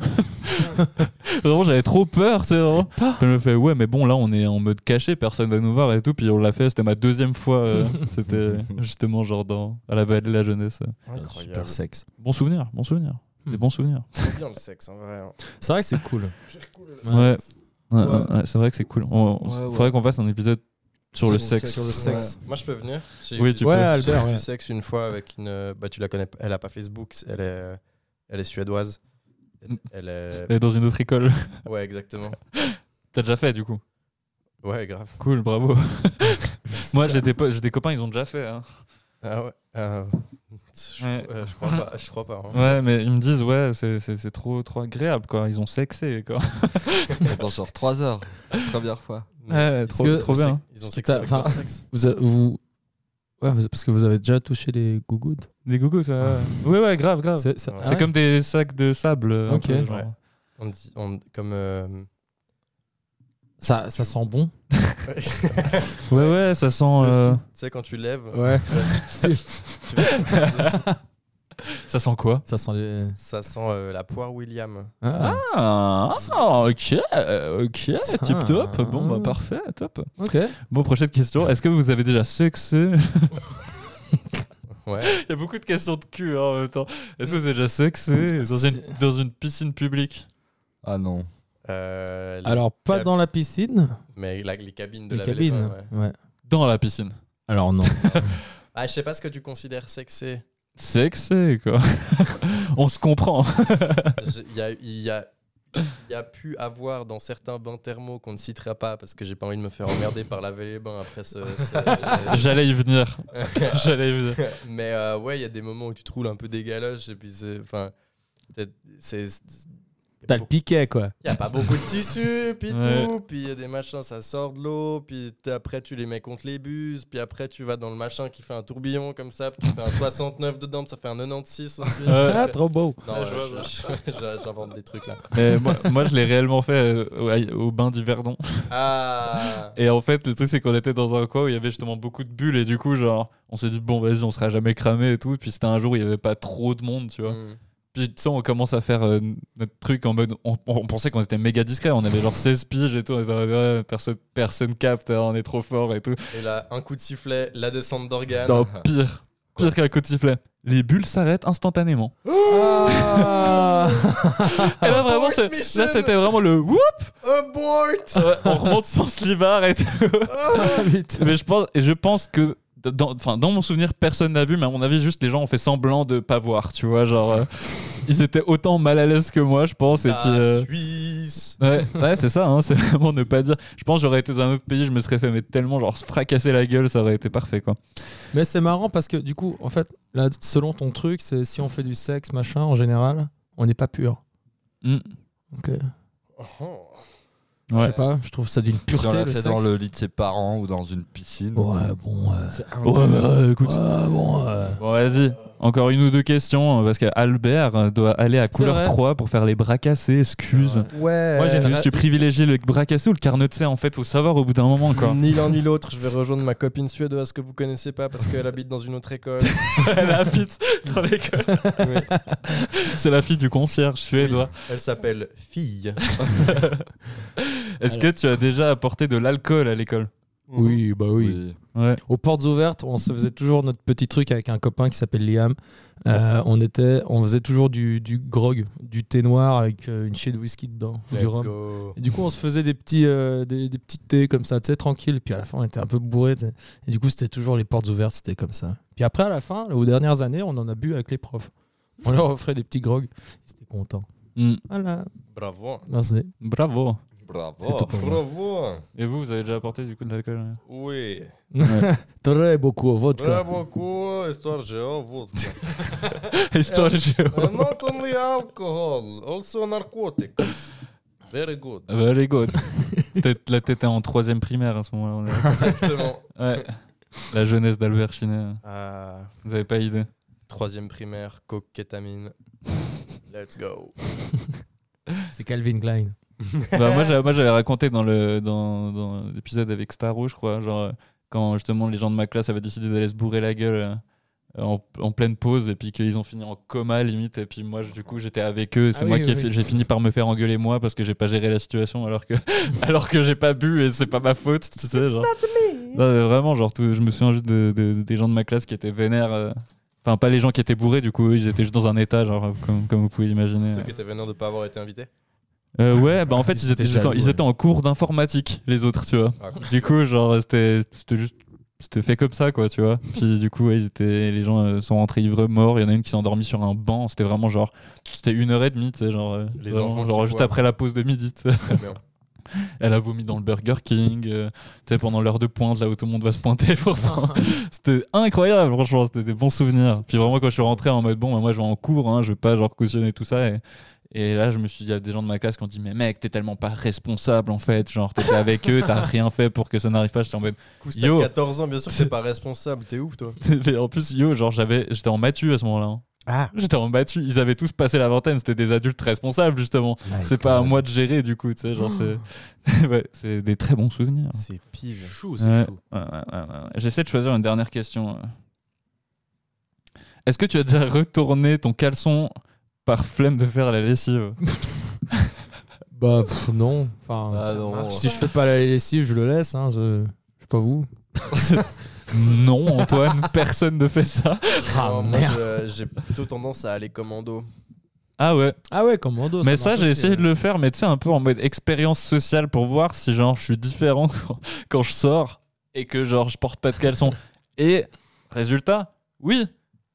[SPEAKER 3] Vraiment, j'avais trop peur, c'est vraiment. Puis elle me fait, ouais, mais bon, là, on est en mode caché, personne va nous voir et tout. Puis on l'a fait, c'était ma deuxième fois, euh, c'était justement, genre, dans, à la veille de la jeunesse.
[SPEAKER 5] Incroyable.
[SPEAKER 1] sexe.
[SPEAKER 3] Bon souvenir, bon souvenir. Des bons souvenirs.
[SPEAKER 5] C'est bien le sexe, en vrai. hein.
[SPEAKER 1] C'est vrai que c'est cool.
[SPEAKER 3] Ouais. Ouais,
[SPEAKER 2] Ouais.
[SPEAKER 3] ouais, ouais, c'est vrai que c'est cool. On, on-
[SPEAKER 2] Ouais, ouais.
[SPEAKER 3] Faudrait qu'on fasse un épisode sur le sexe.
[SPEAKER 1] Sur le sexe.
[SPEAKER 5] Moi, je peux venir. J'ai
[SPEAKER 3] Oui,
[SPEAKER 5] eu
[SPEAKER 3] tu
[SPEAKER 5] du-
[SPEAKER 3] peux.
[SPEAKER 1] Ouais,
[SPEAKER 5] J'ai
[SPEAKER 1] Albert.
[SPEAKER 5] fait
[SPEAKER 1] ouais.
[SPEAKER 5] du sexe une fois avec une. euh, Bah, tu la connais. pas, Elle a pas Facebook. Elle est, euh, elle est suédoise. Elle est.
[SPEAKER 3] Et dans une autre école.
[SPEAKER 5] Ouais, exactement.
[SPEAKER 3] T'as déjà fait du coup.
[SPEAKER 5] Ouais, grave.
[SPEAKER 3] Cool, bravo. Moi, j'ai des, po- j'ai des copains, ils ont déjà fait. hein.
[SPEAKER 5] Ah ouais. euh, je,
[SPEAKER 3] Ouais.
[SPEAKER 5] euh, je crois pas. Je crois pas. hein.
[SPEAKER 3] Ouais, mais ils me disent, ouais, c'est- c'est c'est trop, trop agréable quoi. Ils ont sexé quoi.
[SPEAKER 2] Dans genre 3 heures. Première fois.
[SPEAKER 3] Ouais, trop,
[SPEAKER 1] que-
[SPEAKER 3] trop bien.
[SPEAKER 5] Ils ont
[SPEAKER 1] Parce que
[SPEAKER 5] sexé
[SPEAKER 1] t'as-
[SPEAKER 5] avec
[SPEAKER 1] enfin,
[SPEAKER 5] leur sexe.
[SPEAKER 1] Vous, a- vous... Ouais, vous- parce que vous avez déjà touché les gougoudes.
[SPEAKER 3] Des gougous, ça. ouais, ouais, grave, grave. C'est
[SPEAKER 1] C'est ça-
[SPEAKER 5] Ouais.
[SPEAKER 1] ah ouais
[SPEAKER 3] comme des sacs de sable. euh, un
[SPEAKER 1] Ok.
[SPEAKER 3] peu, genre.
[SPEAKER 5] Ouais. On dit, on, comme. euh,
[SPEAKER 1] ça, ça sent bon.
[SPEAKER 3] Ouais, ouais, ça sent. euh,
[SPEAKER 5] Tu sais, quand tu lèves.
[SPEAKER 1] Ouais.
[SPEAKER 5] tu vas-
[SPEAKER 3] Ça sent quoi
[SPEAKER 1] Ça sent les.
[SPEAKER 5] ça sent euh, la poire William.
[SPEAKER 1] Ah,
[SPEAKER 3] Ah, ok, euh, ok, tip top.
[SPEAKER 1] Ah.
[SPEAKER 3] Bon, bah parfait, top.
[SPEAKER 1] ok.
[SPEAKER 3] Bon, prochaine question. Est-ce que vous avez déjà sexé
[SPEAKER 5] Ouais.
[SPEAKER 3] Il y a beaucoup de questions de cul hein, en même temps. Est-ce que vous avez déjà sexé dans une, dans une piscine publique
[SPEAKER 2] Ah non.
[SPEAKER 5] Euh, les-
[SPEAKER 1] Alors, pas
[SPEAKER 5] Cab-
[SPEAKER 1] dans la piscine,
[SPEAKER 5] Mais la- les cabines de
[SPEAKER 1] les
[SPEAKER 5] la
[SPEAKER 1] cabines.
[SPEAKER 5] Vélépa, ouais.
[SPEAKER 1] ouais.
[SPEAKER 3] Dans la piscine.
[SPEAKER 1] Alors, non.
[SPEAKER 5] Ah, je sais pas ce que tu considères sexé.
[SPEAKER 3] Sexé, quoi. On se comprend.
[SPEAKER 5] Je- Il y a, il y, a, il y a pu avoir dans certains bains thermaux qu'on ne citera pas parce que j'ai pas envie de me faire emmerder par laver les bains après ce. ce-
[SPEAKER 3] J'allais y venir. J'allais y venir.
[SPEAKER 5] Mais euh, ouais, il y a des moments où tu te roules un peu des galoches et puis c'est. Enfin. t'es- c'est-
[SPEAKER 1] T'as le piquet, quoi.
[SPEAKER 5] Il n'y a pas beaucoup de tissu, puis
[SPEAKER 3] Ouais.
[SPEAKER 5] tout, puis il y a des machins, ça sort de l'eau, puis t- après tu les mets contre les buses, puis après tu vas dans le machin qui fait un tourbillon comme ça, puis tu fais un 69 dedans, puis ça fait un 96 ensuite.
[SPEAKER 1] Ah, trop beau.
[SPEAKER 5] Non,
[SPEAKER 3] Ah,
[SPEAKER 5] ouais,
[SPEAKER 3] je vois,
[SPEAKER 5] je- je- j'invente des trucs là.
[SPEAKER 3] Mais moi, moi, je l'ai réellement fait euh, au, au bain du Verdon.
[SPEAKER 5] Ah
[SPEAKER 3] Et en fait, le truc, c'est qu'on était dans un coin où il y avait justement beaucoup de bulles. Et du coup, genre, on s'est dit, bon, vas-y, on sera jamais cramé et tout. Puis c'était un jour où il y avait pas trop de monde, tu vois.
[SPEAKER 5] Mm.
[SPEAKER 3] Puis tu sais, on commence à faire euh, notre truc en mode. On, on pensait qu'on était méga discret, on avait genre 16 piges et tout. On était en mode, ouais, personne, personne capte, hein, on est trop fort et tout.
[SPEAKER 5] Et là, un coup de sifflet, la descente d'organes.
[SPEAKER 3] Non, pire. Pire qu'un coup de sifflet. Les bulles s'arrêtent instantanément.
[SPEAKER 1] Ah
[SPEAKER 3] Et là, vraiment,
[SPEAKER 5] Abort
[SPEAKER 3] c'est-
[SPEAKER 5] mission
[SPEAKER 3] là, c'était vraiment le whoop
[SPEAKER 5] Abort
[SPEAKER 3] Oh, Ouais, On remonte sans slibard et tout.
[SPEAKER 1] Putain.
[SPEAKER 3] Mais je pense, et je pense que. Dans, enfin, dans mon souvenir, personne n'a vu, mais à mon avis, juste les gens ont fait semblant de pas voir, tu vois. Genre, euh, ils étaient autant mal à l'aise que moi, je pense. Et puis, euh,
[SPEAKER 5] La Suisse
[SPEAKER 3] Ouais, ouais, c'est ça, hein, c'est vraiment ne pas dire. Je pense que j'aurais été dans un autre pays, je me serais fait mais tellement genre fracasser la gueule, ça aurait été parfait quoi.
[SPEAKER 1] Mais c'est marrant parce que du coup, en fait, là, selon ton truc, c'est si on fait du sexe, machin, en général, on n'est pas pur.
[SPEAKER 3] Mm.
[SPEAKER 1] Ok.
[SPEAKER 5] Oh.
[SPEAKER 1] Je
[SPEAKER 3] Ouais.
[SPEAKER 1] sais pas, je trouve ça d'une
[SPEAKER 2] Si on
[SPEAKER 1] pureté
[SPEAKER 2] l'a
[SPEAKER 1] le
[SPEAKER 2] fait
[SPEAKER 1] sexe.
[SPEAKER 2] dans le lit de ses parents ou dans une piscine.
[SPEAKER 3] Oh,
[SPEAKER 1] Ouais, bon. euh,
[SPEAKER 3] Ouais, bah, écoute.
[SPEAKER 1] ouais, bon. euh,
[SPEAKER 3] Bon, vas-y, encore une ou deux questions hein, parce qu'Albert euh, doit aller à couleur
[SPEAKER 1] vrai. Euh,
[SPEAKER 3] 3 pour faire les bras cassés, excuse.
[SPEAKER 5] Ouais.
[SPEAKER 1] Moi, j'ai une
[SPEAKER 3] Juste, tu privilégies le bras cassé ou le carnet de serre en fait, faut savoir au bout d'un moment quoi.
[SPEAKER 5] Ni l'un ni l'autre, je vais rejoindre ma copine suédoise que vous connaissez pas parce qu'elle habite dans une autre école.
[SPEAKER 3] la fille dans l'école.
[SPEAKER 5] Oui.
[SPEAKER 3] C'est la fille du concierge suédois.
[SPEAKER 5] Elle s'appelle Fille.
[SPEAKER 3] Est-ce que tu as déjà apporté de l'alcool à l'école
[SPEAKER 1] Oui, bah oui.
[SPEAKER 2] Oui.
[SPEAKER 3] Ouais.
[SPEAKER 1] Aux portes ouvertes, on se faisait toujours notre petit truc avec un copain qui s'appelle Liam. Euh, on, était, on faisait toujours du, du grog, du thé noir avec euh, une chier de whisky dedans, ou du
[SPEAKER 5] Let's
[SPEAKER 1] rhum.
[SPEAKER 5] go.
[SPEAKER 1] Et du coup, on se faisait des petits, euh, des, des petits thés comme ça, tu sais, tranquille. Puis à la fin, on était un peu bourré. Et du coup, c'était toujours les portes ouvertes, c'était comme ça. Puis après, à la fin, aux dernières années, on en a bu avec les profs. On leur offrait des petits grogs. Ils étaient contents.
[SPEAKER 3] Mm.
[SPEAKER 1] Voilà,
[SPEAKER 5] Bravo.
[SPEAKER 1] merci.
[SPEAKER 3] Bravo.
[SPEAKER 1] C'est
[SPEAKER 2] Bravo.
[SPEAKER 1] tout pour moi.
[SPEAKER 5] Bravo.
[SPEAKER 3] Et vous, vous avez déjà apporté du coup de l'alcool hein ouais
[SPEAKER 5] Oui.
[SPEAKER 1] Très beaucoup, vodka.
[SPEAKER 5] Bravo, quoi. Histoire géo, vodka.
[SPEAKER 3] Histoire géo.
[SPEAKER 5] Uh, Not only alcohol, also narcotics. Very good.
[SPEAKER 3] Ah Bah, les go. Peut-être là, t'étais en troisième primaire à ce moment-là. on est-
[SPEAKER 5] Exactement.
[SPEAKER 3] Ouais. La jeunesse d'Albert Chinet. hein.
[SPEAKER 5] Ah,
[SPEAKER 3] Vous avez pas idée.
[SPEAKER 5] troisième primaire, coke, kétamine. Let's go.
[SPEAKER 1] C'est Calvin Klein.
[SPEAKER 3] Bah, moi, j'avais- moi, j'avais raconté dans le dans, dans l'épisode avec Staro, je crois, genre euh, quand justement les gens de ma classe avaient décidé d'aller se bourrer la gueule. euh, En, en pleine pause et puis qu'ils ont fini en coma limite et puis moi je- du coup j'étais avec eux et c'est
[SPEAKER 1] Ah
[SPEAKER 3] moi
[SPEAKER 1] oui,
[SPEAKER 3] qui ai
[SPEAKER 1] oui,
[SPEAKER 3] fi-
[SPEAKER 1] oui.
[SPEAKER 3] j'ai fini par me faire engueuler moi parce que j'ai pas géré la situation alors que alors que j'ai pas bu et c'est pas ma faute tu sais genre. Non, mais vraiment, genre, tout- je me souviens juste de, de- des gens de ma classe qui étaient vénères. euh. Enfin, pas les gens qui étaient bourrés, du coup, eux, ils étaient juste dans un état, genre, comme, comme vous pouvez l'imaginer.
[SPEAKER 5] Ceux qui étaient vénères de pas avoir été invités.
[SPEAKER 3] Euh, ouais, bah en fait, ils
[SPEAKER 1] étaient
[SPEAKER 3] étaient, ils étaient en-
[SPEAKER 1] jaloux,
[SPEAKER 3] ils
[SPEAKER 1] ouais.
[SPEAKER 3] étaient en cours d'informatique, les autres, tu vois.
[SPEAKER 5] Ah, cool.
[SPEAKER 3] Du coup, genre, c'était c'était juste. C'était fait comme ça, quoi, tu vois. Puis du coup, ouais, ils étaient, les gens euh, sont rentrés ivres morts. Il y en a une qui s'est endormie sur un banc. C'était vraiment genre. C'était une heure et demie, tu sais, genre. euh,
[SPEAKER 5] Les
[SPEAKER 3] vraiment,
[SPEAKER 5] enfants qui
[SPEAKER 3] genre juste
[SPEAKER 5] boivent.
[SPEAKER 3] après la pause de midi, tu sais.
[SPEAKER 5] Trop bien.
[SPEAKER 3] Elle a vomi dans le Burger King, euh, tu sais, pendant l'heure de pointe, là où tout le monde va se pointer. pour prendre. c'était incroyable, franchement, c'était des bons souvenirs. Puis vraiment, quand je suis rentré en mode, bon, bah, moi je vais en cours, hein, je vais pas genre cautionner tout ça. Et, et là, je me suis dit, il y a des gens de ma classe qui ont dit, mais mec, t'es tellement pas responsable en fait, genre t'étais avec eux, t'as rien fait pour que ça n'arrive pas. J'étais en mode,
[SPEAKER 5] Écoute,
[SPEAKER 3] Yo.
[SPEAKER 5] t'as 14 ans, bien sûr que t'es pas responsable, t'es ouf toi.
[SPEAKER 3] mais en plus, yo, genre j'avais, j'étais en Mathieu à ce moment-là. hein.
[SPEAKER 5] Ah.
[SPEAKER 3] J'étais en Mathieu, ils avaient tous passé la vingtaine, c'était des adultes responsables justement. C'est pas à moi de gérer du coup, tu sais, genre c'est. ouais, c'est des très bons souvenirs.
[SPEAKER 5] C'est pige.
[SPEAKER 9] Chou, c'est
[SPEAKER 3] Ouais.
[SPEAKER 9] chou.
[SPEAKER 3] Ouais, ouais, ouais, ouais. J'essaie de choisir une dernière question. euh. Est-ce que tu as déjà retourné ton caleçon par flemme de faire la lessive
[SPEAKER 1] Bah pff, non, enfin
[SPEAKER 2] Ah
[SPEAKER 1] ça
[SPEAKER 2] non.
[SPEAKER 1] marche. si je fais pas la lessive, je le laisse hein, je... je sais pas vous.
[SPEAKER 3] Non, Antoine, personne ne fait ça.
[SPEAKER 1] Ah,
[SPEAKER 3] Oh,
[SPEAKER 5] moi je- j'ai plutôt tendance à aller commando.
[SPEAKER 3] Ah ouais,
[SPEAKER 1] Ah ouais, commando.
[SPEAKER 3] mais ça,
[SPEAKER 1] marche
[SPEAKER 3] j'ai
[SPEAKER 1] aussi, hein.
[SPEAKER 3] essayé
[SPEAKER 1] ouais.
[SPEAKER 3] de
[SPEAKER 5] euh.
[SPEAKER 3] le faire, mais tu sais, un peu en mode expérience sociale pour voir si genre je suis différent quand- quand je sors et que genre je porte pas de caleçon. Et résultat, oui,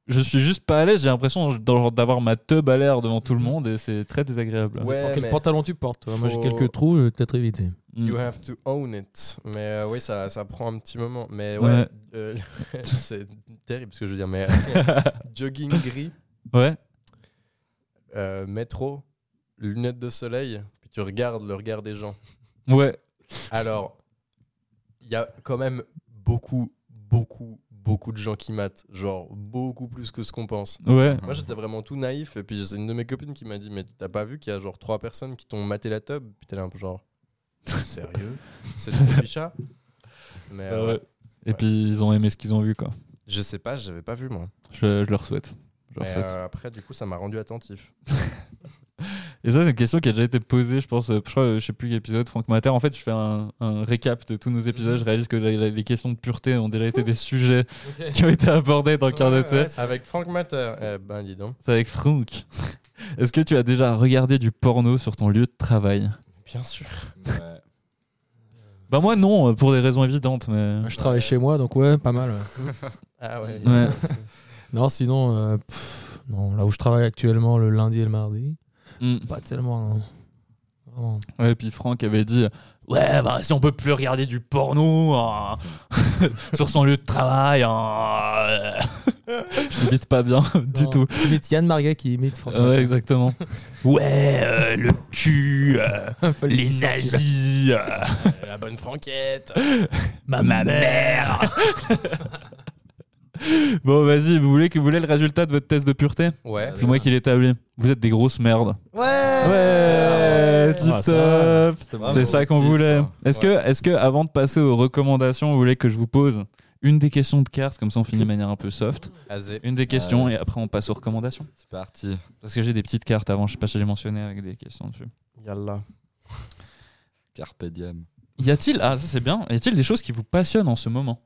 [SPEAKER 3] je suis juste pas à l'aise, j'ai l'impression d'en- d'avoir ma teub à l'air devant tout le monde et c'est très désagréable.
[SPEAKER 1] Dans
[SPEAKER 5] Mhm. Ouais,
[SPEAKER 1] quel
[SPEAKER 5] mais
[SPEAKER 1] pantalon tu portes toi Moi j'ai
[SPEAKER 5] Faut-
[SPEAKER 1] quelques trous, je vais peut-être éviter.
[SPEAKER 3] Mm.
[SPEAKER 5] you have to own it. Mais euh, oui, ça, ça prend un petit moment. Mais ouais,
[SPEAKER 3] Ouais.
[SPEAKER 5] euh, c'est terrible ce que je veux dire. Mais jogging gris,
[SPEAKER 3] Ouais.
[SPEAKER 5] euh, métro, lunettes de soleil, puis tu regardes le regard des gens.
[SPEAKER 3] Ouais,
[SPEAKER 5] Alors, il y a quand même beaucoup, beaucoup, beaucoup de gens qui matent. Genre, beaucoup plus que ce qu'on pense.
[SPEAKER 3] ouais.
[SPEAKER 5] Moi j'étais vraiment tout naïf et puis c'est une de mes copines qui m'a dit mais t'as pas vu qu'il y a genre trois personnes qui t'ont maté la tub puis t'es là un peu genre sérieux c'est trop ficha mais euh,
[SPEAKER 3] Et
[SPEAKER 5] Ouais.
[SPEAKER 3] puis ils ont aimé ce qu'ils ont vu quoi.
[SPEAKER 5] je sais pas j'avais pas vu moi
[SPEAKER 3] Je, je leur souhaite. Je Genre,
[SPEAKER 5] Mais,
[SPEAKER 3] ça,
[SPEAKER 5] euh, après, du coup, ça m'a rendu attentif.
[SPEAKER 3] Et ça, c'est une question qui a déjà été posée, je pense, euh, je, crois, euh, je sais plus quel épisode, Franck Mater. En fait, je fais un, un récap de tous nos
[SPEAKER 5] Mhm.
[SPEAKER 3] épisodes. Je réalise que la- la- les questions de pureté ont déjà été des sujets qui ont été abordés dans le quart de
[SPEAKER 5] Ouais, ouais,
[SPEAKER 3] tête.
[SPEAKER 5] c'est Avec Frank Matter. Eh ben, dis donc.
[SPEAKER 3] C'est avec Franck. Est-ce que tu as déjà regardé du porno sur ton lieu de travail
[SPEAKER 5] Bien sûr.
[SPEAKER 2] Ouais.
[SPEAKER 3] Bah, moi, non, euh, pour des raisons évidentes, mais.
[SPEAKER 1] Je travaille chez moi, donc ouais, pas mal. ouais.
[SPEAKER 5] Ah ouais.
[SPEAKER 3] Ouais.
[SPEAKER 1] Non, sinon, euh, pff, non, là où je travaille actuellement le lundi et le mardi,
[SPEAKER 3] Mm.
[SPEAKER 1] pas tellement. Non. Vraiment.
[SPEAKER 3] Ouais, et puis Franck avait dit Ouais, bah si on peut plus regarder du porno hein, sur son lieu de travail. hein, euh. Je l'imite pas bien du
[SPEAKER 1] Non,
[SPEAKER 3] tout.
[SPEAKER 1] C'est limite Yann Marguet qui imite Franck.
[SPEAKER 3] Ouais, exactement. Ouais, euh, le cul, euh,
[SPEAKER 1] Fallait qu'il sorte celui-là.
[SPEAKER 3] nazis, euh,
[SPEAKER 5] La bonne franquette.
[SPEAKER 1] Ma
[SPEAKER 3] ma mère. bon, vas-y, vous voulez, que- vous voulez le résultat de votre test de pureté
[SPEAKER 5] Ouais.
[SPEAKER 3] C'est moi qui l'établis. Vous êtes des grosses merdes.
[SPEAKER 2] Ouais.
[SPEAKER 3] tip
[SPEAKER 1] Ah, ça va.
[SPEAKER 3] top. C'est ça qu'on voulait. Est-ce que, est-ce que, avant de passer aux recommandations, vous voulez que je vous pose une des questions de cartes, comme ça on finit de manière un peu soft.
[SPEAKER 1] Ah,
[SPEAKER 5] Azé.
[SPEAKER 3] Une des questions et après on passe aux recommandations.
[SPEAKER 2] C'est parti.
[SPEAKER 3] Parce que j'ai des petites cartes avant, je sais pas si j'ai mentionné avec des questions dessus.
[SPEAKER 5] Yallah.
[SPEAKER 2] Carpe diem.
[SPEAKER 3] Y a-t-il, ah ça c'est bien, y a-t-il des choses qui vous passionnent en ce moment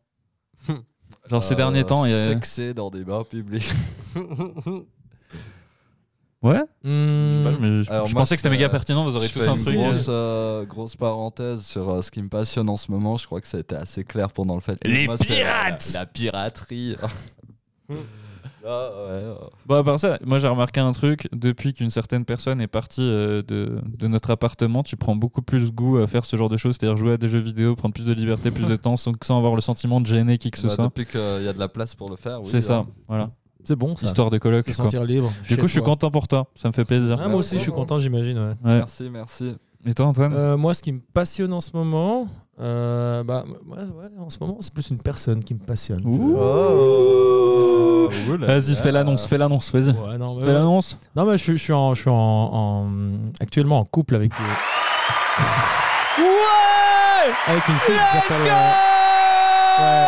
[SPEAKER 3] Genre ces
[SPEAKER 2] Euh,
[SPEAKER 3] derniers temps, y a-
[SPEAKER 2] Sexer dans des bars publics.
[SPEAKER 3] Ouais Je, sais
[SPEAKER 1] Hmm.
[SPEAKER 3] pas, mais je-
[SPEAKER 2] Alors,
[SPEAKER 3] je
[SPEAKER 2] moi,
[SPEAKER 3] pensais que c'était
[SPEAKER 2] je-
[SPEAKER 3] méga pertinent, vous aurez
[SPEAKER 2] Je
[SPEAKER 3] tous
[SPEAKER 2] fais
[SPEAKER 3] un
[SPEAKER 2] une
[SPEAKER 3] truc.
[SPEAKER 2] Grosse, euh, grosse parenthèse sur euh, ce qui me passionne en ce moment. Je crois que ça a été assez clair pendant le fait. que
[SPEAKER 3] Les
[SPEAKER 2] moi, c'est la-
[SPEAKER 3] pirates
[SPEAKER 2] La, la piraterie. Ah, ouais, euh,
[SPEAKER 3] Bon, à part Bah, ça, moi j'ai remarqué un truc. Depuis qu'une certaine personne est partie euh, de, de notre appartement, tu prends beaucoup plus goût à faire ce genre de choses, c'est-à-dire jouer à des jeux vidéo, prendre plus de liberté, plus de temps, sans, sans avoir le sentiment de gêner qui que ce
[SPEAKER 2] bah,
[SPEAKER 3] soit.
[SPEAKER 2] depuis qu'il y a de la place pour le faire, oui.
[SPEAKER 3] C'est ça,
[SPEAKER 2] hein.
[SPEAKER 3] voilà.
[SPEAKER 1] C'est bon, ça.
[SPEAKER 3] Histoire de coloc.
[SPEAKER 1] se
[SPEAKER 3] quoi.
[SPEAKER 1] sentir libre. Ah,
[SPEAKER 3] Du coup, je suis content pour toi, ça me fait plaisir.
[SPEAKER 1] moi aussi, je suis content, j'imagine. ouais.
[SPEAKER 3] Ouais.
[SPEAKER 2] Merci, merci.
[SPEAKER 3] Et toi, Antoine
[SPEAKER 1] Euh, moi, ce qui me passionne en ce moment, euh, bah, ouais, ouais, en ce moment, c'est plus une personne qui me passionne.
[SPEAKER 3] Ouh.
[SPEAKER 2] Oh.
[SPEAKER 3] Vas-y, fais l'annonce, fais l'annonce, vas-y.
[SPEAKER 1] Ouais, non, mais,
[SPEAKER 3] Fais l'annonce.
[SPEAKER 1] non, mais je, suis- je suis, en, je suis en- en- actuellement en couple avec, euh,
[SPEAKER 3] Ouais
[SPEAKER 1] avec une fille qui s'appelle. euh,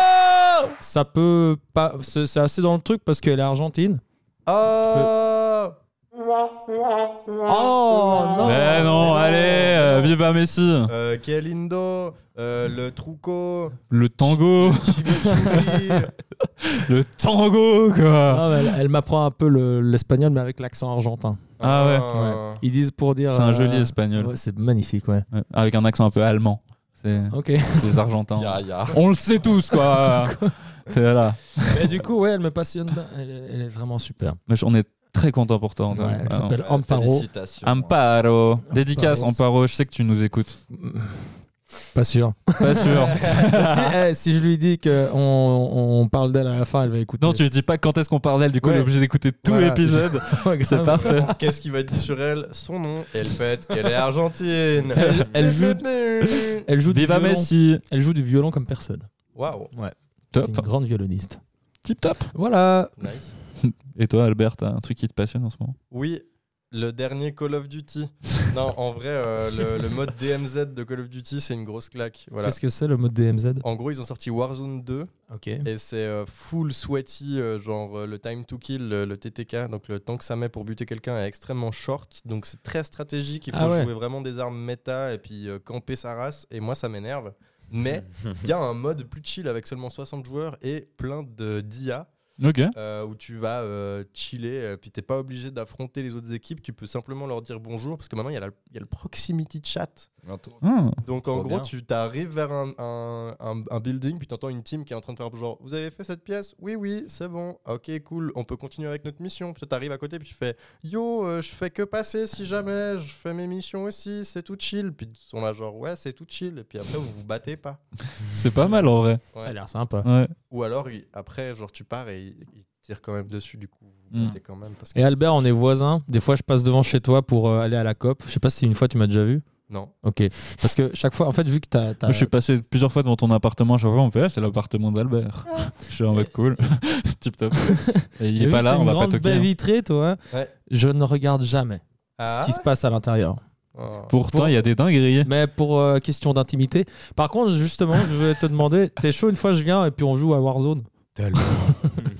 [SPEAKER 1] ça peut pas. C'est c'est assez dans le truc parce qu'elle est argentine.
[SPEAKER 5] Oh
[SPEAKER 1] Oh non
[SPEAKER 3] Eh non, allez, euh, viva Messi
[SPEAKER 5] euh, Kelindo, euh, le Truco,
[SPEAKER 3] Le tango
[SPEAKER 5] Chimichurri.
[SPEAKER 3] Le tango, quoi
[SPEAKER 1] Non, mais elle elle m'apprend un peu le- l'espagnol, mais avec l'accent argentin.
[SPEAKER 3] Ah ouais.
[SPEAKER 5] Ah.
[SPEAKER 1] Ils disent pour dire.
[SPEAKER 3] C'est un joli
[SPEAKER 1] euh,
[SPEAKER 3] espagnol.
[SPEAKER 1] ouais, c'est magnifique, ouais.
[SPEAKER 3] Ouais, Avec un accent un peu allemand. C'est
[SPEAKER 1] Ok.
[SPEAKER 3] c'est les Argentins.
[SPEAKER 2] Ya, ya.
[SPEAKER 3] On le sait tous, quoi. C'est là.
[SPEAKER 1] Mais du coup, ouais, elle me passionne. bien. Elle est, elle est vraiment super.
[SPEAKER 3] Mais je- on est très content pour toi, Antoine.
[SPEAKER 1] Ouais, elle
[SPEAKER 3] Ah,
[SPEAKER 1] s'appelle
[SPEAKER 2] Ouais,
[SPEAKER 1] Amparo.
[SPEAKER 2] félicitations.
[SPEAKER 3] Amparo. Dédicace, Amparo. Je sais que tu nous écoutes.
[SPEAKER 1] Pas sûr.
[SPEAKER 3] Pas sûr.
[SPEAKER 1] si, eh, si je lui dis qu'on on on parle d'elle à la fin, elle va écouter.
[SPEAKER 3] non, tu lui dis pas quand est-ce qu'on parle d'elle. Du coup,
[SPEAKER 1] Ouais.
[SPEAKER 3] elle est obligée d'écouter tout
[SPEAKER 1] Voilà.
[SPEAKER 3] l'épisode. C'est parfait.
[SPEAKER 5] Qu'est-ce qu'il va dire sur elle Son nom. Elle pète qu'elle est argentine.
[SPEAKER 1] Elle- elle joue- Elle joue, du
[SPEAKER 3] Viva
[SPEAKER 1] violon.
[SPEAKER 3] Messi.
[SPEAKER 1] elle joue du violon comme personne.
[SPEAKER 5] Waouh.
[SPEAKER 1] C'est
[SPEAKER 3] Top.
[SPEAKER 1] une grande violoniste.
[SPEAKER 3] Tip top.
[SPEAKER 1] Voilà.
[SPEAKER 5] Nice.
[SPEAKER 3] Et toi, Albert, t'as un truc qui te passionne en ce moment
[SPEAKER 5] Oui, le dernier Call of Duty. non, en vrai, euh, le, le mode DMZ de Call of Duty, c'est une grosse claque. Voilà.
[SPEAKER 1] Qu'est-ce que c'est le mode DMZ
[SPEAKER 5] En gros, ils ont sorti Warzone 2
[SPEAKER 1] Ok.
[SPEAKER 5] et c'est euh, full sweaty, euh, genre euh, le time to kill, le, le TTK, donc le temps que ça met pour buter quelqu'un est extrêmement short, donc c'est très stratégique. Il faut
[SPEAKER 1] Ah ouais.
[SPEAKER 5] jouer vraiment des armes méta et puis euh, camper sa race. Et moi, ça m'énerve. Mais il y a un mode plus chill avec seulement 60 joueurs et plein de d'IA
[SPEAKER 3] Ok.
[SPEAKER 5] euh, où tu vas euh, chiller, euh, puis t'es pas obligé d'affronter les autres équipes, tu peux simplement leur dire bonjour, parce que maintenant il y, a la- il y a le proximity chat.
[SPEAKER 3] Ah.
[SPEAKER 5] Donc en
[SPEAKER 2] Trop
[SPEAKER 5] gros,
[SPEAKER 2] bien.
[SPEAKER 5] tu t'arrives vers un, un- un- un building, puis t'entends une team qui est en train de faire genre Vous avez fait cette pièce Oui, oui, c'est bon, ok, cool, on peut continuer avec notre mission. Puis toi, t'arrives à côté, puis tu fais Yo, euh, je fais que passer si jamais, je fais mes missions aussi, c'est tout chill. Puis ils sont là, genre Ouais, c'est tout chill, et puis après, vous vous battez pas.
[SPEAKER 3] C'est pas mal en vrai.
[SPEAKER 1] Ça a l'air sympa.
[SPEAKER 3] Ouais.
[SPEAKER 5] Ou alors, il- après, genre, tu pars et ils ils tirent quand même dessus, du coup, vous
[SPEAKER 3] Mm.
[SPEAKER 5] battez quand même. Parce que
[SPEAKER 1] Hmm. Et Albert, on est voisins. Des fois, je passe devant chez toi pour euh, aller à la COP. Je sais pas si une fois tu m'as déjà vu.
[SPEAKER 5] Non.
[SPEAKER 1] Ok. Parce que chaque fois, en fait, vu que t'as. t'as-
[SPEAKER 3] Moi, je suis passé plusieurs fois devant ton appartement, à chaque fois on me fait Ah, c'est l'appartement d'Albert. je suis en mode cool, tip top. Et il
[SPEAKER 1] Ah. Et
[SPEAKER 3] est
[SPEAKER 1] vu
[SPEAKER 3] pas
[SPEAKER 1] que
[SPEAKER 3] là,
[SPEAKER 1] c'est
[SPEAKER 3] on
[SPEAKER 1] une
[SPEAKER 3] va pas
[SPEAKER 1] grande
[SPEAKER 3] toquer.
[SPEAKER 1] baie
[SPEAKER 3] hein.
[SPEAKER 1] vitrée, toi.
[SPEAKER 5] Ouais.
[SPEAKER 1] Je ne regarde jamais ce qui se passe à l'intérieur.
[SPEAKER 5] Ah, Oh.
[SPEAKER 3] Pourtant, il y a des dingueries.
[SPEAKER 1] Mais pour euh, question d'intimité. Par contre, justement, je vais te demander, t'es chaud une fois je viens et puis on joue à Warzone.
[SPEAKER 5] Tellement.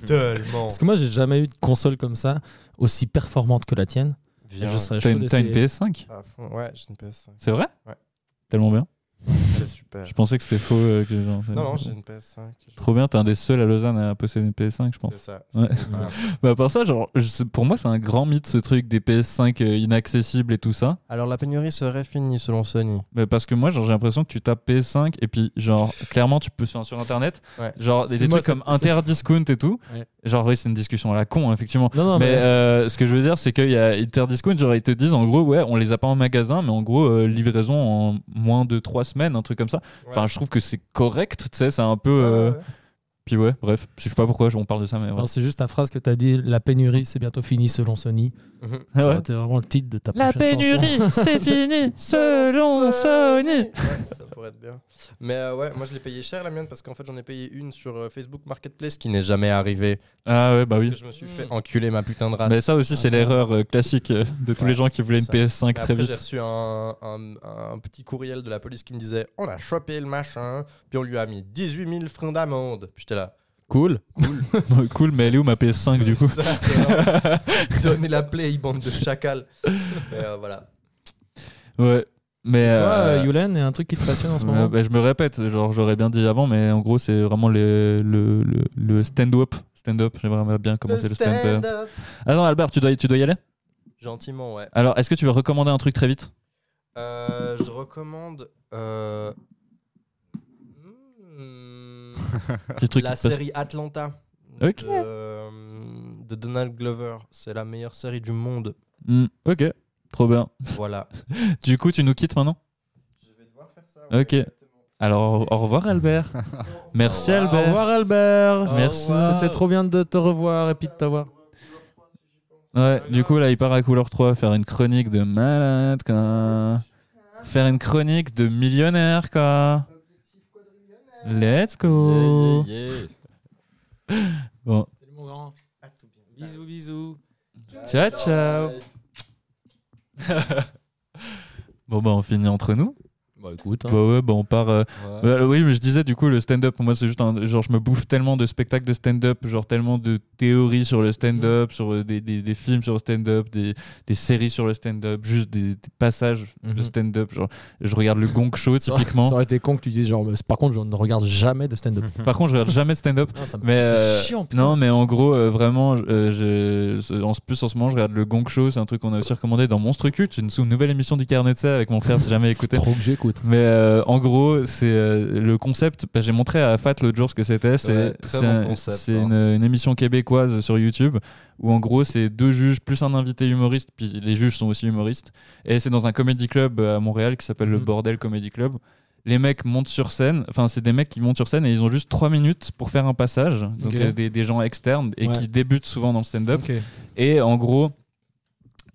[SPEAKER 1] Parce que moi, j'ai jamais eu de console comme ça, aussi performante que la tienne. Je serais
[SPEAKER 3] T'as
[SPEAKER 1] chaud
[SPEAKER 3] une, t'as une
[SPEAKER 1] d'essayer.
[SPEAKER 3] PS5
[SPEAKER 5] À fond. Ouais, j'ai une PS5.
[SPEAKER 3] C'est vrai
[SPEAKER 5] Ouais.
[SPEAKER 3] Tellement bien.
[SPEAKER 5] C'est super.
[SPEAKER 3] Je pensais que c'était faux. euh, que les gens-
[SPEAKER 5] Non, non, j'ai une PS5.
[SPEAKER 3] Trop bien, t'es un des seuls à Lausanne à posséder une PS5, je pense.
[SPEAKER 5] C'est ça.
[SPEAKER 3] Ouais.
[SPEAKER 5] Ah.
[SPEAKER 3] Bah, à part ça, genre, je sais- pour moi, c'est un grand mythe ce truc des PS5 euh, inaccessibles et tout ça.
[SPEAKER 5] Alors la pénurie serait finie selon Sony.
[SPEAKER 3] Bah, parce que moi, genre, j'ai l'impression que tu tapes PS5 et puis, genre, clairement, tu peux sur, sur internet,
[SPEAKER 5] Ouais.
[SPEAKER 3] genre, des, des
[SPEAKER 1] Excuse-moi,
[SPEAKER 3] trucs comme
[SPEAKER 1] c'est- c'est-
[SPEAKER 3] interdiscount et tout.
[SPEAKER 1] Ouais.
[SPEAKER 3] Genre, oui, c'est une discussion à la con, hein, effectivement.
[SPEAKER 1] Non, non,
[SPEAKER 3] mais
[SPEAKER 1] mais.
[SPEAKER 3] euh, ce que je veux dire, c'est qu'il y a Interdiscount, genre ils te disent en gros, ouais, on les a pas en magasin, mais en gros, euh, livraison en moins de 3 semaines, un truc comme ça. Enfin, je trouve que c'est correct, tu sais, c'est un peu. euh, Puis ouais, bref, je sais pas pourquoi on parle de ça, mais
[SPEAKER 1] Non,
[SPEAKER 3] voilà.
[SPEAKER 1] c'est juste ta phrase que t'as dit, la pénurie, c'est bientôt fini selon Sony.
[SPEAKER 5] Mhm.
[SPEAKER 3] Ah
[SPEAKER 1] Ça
[SPEAKER 3] ouais.
[SPEAKER 1] aurait été vraiment le titre de ta
[SPEAKER 7] La
[SPEAKER 1] prochaine
[SPEAKER 7] pénurie,
[SPEAKER 1] chanson.
[SPEAKER 7] c'est fini selon Sony.
[SPEAKER 5] Ouais, ça pourrait être bien. Mais euh, ouais, moi je l'ai payé cher la mienne parce qu'en fait j'en ai payé une sur euh, Facebook Marketplace qui n'est jamais arrivée.
[SPEAKER 3] Ah ouais, bah
[SPEAKER 5] parce
[SPEAKER 3] oui.
[SPEAKER 5] que je me suis fait enculer ma putain de race.
[SPEAKER 3] Mais ça aussi, c'est l'erreur euh, classique euh, de tous
[SPEAKER 5] Ouais,
[SPEAKER 3] les gens qui voulaient une
[SPEAKER 5] ça.
[SPEAKER 3] PS5
[SPEAKER 5] Mais
[SPEAKER 3] très
[SPEAKER 5] après, j'ai
[SPEAKER 3] vite.
[SPEAKER 5] reçu un, un- un petit courriel de la police qui me disait On a chopé le machin, puis on lui a mis 18 000 francs d'amende. Puis j'étais là.
[SPEAKER 1] Cool.
[SPEAKER 3] cool, mais elle est où ma PS5 du coup
[SPEAKER 5] C'est ça, c'est vraiment- Donnez la play, bande de chacal. voilà.
[SPEAKER 3] Ouais. Mais.
[SPEAKER 1] Toi,
[SPEAKER 3] euh,
[SPEAKER 1] euh, Yulen, il y a un truc qui te passionne en ce
[SPEAKER 3] Ouais,
[SPEAKER 1] moment
[SPEAKER 3] bah, je me répète, genre j'aurais bien dit avant, mais en gros c'est vraiment le, le, le, le stand-up. Stand-up, j'aimerais bien commencer le stand-up.
[SPEAKER 5] stand-up.
[SPEAKER 3] Ah non, Albert, tu dois, tu dois y aller
[SPEAKER 5] Gentiment, ouais.
[SPEAKER 3] Alors, est-ce que tu veux recommander un truc très vite
[SPEAKER 5] Euh, je recommande. euh, hmm,
[SPEAKER 3] Petit truc
[SPEAKER 5] la
[SPEAKER 3] qui te passe-
[SPEAKER 5] série Atlanta.
[SPEAKER 3] Ok.
[SPEAKER 5] De, euh, de Donald Glover. C'est la meilleure série du monde.
[SPEAKER 3] Hmm, ok, trop bien.
[SPEAKER 5] Voilà.
[SPEAKER 3] Du coup, tu nous quittes maintenant
[SPEAKER 5] Je vais devoir faire ça.
[SPEAKER 3] ouais, Ok. Alors, au revoir Albert. Merci
[SPEAKER 1] Au
[SPEAKER 3] Albert.
[SPEAKER 1] revoir, Albert.
[SPEAKER 3] Au Merci.
[SPEAKER 5] Oh,
[SPEAKER 3] revoir.
[SPEAKER 1] C'était trop bien de te revoir et puis de t'avoir.
[SPEAKER 3] Ouais, du coup, là, il part à couleur 3 faire une chronique de malade, quoi. Faire une chronique de millionnaire, quoi. Let's go. Bon,
[SPEAKER 1] Salut, mon grand. Bisous, bisous.
[SPEAKER 3] ciao, ciao. bon, bah, on finit entre nous.
[SPEAKER 1] Bah, écoute. hein.
[SPEAKER 3] Bah, ouais, bah, on part. euh, Ouais, oui, mais je disais du coup le stand-up. Moi, c'est juste un genre, je me bouffe tellement de spectacles de stand-up, genre tellement de théories sur le stand-up, sur euh, des, des- des films sur le stand-up, des, des séries sur le stand-up, juste des, des passages de
[SPEAKER 1] Mhm.
[SPEAKER 3] stand-up. Genre, je regarde le Gong Show hein. typiquement.
[SPEAKER 1] Ça aurait été con que tu dises genre, mais par contre, je ne regarde jamais de stand-up.
[SPEAKER 3] Par contre, je regarde jamais de stand-up.
[SPEAKER 1] Ah, ça me-
[SPEAKER 3] Mais euh,
[SPEAKER 1] c'est chiant, putain.
[SPEAKER 3] non, mais en gros, euh, vraiment, euh, je, en ce- plus en ce moment, je regarde le Gong Show. C'est un truc qu'on a aussi recommandé dans Monstre Culte. une, une nouvelle émission du Carnet de ça avec mon frère si jamais écouté.
[SPEAKER 1] Trop que j'écoute.
[SPEAKER 3] Mais euh, en gros, c'est euh, le concept. bah, J'ai montré à Fat l'autre jour ce que c'était.
[SPEAKER 2] Ouais,
[SPEAKER 3] C'est
[SPEAKER 2] très
[SPEAKER 3] c'est
[SPEAKER 2] bon
[SPEAKER 3] un-
[SPEAKER 2] concept,
[SPEAKER 3] c'est
[SPEAKER 2] hein.
[SPEAKER 3] une, une émission québécoise sur YouTube où en gros, c'est deux juges plus un invité humoriste. Puis les juges sont aussi humoristes. Et c'est dans un comedy club à Montréal qui s'appelle le
[SPEAKER 1] Mhm.
[SPEAKER 3] Bordel Comedy Club. Les mecs montent sur scène. Enfin, c'est des mecs qui montent sur scène et ils ont juste trois minutes pour faire un passage. Donc
[SPEAKER 1] Ok.
[SPEAKER 3] euh, des, des gens externes et
[SPEAKER 1] Ouais.
[SPEAKER 3] qui débutent souvent dans le stand-up.
[SPEAKER 1] Ok.
[SPEAKER 3] Et en gros,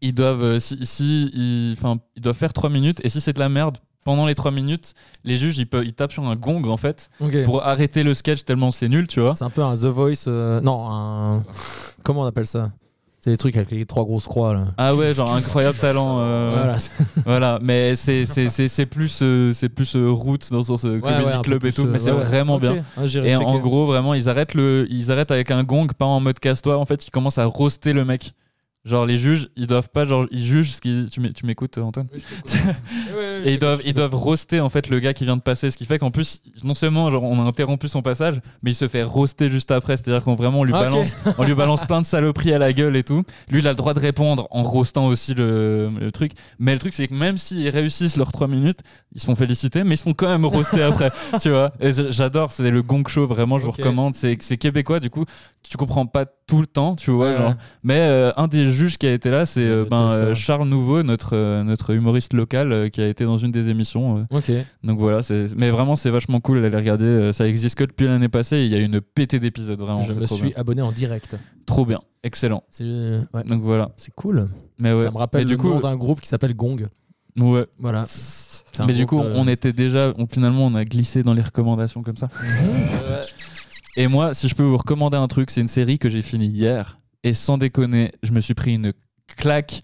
[SPEAKER 3] ils doivent, euh, si, si- ils, enfin, ils doivent faire 3 minutes. Et si c'est de la merde, pendant les 3 minutes, les juges, ils, peuvent, ils tapent sur un gong, en fait,
[SPEAKER 1] Ok.
[SPEAKER 3] pour arrêter le sketch tellement c'est nul, tu vois.
[SPEAKER 1] C'est un peu un The Voice. euh, Non, un. Comment on appelle ça C'est les trucs avec les trois grosses croix là.
[SPEAKER 3] Ah ouais, genre incroyable talent. euh, voilà.
[SPEAKER 1] Voilà. c'est-
[SPEAKER 3] mais c'est- c'est c'est- c'est plus, euh, c'est plus euh, roots dans le sens euh,
[SPEAKER 1] Ouais,
[SPEAKER 3] comedy
[SPEAKER 1] ouais, un peu
[SPEAKER 3] club et
[SPEAKER 1] plus,
[SPEAKER 3] tout,
[SPEAKER 1] euh,
[SPEAKER 3] mais c'est
[SPEAKER 1] ouais, ouais.
[SPEAKER 3] vraiment
[SPEAKER 1] Ok.
[SPEAKER 3] bien.
[SPEAKER 1] Ah, j'irai
[SPEAKER 3] Et
[SPEAKER 1] checker.
[SPEAKER 3] en gros, vraiment, ils arrêtent, le, ils arrêtent avec un gong, pas en mode casse-toi. En fait, ils commencent à roaster le mec. Genre, les juges, ils doivent pas, genre, ils jugent ce qu'ils. tu m'é- Tu m'écoutes, euh, Antoine Et ils doivent, ils doivent roaster, en fait, le gars qui vient de passer. Ce qui fait qu'en plus, non seulement, genre, on a interrompu son passage, mais il se fait roaster juste après. C'est-à-dire qu'on vraiment, on lui,
[SPEAKER 1] Ah, ok.
[SPEAKER 3] balance, on lui balance plein de saloperies à la gueule et tout. Lui, il a le droit de répondre en roastant aussi le, le truc. Mais le truc, c'est que même s'ils réussissent leurs 3 minutes, ils se font féliciter, mais ils se font quand même roaster après. Tu vois Et j- J'adore, c'est le gong show, vraiment, je vous
[SPEAKER 1] Ok.
[SPEAKER 3] recommande. C'est c'est québécois, du coup, tu comprends pas tout le temps, tu vois.
[SPEAKER 1] Ouais,
[SPEAKER 3] genre.
[SPEAKER 1] ouais.
[SPEAKER 3] Mais euh, un des juges qui a été là, c'est
[SPEAKER 1] J'ai
[SPEAKER 3] euh,
[SPEAKER 1] noté
[SPEAKER 3] ben,
[SPEAKER 1] ça.
[SPEAKER 3] euh, Charles Nouveau, notre, euh, notre humoriste local, euh, qui a été dans une des émissions. euh.
[SPEAKER 1] Ok.
[SPEAKER 3] Donc voilà, c'est- mais vraiment, c'est vachement cool d'aller regarder. euh, Ça existe que depuis l'année passée. et Il y a une pété d'épisodes, vraiment.
[SPEAKER 1] Je
[SPEAKER 3] c'est
[SPEAKER 1] me
[SPEAKER 3] trop
[SPEAKER 1] suis
[SPEAKER 3] bien.
[SPEAKER 1] abonné en direct.
[SPEAKER 3] Trop bien, excellent.
[SPEAKER 1] C'est euh, ouais.
[SPEAKER 3] Donc voilà.
[SPEAKER 1] C'est cool.
[SPEAKER 3] Mais ouais.
[SPEAKER 1] Ça me rappelle
[SPEAKER 3] Et du
[SPEAKER 1] le
[SPEAKER 3] coup,
[SPEAKER 1] nom d'un groupe qui s'appelle Gong.
[SPEAKER 3] ouais.
[SPEAKER 1] Voilà. C'est un
[SPEAKER 3] Mais du coup,
[SPEAKER 1] groupe, euh,
[SPEAKER 3] on était déjà, on, finalement, on a glissé dans les recommandations comme ça.
[SPEAKER 1] Mhm.
[SPEAKER 3] Et moi, si je peux vous recommander un truc, c'est une série que j'ai finie hier. Et sans déconner, je me suis pris une claque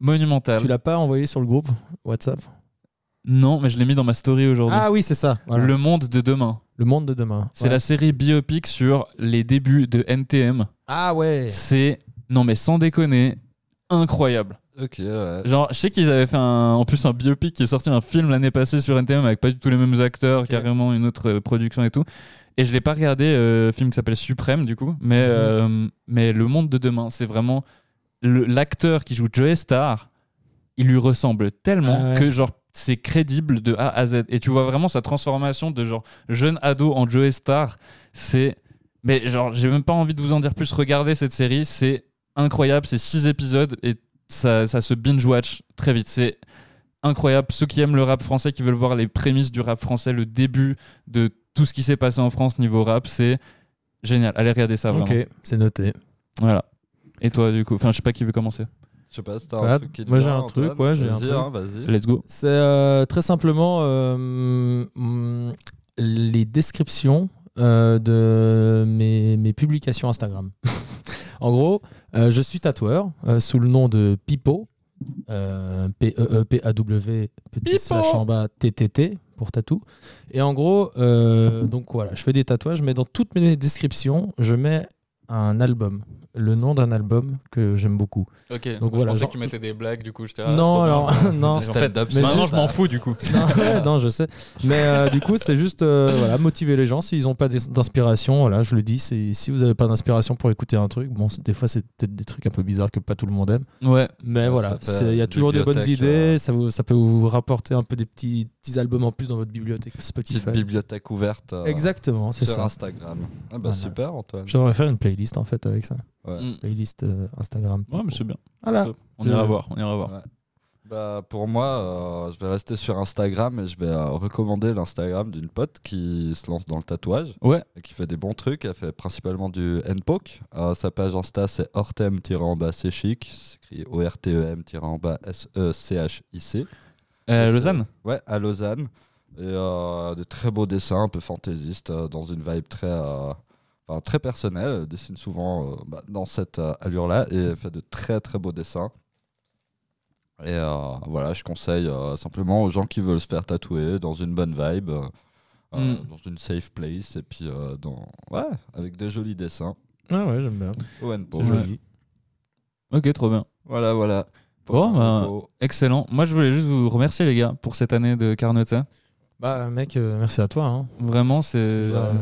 [SPEAKER 3] monumentale.
[SPEAKER 1] Tu l'as pas envoyé sur le groupe WhatsApp
[SPEAKER 3] Non, mais je l'ai mis dans ma story aujourd'hui.
[SPEAKER 1] Ah oui, c'est ça. voilà.
[SPEAKER 3] Le monde de demain.
[SPEAKER 1] Le monde de demain.
[SPEAKER 3] C'est
[SPEAKER 1] Ouais.
[SPEAKER 3] la série biopic sur les débuts de NTM.
[SPEAKER 1] Ah ouais.
[SPEAKER 3] C'est, non mais sans déconner, incroyable.
[SPEAKER 2] Ok, ouais.
[SPEAKER 3] Euh, Genre, je sais qu'ils avaient fait un, en plus un biopic qui est sorti un film l'année passée sur NTM avec pas du tout les mêmes acteurs, carrément une autre euh, production et tout. Et je l'ai pas regardé, euh, film qui s'appelle Suprême du coup, mais,
[SPEAKER 1] Mhm.
[SPEAKER 3] euh, mais Le Monde de Demain, c'est vraiment le- l'acteur qui joue Joey Star, il lui ressemble tellement
[SPEAKER 1] Ah ouais.
[SPEAKER 3] que genre c'est crédible de A à Z. Et tu vois vraiment sa transformation de genre jeune ado en Joey Star, c'est... Mais genre, j'ai même pas envie de vous en dire plus. Regardez cette série, c'est incroyable, c'est 6 épisodes et ça, ça se binge-watch très vite. C'est incroyable. Ceux qui aiment le rap français, qui veulent voir les prémices du rap français, le début de tout ce qui s'est passé en France niveau rap, c'est génial. Allez regarder ça vraiment.
[SPEAKER 1] Ok, c'est noté.
[SPEAKER 3] Voilà. Et toi, du coup, enfin, je sais pas qui veut commencer.
[SPEAKER 2] Je sais pas si t'as un
[SPEAKER 1] Voilà.
[SPEAKER 2] truc qui te
[SPEAKER 1] Moi, j'ai
[SPEAKER 2] vient,
[SPEAKER 1] un
[SPEAKER 2] Antoine.
[SPEAKER 1] truc, ouais, j'ai un
[SPEAKER 2] Vas-y,
[SPEAKER 1] truc.
[SPEAKER 2] hein, vas-y.
[SPEAKER 3] Let's go.
[SPEAKER 1] C'est euh, très simplement euh, mm, les descriptions euh, de mes, mes publications Instagram. en gros, euh, je suis tatoueur euh, sous le nom de Pipo, euh, P-E-E-P-A-W, petit slash en bas, T-T-T pour tatou. Et en gros, euh, donc voilà, je fais des tatouages, mais dans toutes mes descriptions, je mets un album, le nom d'un album que j'aime beaucoup.
[SPEAKER 3] Ok.
[SPEAKER 1] Donc, Je voilà, pensais genre- que tu
[SPEAKER 3] mettais des blagues, du coup, j'étais. ah,
[SPEAKER 1] non, alors, non.
[SPEAKER 2] Des stand-up,
[SPEAKER 1] mais
[SPEAKER 2] ça.
[SPEAKER 3] Maintenant,
[SPEAKER 1] juste-
[SPEAKER 3] je m'en fous, du coup.
[SPEAKER 1] non, ouais, non, je sais. Mais euh, du coup, c'est juste euh, voilà, motiver les gens. S'ils n'ont pas d'ins- d'inspiration, voilà, je le dis, c'est- si vous n'avez pas d'inspiration pour écouter un truc, bon, c'est- des fois, c'est peut-être des trucs un peu bizarres que pas tout le monde aime.
[SPEAKER 3] Ouais.
[SPEAKER 1] Mais
[SPEAKER 2] Ouais,
[SPEAKER 1] voilà,
[SPEAKER 2] ça fait
[SPEAKER 1] c'est- il y a toujours des bonnes
[SPEAKER 2] bibliothèque,
[SPEAKER 1] idées.
[SPEAKER 2] euh.
[SPEAKER 1] Ça, vous, ça peut vous rapporter un peu des petits, petits albums en plus dans votre bibliothèque
[SPEAKER 2] Petite
[SPEAKER 1] Spotify.
[SPEAKER 2] bibliothèque ouverte euh,
[SPEAKER 1] Exactement, c'est
[SPEAKER 2] sur
[SPEAKER 1] ça.
[SPEAKER 2] Instagram. Ah bah
[SPEAKER 1] Voilà.
[SPEAKER 2] super, Antoine.
[SPEAKER 1] Je devrais faire une playlist en fait avec ça.
[SPEAKER 2] Ouais.
[SPEAKER 3] Mm.
[SPEAKER 1] Playlist euh, Instagram.
[SPEAKER 3] Ouais, mais c'est bien.
[SPEAKER 1] Voilà.
[SPEAKER 3] On ira voir. On ira voir.
[SPEAKER 2] Ouais. Bah, pour moi, euh, je vais rester sur Instagram et je vais euh, recommander l'Instagram d'une pote qui se lance dans le tatouage
[SPEAKER 3] Ouais.
[SPEAKER 2] et qui fait des bons trucs. Elle fait principalement du handpoke. Euh, sa page Insta, c'est ortem-en-bas, c'est chic. C'est écrit E O-R-T-E-M-en-bas, S-E-C-H-I-C.
[SPEAKER 3] Euh,
[SPEAKER 2] C'est-
[SPEAKER 3] Lausanne.
[SPEAKER 2] Ouais, à Lausanne. Et euh, de très beaux dessins, un peu fantaisistes, euh, dans une vibe très, euh, enfin, très personnelle. Elle dessine souvent euh, bah, dans cette euh, allure-là et elle fait de très très beaux dessins. Et euh, voilà, je conseille euh, simplement aux gens qui veulent se faire tatouer dans une bonne vibe, euh, euh,
[SPEAKER 3] Mm.
[SPEAKER 2] dans une safe place, et puis euh, dans... ouais, avec des jolis dessins.
[SPEAKER 1] Ah ouais, j'aime bien.
[SPEAKER 2] Au handpo.
[SPEAKER 1] C'est joli.
[SPEAKER 3] Ok, trop bien.
[SPEAKER 2] Voilà, voilà.
[SPEAKER 3] Bon,
[SPEAKER 2] Pour-
[SPEAKER 3] bah,
[SPEAKER 2] pour-
[SPEAKER 3] Excellent. Moi, je voulais juste vous remercier, les gars, pour cette année de Carnota.
[SPEAKER 1] Bah mec, euh, merci à toi. hein.
[SPEAKER 3] Vraiment, c'est.
[SPEAKER 1] Euh,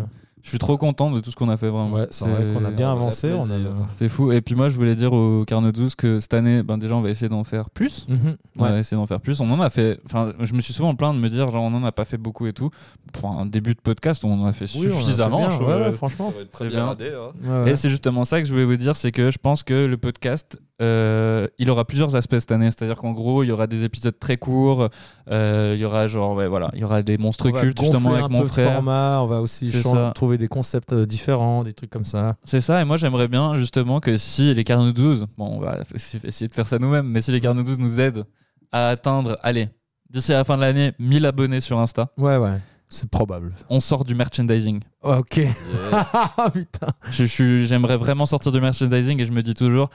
[SPEAKER 3] Je suis trop content de tout ce qu'on a fait, vraiment.
[SPEAKER 1] ouais, c'est vrai qu'on a bien
[SPEAKER 2] on a
[SPEAKER 1] avancé. On a...
[SPEAKER 2] plaisir.
[SPEAKER 3] C'est fou. Et puis moi, je voulais dire aux Carnotous que cette année, ben déjà, on va essayer d'en faire plus.
[SPEAKER 1] Mhm.
[SPEAKER 3] On va essayer d'en faire plus. On en a fait. Enfin, je me suis souvent plaint de me dire, genre, on en a pas fait beaucoup et tout. Pour un début de podcast, on en a fait
[SPEAKER 1] Oui, on a fait
[SPEAKER 3] suffisamment.
[SPEAKER 1] bien,
[SPEAKER 3] je-
[SPEAKER 1] ouais, ouais, franchement.
[SPEAKER 2] Ça va être
[SPEAKER 3] C'est
[SPEAKER 2] très
[SPEAKER 3] bien.
[SPEAKER 2] bien radé, hein.
[SPEAKER 3] Et c'est justement ça que je voulais vous dire, c'est que je pense que le podcast, euh, il aura plusieurs aspects cette année. C'est-à-dire qu'en gros, il y aura des épisodes très courts, euh, il y aura genre, ouais, voilà, il y aura des monstres
[SPEAKER 1] On va
[SPEAKER 3] cultes
[SPEAKER 1] gonfler
[SPEAKER 3] justement
[SPEAKER 1] un
[SPEAKER 3] avec mon
[SPEAKER 1] peu le
[SPEAKER 3] frère.
[SPEAKER 1] format, on va aussi
[SPEAKER 3] C'est
[SPEAKER 1] chan-
[SPEAKER 3] ça.
[SPEAKER 1] trouver des concepts euh, différents, des trucs comme ça.
[SPEAKER 3] C'est ça, et moi j'aimerais bien justement que si les Carnot 12, bon, on va ess- essayer de faire ça nous-mêmes, mais si les Carnot 12 nous aident à atteindre, allez, d'ici à la fin de l'année, 1000 abonnés sur Insta,
[SPEAKER 1] Ouais, ouais. C'est probable.
[SPEAKER 3] on sort du merchandising.
[SPEAKER 1] ok.
[SPEAKER 2] Yeah.
[SPEAKER 1] Putain.
[SPEAKER 3] Je- je- J'aimerais vraiment sortir du merchandising et je me dis toujours,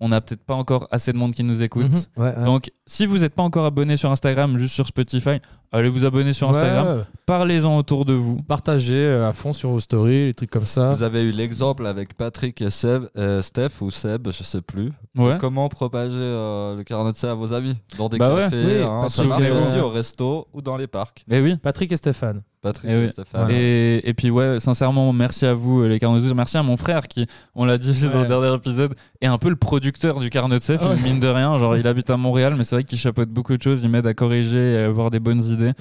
[SPEAKER 3] on n'a peut-être pas encore assez de monde qui nous écoute.
[SPEAKER 1] Mhm. Ouais, ouais.
[SPEAKER 3] Donc, si vous n'êtes pas encore abonné sur Instagram, juste sur Spotify, allez vous abonner sur
[SPEAKER 1] Ouais,
[SPEAKER 3] Instagram.
[SPEAKER 1] ouais.
[SPEAKER 3] Parlez-en autour de vous.
[SPEAKER 1] Partagez euh, à fond sur vos stories, les trucs comme ça.
[SPEAKER 2] Vous avez eu l'exemple avec Patrick et Seb- euh, Steph ou Seb, je sais plus.
[SPEAKER 3] Ouais.
[SPEAKER 2] Comment propager euh, le carnet de C à vos amis Dans des
[SPEAKER 3] Bah ouais.
[SPEAKER 2] cafés,
[SPEAKER 1] Oui,
[SPEAKER 2] hein,
[SPEAKER 1] parce
[SPEAKER 2] ça
[SPEAKER 3] que euh,
[SPEAKER 2] marche
[SPEAKER 3] vous-
[SPEAKER 2] aussi au resto ou dans les parcs.
[SPEAKER 3] Mais oui.
[SPEAKER 1] Patrick et Stéphane.
[SPEAKER 2] Patrick
[SPEAKER 3] Eh
[SPEAKER 2] et,
[SPEAKER 3] oui.
[SPEAKER 2] Stéphane.
[SPEAKER 1] Voilà.
[SPEAKER 3] Et, et puis ouais, sincèrement, merci à vous euh, les Carnotzeux. Merci à mon frère qui, on l'a dit dans le
[SPEAKER 1] Ouais.
[SPEAKER 3] dernier épisode, est un peu le producteur du Carnotzeux.
[SPEAKER 1] Ouais.
[SPEAKER 3] Mine de rien, genre il habite à Montréal, mais c'est vrai qu'il chapeaute beaucoup de choses. Il m'aide à corriger, et à avoir des bonnes idées.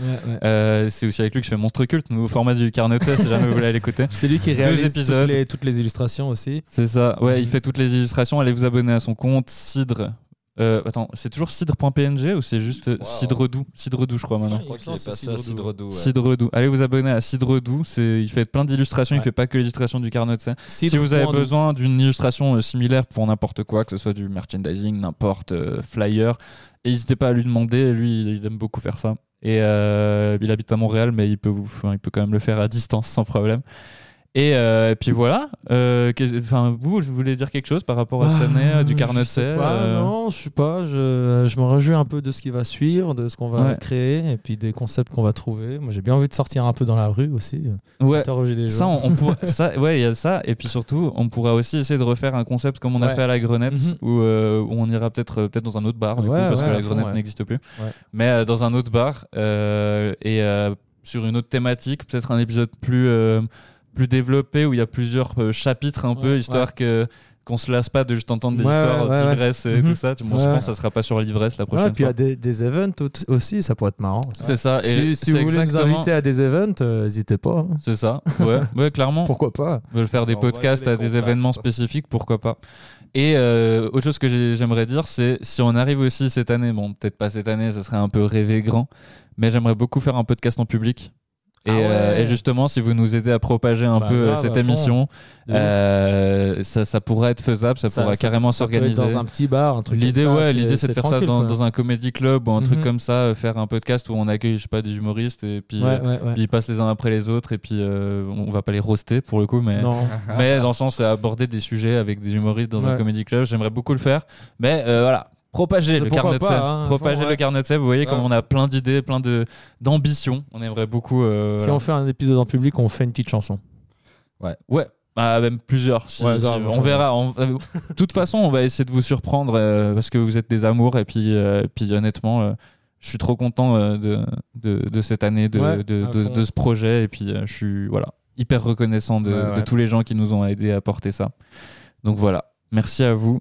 [SPEAKER 3] Euh, c'est aussi avec lui que je fais Monstre Culte, nouveau format du Carnotzeux. si jamais vous voulez aller l'écouter.
[SPEAKER 1] C'est lui qui
[SPEAKER 3] Deux
[SPEAKER 1] réalise toutes
[SPEAKER 3] épisodes.
[SPEAKER 1] les, toutes les illustrations aussi.
[SPEAKER 3] C'est ça, ouais, il
[SPEAKER 1] Mhm.
[SPEAKER 3] fait toutes les illustrations. Allez vous abonner à son compte, Cidre. Euh, attends, c'est toujours cidre.png ou c'est juste euh,
[SPEAKER 2] Wow.
[SPEAKER 3] Cidre Doux Cidre Doux, je crois maintenant.
[SPEAKER 2] Je crois
[SPEAKER 1] Il
[SPEAKER 2] qu'il
[SPEAKER 1] me semble
[SPEAKER 2] est
[SPEAKER 1] que
[SPEAKER 2] passé
[SPEAKER 1] c'est
[SPEAKER 2] à
[SPEAKER 1] Cidre
[SPEAKER 2] Cidre Doux. ouais.
[SPEAKER 3] Cidre Doux. Allez vous abonner à Cidre Doux, c'est- il fait plein d'illustrations, il
[SPEAKER 1] Ouais.
[SPEAKER 3] fait pas que l'illustration du carnet de scène. Si vous avez besoin d'une illustration euh, similaire pour n'importe quoi, que ce soit du merchandising, n'importe euh, flyer, n'hésitez pas à lui demander. Lui, il- il aime beaucoup faire ça. Et euh, il habite à Montréal, mais il peut, vous, enfin, il peut quand même le faire à distance sans problème. Et, euh, et puis voilà. Euh, qu'est- Enfin, vous, vous voulez dire quelque chose par rapport à cette année, euh, du
[SPEAKER 1] Ah, Je
[SPEAKER 3] Carnot
[SPEAKER 1] sais pas,
[SPEAKER 3] euh,
[SPEAKER 1] Non, je sais pas. Je, je me réjouis un peu de ce qui va suivre, de ce qu'on va
[SPEAKER 3] Ouais.
[SPEAKER 1] créer, et puis des concepts qu'on va trouver. Moi, j'ai bien envie de sortir un peu dans la rue aussi. euh.
[SPEAKER 3] Ouais.
[SPEAKER 1] Interroger des
[SPEAKER 3] Ça,
[SPEAKER 1] gens.
[SPEAKER 3] on, on pourra- ça, ouais, il y a ça. Et puis surtout, on pourra aussi essayer de refaire un concept comme on a
[SPEAKER 1] Ouais.
[SPEAKER 3] fait à la Grenette,
[SPEAKER 1] Mhm.
[SPEAKER 3] où, euh, où on ira peut-être euh, peut-être dans un autre bar, du
[SPEAKER 1] Ouais,
[SPEAKER 3] coup, parce
[SPEAKER 1] ouais,
[SPEAKER 3] que la
[SPEAKER 1] à fond,
[SPEAKER 3] Grenette
[SPEAKER 1] ouais.
[SPEAKER 3] n'existe plus.
[SPEAKER 1] Ouais.
[SPEAKER 3] Mais euh, dans un autre bar euh, et euh, sur une autre thématique, peut-être un épisode plus euh, plus développé où il y a plusieurs euh, chapitres un peu,
[SPEAKER 1] Ouais,
[SPEAKER 3] histoire que qu'on se lasse pas de juste entendre des
[SPEAKER 1] Ouais,
[SPEAKER 3] histoires
[SPEAKER 1] ouais, ouais.
[SPEAKER 3] d'ivresse et
[SPEAKER 1] Mhm.
[SPEAKER 3] tout ça. Tu- bon, Je
[SPEAKER 1] Ouais.
[SPEAKER 3] pense que ça sera pas sur l'ivresse la
[SPEAKER 1] Ouais,
[SPEAKER 3] prochaine
[SPEAKER 1] et Ah, puis il y
[SPEAKER 3] fois.
[SPEAKER 1] a des, des events au- aussi, ça pourrait être marrant. ça.
[SPEAKER 3] C'est ça. Et
[SPEAKER 1] Si, si
[SPEAKER 3] c'est
[SPEAKER 1] vous voulez
[SPEAKER 3] exactement-
[SPEAKER 1] nous inviter à des events, euh, n'hésitez pas. hein.
[SPEAKER 3] C'est ça. Ouais, ouais clairement.
[SPEAKER 1] Pourquoi pas
[SPEAKER 3] veulent faire des
[SPEAKER 5] Alors, voilà
[SPEAKER 3] podcasts
[SPEAKER 5] les
[SPEAKER 3] à des
[SPEAKER 5] contacts.
[SPEAKER 3] événements spécifiques, pourquoi pas. Et euh, autre chose que j'ai- j'aimerais dire, c'est si on arrive aussi cette année, bon, peut-être pas cette année, ça serait un peu rêver grand, mais j'aimerais beaucoup faire un podcast en public. Et,
[SPEAKER 1] Ah ouais.
[SPEAKER 3] euh, et justement, si vous nous aidez à propager un
[SPEAKER 1] Bah,
[SPEAKER 3] peu euh,
[SPEAKER 1] grave,
[SPEAKER 3] cette
[SPEAKER 1] à fond.
[SPEAKER 3] émission,
[SPEAKER 1] De ouf.
[SPEAKER 3] euh, ça, ça pourrait être faisable, ça,
[SPEAKER 1] Ça-
[SPEAKER 3] pourrait
[SPEAKER 1] ça-
[SPEAKER 3] carrément
[SPEAKER 1] Ça peut être
[SPEAKER 3] s'organiser.
[SPEAKER 1] Dans un petit bar, un truc comme
[SPEAKER 3] L'idée,
[SPEAKER 1] ça,
[SPEAKER 3] ouais, l'idée, c'est de faire ça
[SPEAKER 1] tranquille,
[SPEAKER 3] dans,
[SPEAKER 1] quoi.
[SPEAKER 3] dans un comédie club ou un truc
[SPEAKER 1] Mhm.
[SPEAKER 3] comme ça, euh, faire un podcast où on accueille, je sais pas, des humoristes et puis, euh,
[SPEAKER 1] Ouais, ouais, ouais.
[SPEAKER 3] puis ils passent les uns après les autres et puis euh, on va pas les roaster pour le coup, mais euh,
[SPEAKER 1] Non.
[SPEAKER 3] mais dans le sens c'est aborder des sujets avec des humoristes dans un
[SPEAKER 1] Ah. Ouais.
[SPEAKER 3] comedy club j'aimerais beaucoup le faire mais euh, voilà propager
[SPEAKER 1] Mais
[SPEAKER 3] le
[SPEAKER 1] pourquoi
[SPEAKER 3] carnet de
[SPEAKER 1] pas,
[SPEAKER 3] sel
[SPEAKER 1] hein,
[SPEAKER 3] propager
[SPEAKER 1] fond,
[SPEAKER 3] le
[SPEAKER 1] ouais.
[SPEAKER 3] carnet de sel vous voyez comme
[SPEAKER 5] Ouais.
[SPEAKER 3] on a plein d'idées plein de d'ambitions on aimerait beaucoup euh,
[SPEAKER 1] Si
[SPEAKER 3] voilà.
[SPEAKER 1] on fait un épisode en public, on fait une petite chanson.
[SPEAKER 3] ouais Ah, même plusieurs si-
[SPEAKER 1] Ouais,
[SPEAKER 3] si-
[SPEAKER 1] grave,
[SPEAKER 3] on
[SPEAKER 1] ça.
[SPEAKER 3] verra on- euh, de toute façon on va essayer de vous surprendre euh, parce que vous êtes des amours et puis euh, puis honnêtement euh, je suis trop content euh, de, de, de cette année, de,
[SPEAKER 1] Ouais,
[SPEAKER 3] de,
[SPEAKER 1] à
[SPEAKER 3] de-
[SPEAKER 1] fond.
[SPEAKER 3] de ce projet. Et puis, euh, je suis voilà, hyper reconnaissant de,
[SPEAKER 5] Ouais, ouais.
[SPEAKER 3] de tous les gens qui nous ont aidés à porter ça. Donc voilà, merci à vous.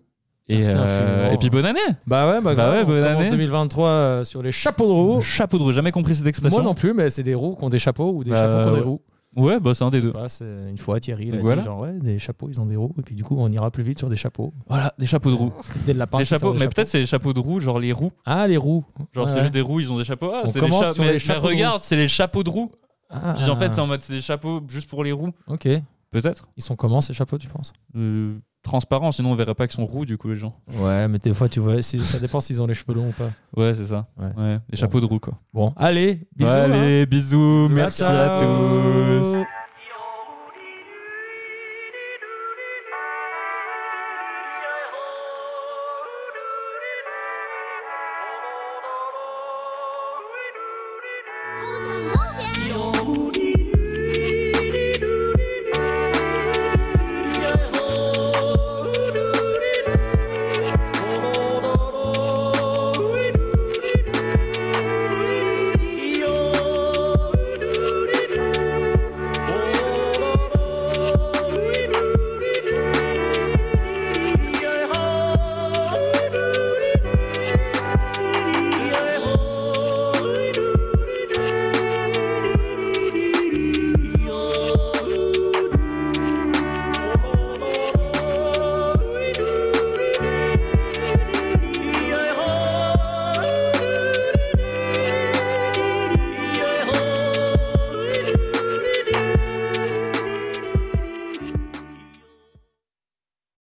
[SPEAKER 3] Et, euh,
[SPEAKER 1] Merci infiniment.
[SPEAKER 3] et puis bonne année
[SPEAKER 1] Bah ouais, bah,
[SPEAKER 3] Bah
[SPEAKER 1] grave,
[SPEAKER 3] ouais,
[SPEAKER 1] on
[SPEAKER 3] bonne
[SPEAKER 1] commence
[SPEAKER 3] année.
[SPEAKER 1] 2023 euh, sur les chapeaux de roue.
[SPEAKER 3] Chapeau de roue, jamais compris cette
[SPEAKER 1] Moi
[SPEAKER 3] expression.
[SPEAKER 1] non plus, mais c'est des roues qui ont des chapeaux ou des
[SPEAKER 3] Bah,
[SPEAKER 1] chapeaux qui ont
[SPEAKER 3] ouais.
[SPEAKER 1] des roues.
[SPEAKER 3] ouais, bah c'est un des
[SPEAKER 1] Je sais
[SPEAKER 3] deux.
[SPEAKER 1] pas, c'est une fois Thierry, il a
[SPEAKER 3] Donc
[SPEAKER 1] dit
[SPEAKER 3] voilà.
[SPEAKER 1] genre ouais, des chapeaux, ils ont des roues, et puis du coup on ira plus vite sur des chapeaux.
[SPEAKER 3] Voilà, des chapeaux de roue.
[SPEAKER 1] Des lapins.
[SPEAKER 3] Des
[SPEAKER 1] qui sortent
[SPEAKER 3] chapeaux,
[SPEAKER 1] des
[SPEAKER 3] mais peut-être c'est les chapeaux de roue, genre les roues.
[SPEAKER 1] Ah les roues.
[SPEAKER 3] Genre
[SPEAKER 1] Ouais,
[SPEAKER 3] c'est
[SPEAKER 1] ouais.
[SPEAKER 3] juste des roues, ils ont des chapeaux. Ah,
[SPEAKER 1] On
[SPEAKER 3] c'est des
[SPEAKER 1] commence
[SPEAKER 3] cha-
[SPEAKER 1] sur
[SPEAKER 3] mais,
[SPEAKER 1] les
[SPEAKER 3] mais
[SPEAKER 1] chapeaux de roue.
[SPEAKER 3] regarde, c'est les chapeaux de roue.
[SPEAKER 1] Ah.
[SPEAKER 3] Puis en fait, c'est en mode c'est des chapeaux juste pour les roues.
[SPEAKER 1] Ok.
[SPEAKER 3] Peut-être.
[SPEAKER 1] Ils sont comment ces chapeaux, tu penses
[SPEAKER 3] Euh, transparent, sinon on verrait pas qu'ils sont roux du coup les gens.
[SPEAKER 1] Ouais, mais des fois tu vois, c'est- ça dépend s'ils ont les cheveux longs ou pas.
[SPEAKER 3] Ouais, c'est ça.
[SPEAKER 1] Ouais.
[SPEAKER 3] Ouais, les chapeaux de roue quoi.
[SPEAKER 1] Bon, allez, bisous. hein.
[SPEAKER 3] Allez, bisous, merci
[SPEAKER 1] Ciao.
[SPEAKER 3] à tous.
[SPEAKER 9] Move it, move it.